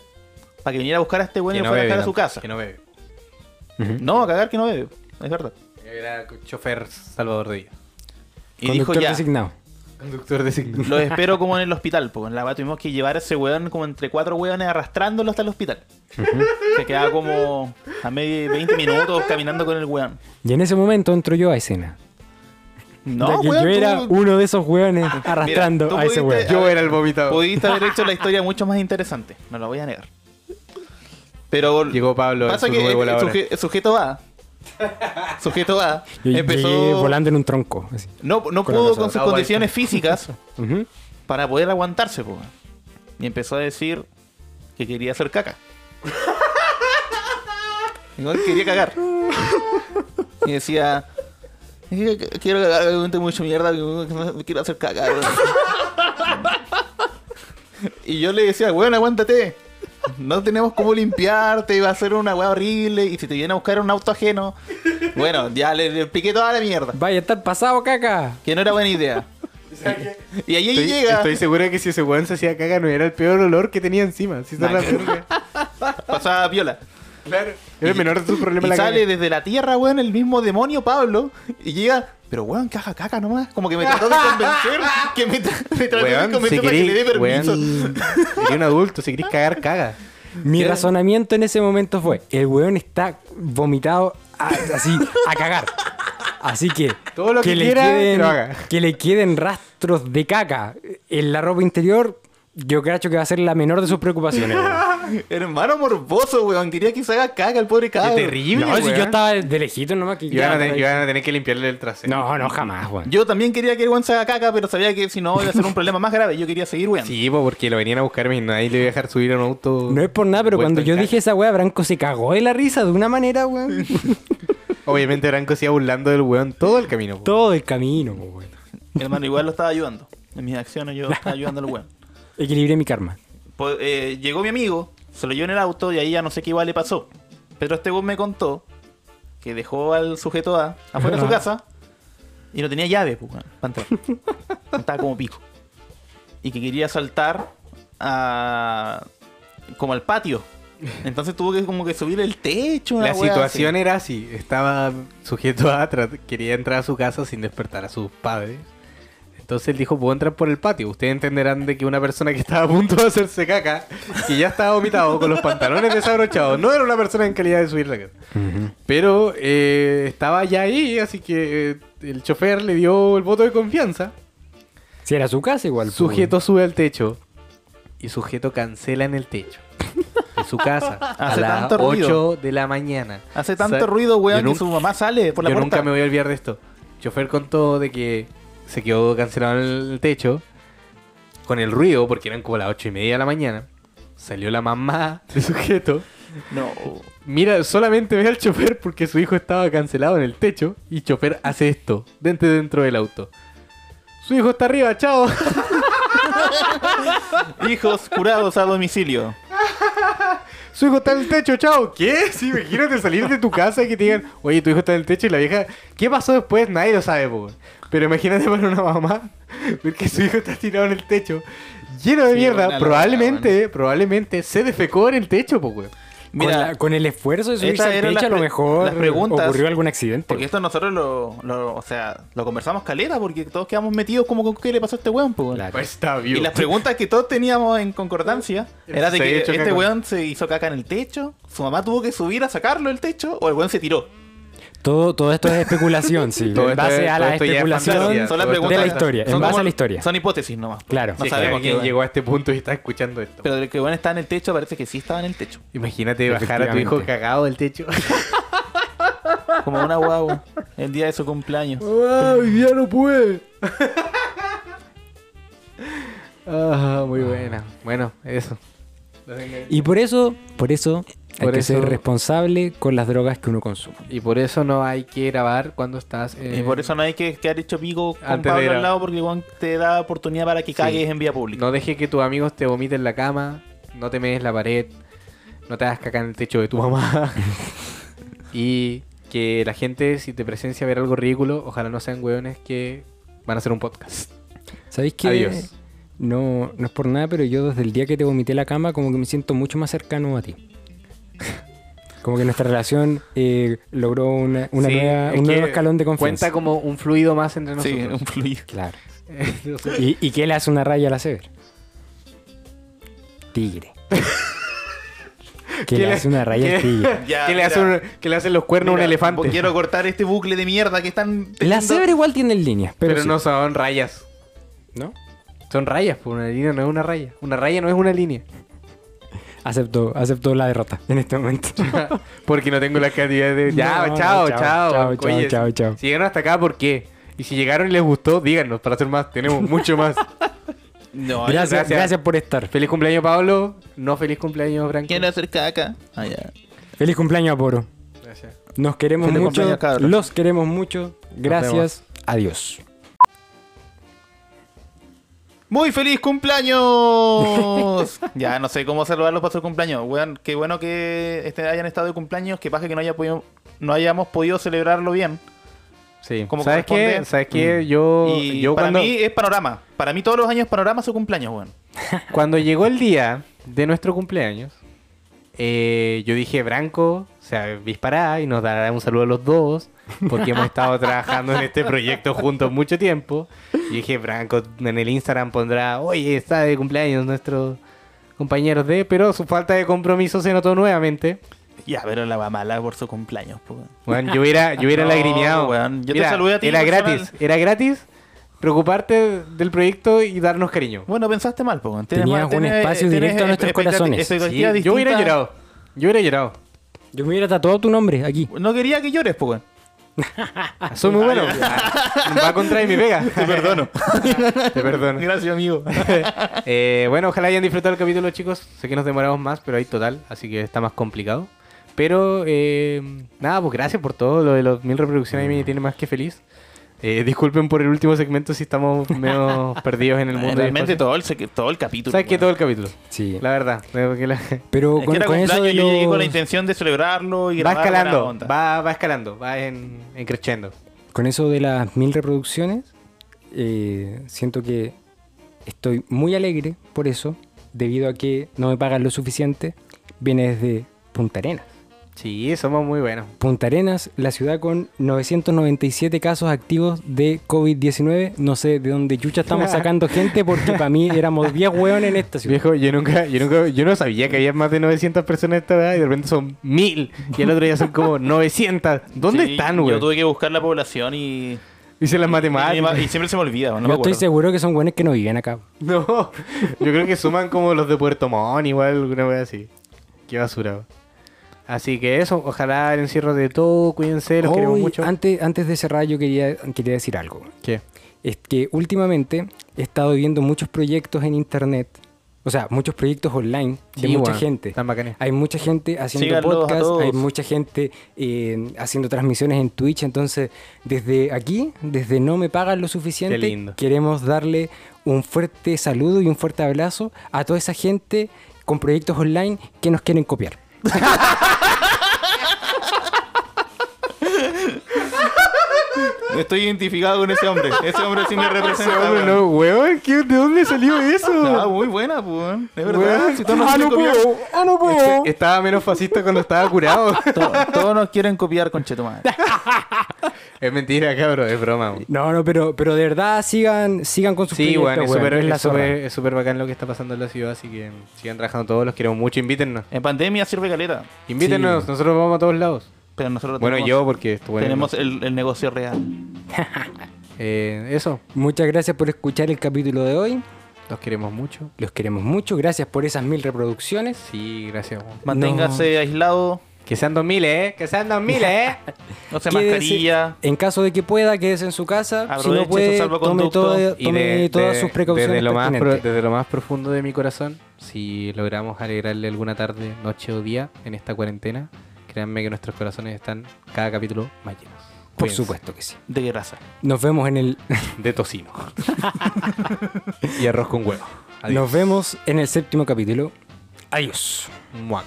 para que viniera a buscar a este weón y lo fuera a dejar a su tanto, casa. Que no bebe. Ujú. No, a cagar que no bebe, es verdad. Era chofer Salvador Díaz. Y dijo Conductor ya, designado. Conductor designado. <laughs> los espero como en el hospital, porque en la weá tuvimos que llevar a ese weón como entre cuatro weones arrastrándolo hasta el hospital. Se quedaba como a medio 20 minutos caminando con el weón. Y en ese momento entro yo a escena. No, ya que weón, yo tú- Ah, era uno de esos hueones arrastrando tú a ese pudiste- hueón. <laughs> Yo era el vomitado. pudiste haber <laughs> hecho la historia mucho más interesante, no lo voy a negar. Pero Llegó Pablo, pasa su que nuevo el, el volador. suje- el sujeto va. Sujeto va. Yo llegué Empezó. volando en un tronco. así. No, no con pudo los con sus ojos. condiciones físicas Ujú. para poder aguantarse, po. Y empezó a decir que quería hacer caca. Y no quería cagar. Y decía, "Eh, qu- quiero cagar, me gusta mucho mierda, me me quiero hacer cagar. Y yo le decía, weón, aguántate. No tenemos cómo limpiarte, va a ser una weá horrible. Y si te viene a buscar un auto ajeno, bueno, ya le, le piqué toda la mierda. Vaya, está pasado, caca. Que no era buena idea. Y ahí Estoy, llega. estoy seguro de que si ese weón se hacía caga no era el peor olor que tenía encima. Si esa Nah, es la que- única- pasaba viola. Claro. Era el menor de sus problemas Y la sale caga. desde la tierra, weón, el mismo demonio Pablo. Y llega, pero weón, que haga caca nomás. Como que me trató de convencer. Que me, tra- me trató de Weón, convencer si para que le dé querés, permiso. weón, eres un adulto, si querés cagar, caga. <laughs> Mi ¿Qué? razonamiento en ese momento fue, el hueón está vomitado a- así, a cagar. Así que, Todo lo que le quiera, que queden, lo haga. que le queden rastros de caca en la ropa interior, yo creo que va a ser la menor de sus preocupaciones. hueón. Hermano morboso, weón. Quería que se haga caca el pobre cabrón. terrible, No, si weón. yo estaba de lejito nomás. Que Y van, a tener, y no, van a tener que limpiarle el trasero. no, jamás, weón. Yo también quería que el weón se haga caca, pero sabía que si no iba a ser <laughs> un problema más grave. Yo quería seguir, weón. Sí, po, porque lo venían a buscarme y nadie le iba a dejar subir a un auto. No es por nada, pero vuelto cuando en yo caca. dije esa weá, Branco se cagó de la risa de una manera, weón. Obviamente Branco se iba burlando del weón todo el camino. po. Todo el camino, po, weón. Hermano, igual lo estaba ayudando. En mis <laughs> acciones yo estaba ayudando al weón. Equilibré mi karma. Pues, eh, llegó mi amigo, se lo llevó en el auto y ahí ya no sé qué igual le pasó. Pero este weón me contó que dejó al sujeto A afuera de su casa y no tenía llave, pues, weón, para <laughs> entrar. Estaba como pico. Y que quería saltar a. como al patio. Entonces tuvo que como que subir el techo. una La wea situación así. era así. Estaba sujeto a... trat- Quería entrar a su casa sin despertar a sus padres. Entonces él dijo, puedo entrar por el patio. Ustedes entenderán de que una persona que estaba a punto de hacerse caca, que ya estaba vomitado, con los pantalones desabrochados, no era una persona en calidad de subir la casa. Pero eh, estaba ya ahí, así que eh, el chofer le dio el voto de confianza. Si era su casa igual. po, Sujeto sube al techo y sujeto cancela en el techo. En su <laughs> casa. a Hace las tanto 8 ruido. de la mañana. Hace tanto Sa- ruido, Yo weón, que nunca- su mamá sale por la Yo puerta. nunca me voy a olvidar de esto. Chofer contó de que se quedó cancelado en el techo con el ruido, porque eran como las ocho y media de la mañana. Salió la mamá del sujeto. No. Mira, solamente ve al chofer porque su hijo estaba cancelado en el techo. Y chofer hace esto, dente dentro del auto. Su hijo está arriba, chao. <laughs> Hijos curados a domicilio. Su hijo está en el techo, chao. ¿Qué? Sí, imagínate salir de tu casa y que te digan, oye, tu hijo está en el techo y la vieja, ¿qué pasó después? Nadie lo sabe, po. Pero imagínate para una mamá <laughs> ver que su hijo está tirado en el techo, lleno de Sí, una mierda. locura, Probablemente, probablemente se defecó en el techo, po, weón. Mira, con, la- con el esfuerzo de subirse estas al eran techo, a las lo pre- mejor las preguntas. ocurrió algún accidente. Porque esto nosotros lo, lo- o sea, lo conversamos caleta porque todos quedamos metidos como con qué le pasó a este weón, pues, weón. Claro. Está Y <laughs> las preguntas que todos teníamos en concordancia era de Se que hizo este caca. weón se hizo caca en el techo, su mamá tuvo que subir a sacarlo del techo o el weón se tiró. Todo, todo esto es especulación, sí. Todo en esto base es- a todo la esto ya es especulación. fantasía. Son las todo esto preguntas de la historia, en son base como- a la historia. Son hipótesis nomás. pues. Claro. No Sí, sabemos quién qué llegó a este punto y está escuchando esto. Pero el que weón está en el techo parece que sí estaba en el techo. Imagínate bajar a tu hijo Efectivamente. cagado del techo. Como una <laughs> guagua. El día de su cumpleaños. ¡Ay, ya no pude! <laughs> ah, muy buena. Bueno, eso. Y por eso, por eso hay Por que ser eso- responsable con las drogas que uno consume. Y por eso no hay que grabar cuando estás. Eh, Y por eso no hay que quedar hecho pico con antes de Pablo ir a- al lado porque el weón te da oportunidad para que cagues en vía pública. No dejes que tus amigos te vomiten la cama, no te mees la pared, no te hagas caca en el techo de tu <laughs> mamá. y que la gente, si te presencia ver algo ridículo, ojalá no sean hueones que van a hacer un podcast. ¿Sabéis que Adiós. No, no es por nada, pero yo desde el día que te vomité la cama, como que me siento mucho más cercano a ti. <laughs> Como que nuestra relación eh, logró una, una Sí, nueva- es un nuevo que escalón de confianza. Cuenta como un fluido más entre sí, nosotros. <laughs> un fluido. Claro. No sé. ¿Y, y qué le hace una raya a la Sever? <laughs> Tigre. ¿Qué ¿Qué le le- hace una raya al qué- <laughs> tigre? Ya, ¿Qué le mira, hace un- qué le hacen los cuernos a mira, un elefante? Quiero cortar este bucle de mierda que están. La teniendo. Sever igual tiene líneas, pero, Pero, sí. no son rayas. ¿no? Son rayas, pues una línea no es una raya. Una raya no es una línea. <laughs> Aceptó, aceptó la derrota en este momento. Porque no tengo la cantidad de. <laughs> No, Ya, no, chao, chao, chao, chao, chao, Oye, chao, si- chao. Si llegaron hasta acá, ¿por qué? Y si llegaron y les gustó, díganos para hacer más. Tenemos <laughs> mucho más. No, gracias, gracias, gracias. por estar. feliz cumpleaños, Pablo. No feliz cumpleaños, Franco. quiero hacer caca. Ah, ya. Feliz cumpleaños, Aporo. Gracias. Nos queremos Feliz mucho. cumpleaños, cabros. Los queremos mucho. Gracias. Adiós. ¡Muy <laughs> feliz cumpleaños! ya no sé cómo saludarlos para su cumpleaños. Weón, qué bueno que este- hayan estado de cumpleaños. Que pasa que no, haya podido, no hayamos podido celebrarlo bien. Sí. Como ¿Sabes corresponde. qué? ¿Sabes qué? Mm. Yo, y Oh, yo para cuando, mí es panorama. Para mí todos los años es panorama su cumpleaños, weón. cuando llegó el día de nuestro cumpleaños, eh, yo dije, Branco se avispará y nos dará un saludo a los dos, porque hemos estado trabajando en este proyecto juntos mucho tiempo. Y dije, Branco en el Instagram pondrá, oye, está de cumpleaños nuestro compañero de, pero su falta de compromiso se notó nuevamente. Ya, pero la va mala por su cumpleaños, po, weón. Weón, yo hubiera, yo hubiera <laughs> No, lagrimeado. weón, yo te saludé a ti, Era personal. gratis, era gratis preocuparte del proyecto y darnos cariño. Bueno, pensaste mal, po, weón. Tienes Tenías más- un tienes- espacio tienes directo a nuestros expectati- corazones. expectativas Sí, yo hubiera distintas. llorado. Yo hubiera llorado. Yo me hubiera tatuado tu nombre aquí. No quería que llores, po, weón. Soy muy <laughs> bueno. Va contra de mi pega. Te perdono. Te perdono. Gracias, amigo. Eh, bueno, ojalá hayan disfrutado el capítulo, chicos. Sé que nos demoramos más, pero hay total, así que está más complicado. Pero eh, nada, pues gracias por todo. Lo de los mil reproducciones a mí me tiene más que feliz. Eh, disculpen por el último segmento si estamos <laughs> medio perdidos en el mundo. de Eh, Realmente cosas. todo el, se- todo el capítulo. ¿Sabes qué? weón. Todo el capítulo. Sí. La verdad. Creo que la- Pero Es que con, era con eso cumpleaños, de yo llegué con la los, intención de celebrarlo y Va grabar buena escalando. onda. Va, va escalando. Va en, en creciendo. con eso de las mil reproducciones, eh, siento que estoy muy alegre por eso, debido a que no me pagan lo suficiente. Viene desde Punta Arenas. Sí, somos muy buenos. Punta Arenas, la ciudad con 997 casos activos de COVID-19. No sé de dónde chucha <laughs> estamos sacando gente porque para mí éramos 10 hueones en esta ciudad. Viejo, yo nunca, yo nunca, yo no sabía que había más de 900 personas de esta edad y de repente son 1000 y el otro día son <laughs> como 900. ¿Dónde Sí, están, Yo güey? tuve que buscar la población y. Hice las y, matemáticas. y siempre se me olvida, no me Yo acuerdo. estoy seguro que son hueones que no viven acá. <laughs> No, yo creo que suman como los de Puerto Montt, igual, una vez así. Qué basura. güey. Así que eso, ojalá el encierro de todo, cuídense, los queremos Hoy, mucho. Antes, antes de cerrar, yo quería, quería decir algo. ¿Qué? Es que últimamente he estado viendo muchos proyectos en internet, o sea, muchos proyectos online de Sí, mucha bueno, gente. Están bacanes. Hay mucha gente haciendo Síganlos a podcasts, todos. hay mucha gente eh, haciendo transmisiones en Twitch. Entonces, desde aquí, desde No Me Pagan lo Suficiente, Qué lindo. queremos darle un fuerte saludo y un fuerte abrazo a toda esa gente con proyectos online que nos quieren copiar. Estoy identificado con ese hombre. Ese hombre <laughs> sí me representa. Hombre, weón. no, weón, ¿qué- ¿de dónde salió Ah, eso? muy buena, pues, weón. De verdad. Weón, si todos nos ah, no quieren copiar, puedo, ah, no puedo. Este, Estaba menos fascista cuando estaba <laughs> curado. to- todos nos quieren copiar con Chetumal. es mentira, cabrón, es broma. weón. No, no, pero, pero de verdad sigan, sigan con sus Sí, proyectos, bueno, es weón. súper Es la es zorra. súper- es súper bacán lo que está pasando en la ciudad, así que sigan trabajando todos, los queremos mucho, invítennos. En pandemia sirve caleta. Invítenos, nosotros vamos a todos lados. Pero nosotros Bueno, tenemos, yo porque estuve en el- tenemos el, el negocio real. Eh, eso, Muchas gracias por escuchar el capítulo de hoy. los queremos mucho. Los queremos mucho. Gracias por esas mil reproducciones. Sí, gracias. weón. Manténgase aislado. Que sean dos miles, ¿eh? Que sean dos miles, ¿eh? No se Quédese- mascarilla. en caso de que pueda, quédese en su casa. si Aproveche no puede, su tome, salvoconducto toda- <laughs> tome todas sus precauciones. Desde lo, más pro- pertinentes. desde lo más profundo de mi corazón, si logramos alegrarle alguna tarde, noche o día en esta cuarentena, créanme que nuestros corazones están cada capítulo más llenos. por Cuídense. supuesto que sí. De grasa. Nos vemos en el, De tocino. <laughs> y arroz con huevo. Adiós. nos vemos en el séptimo capítulo. Adiós. Muac.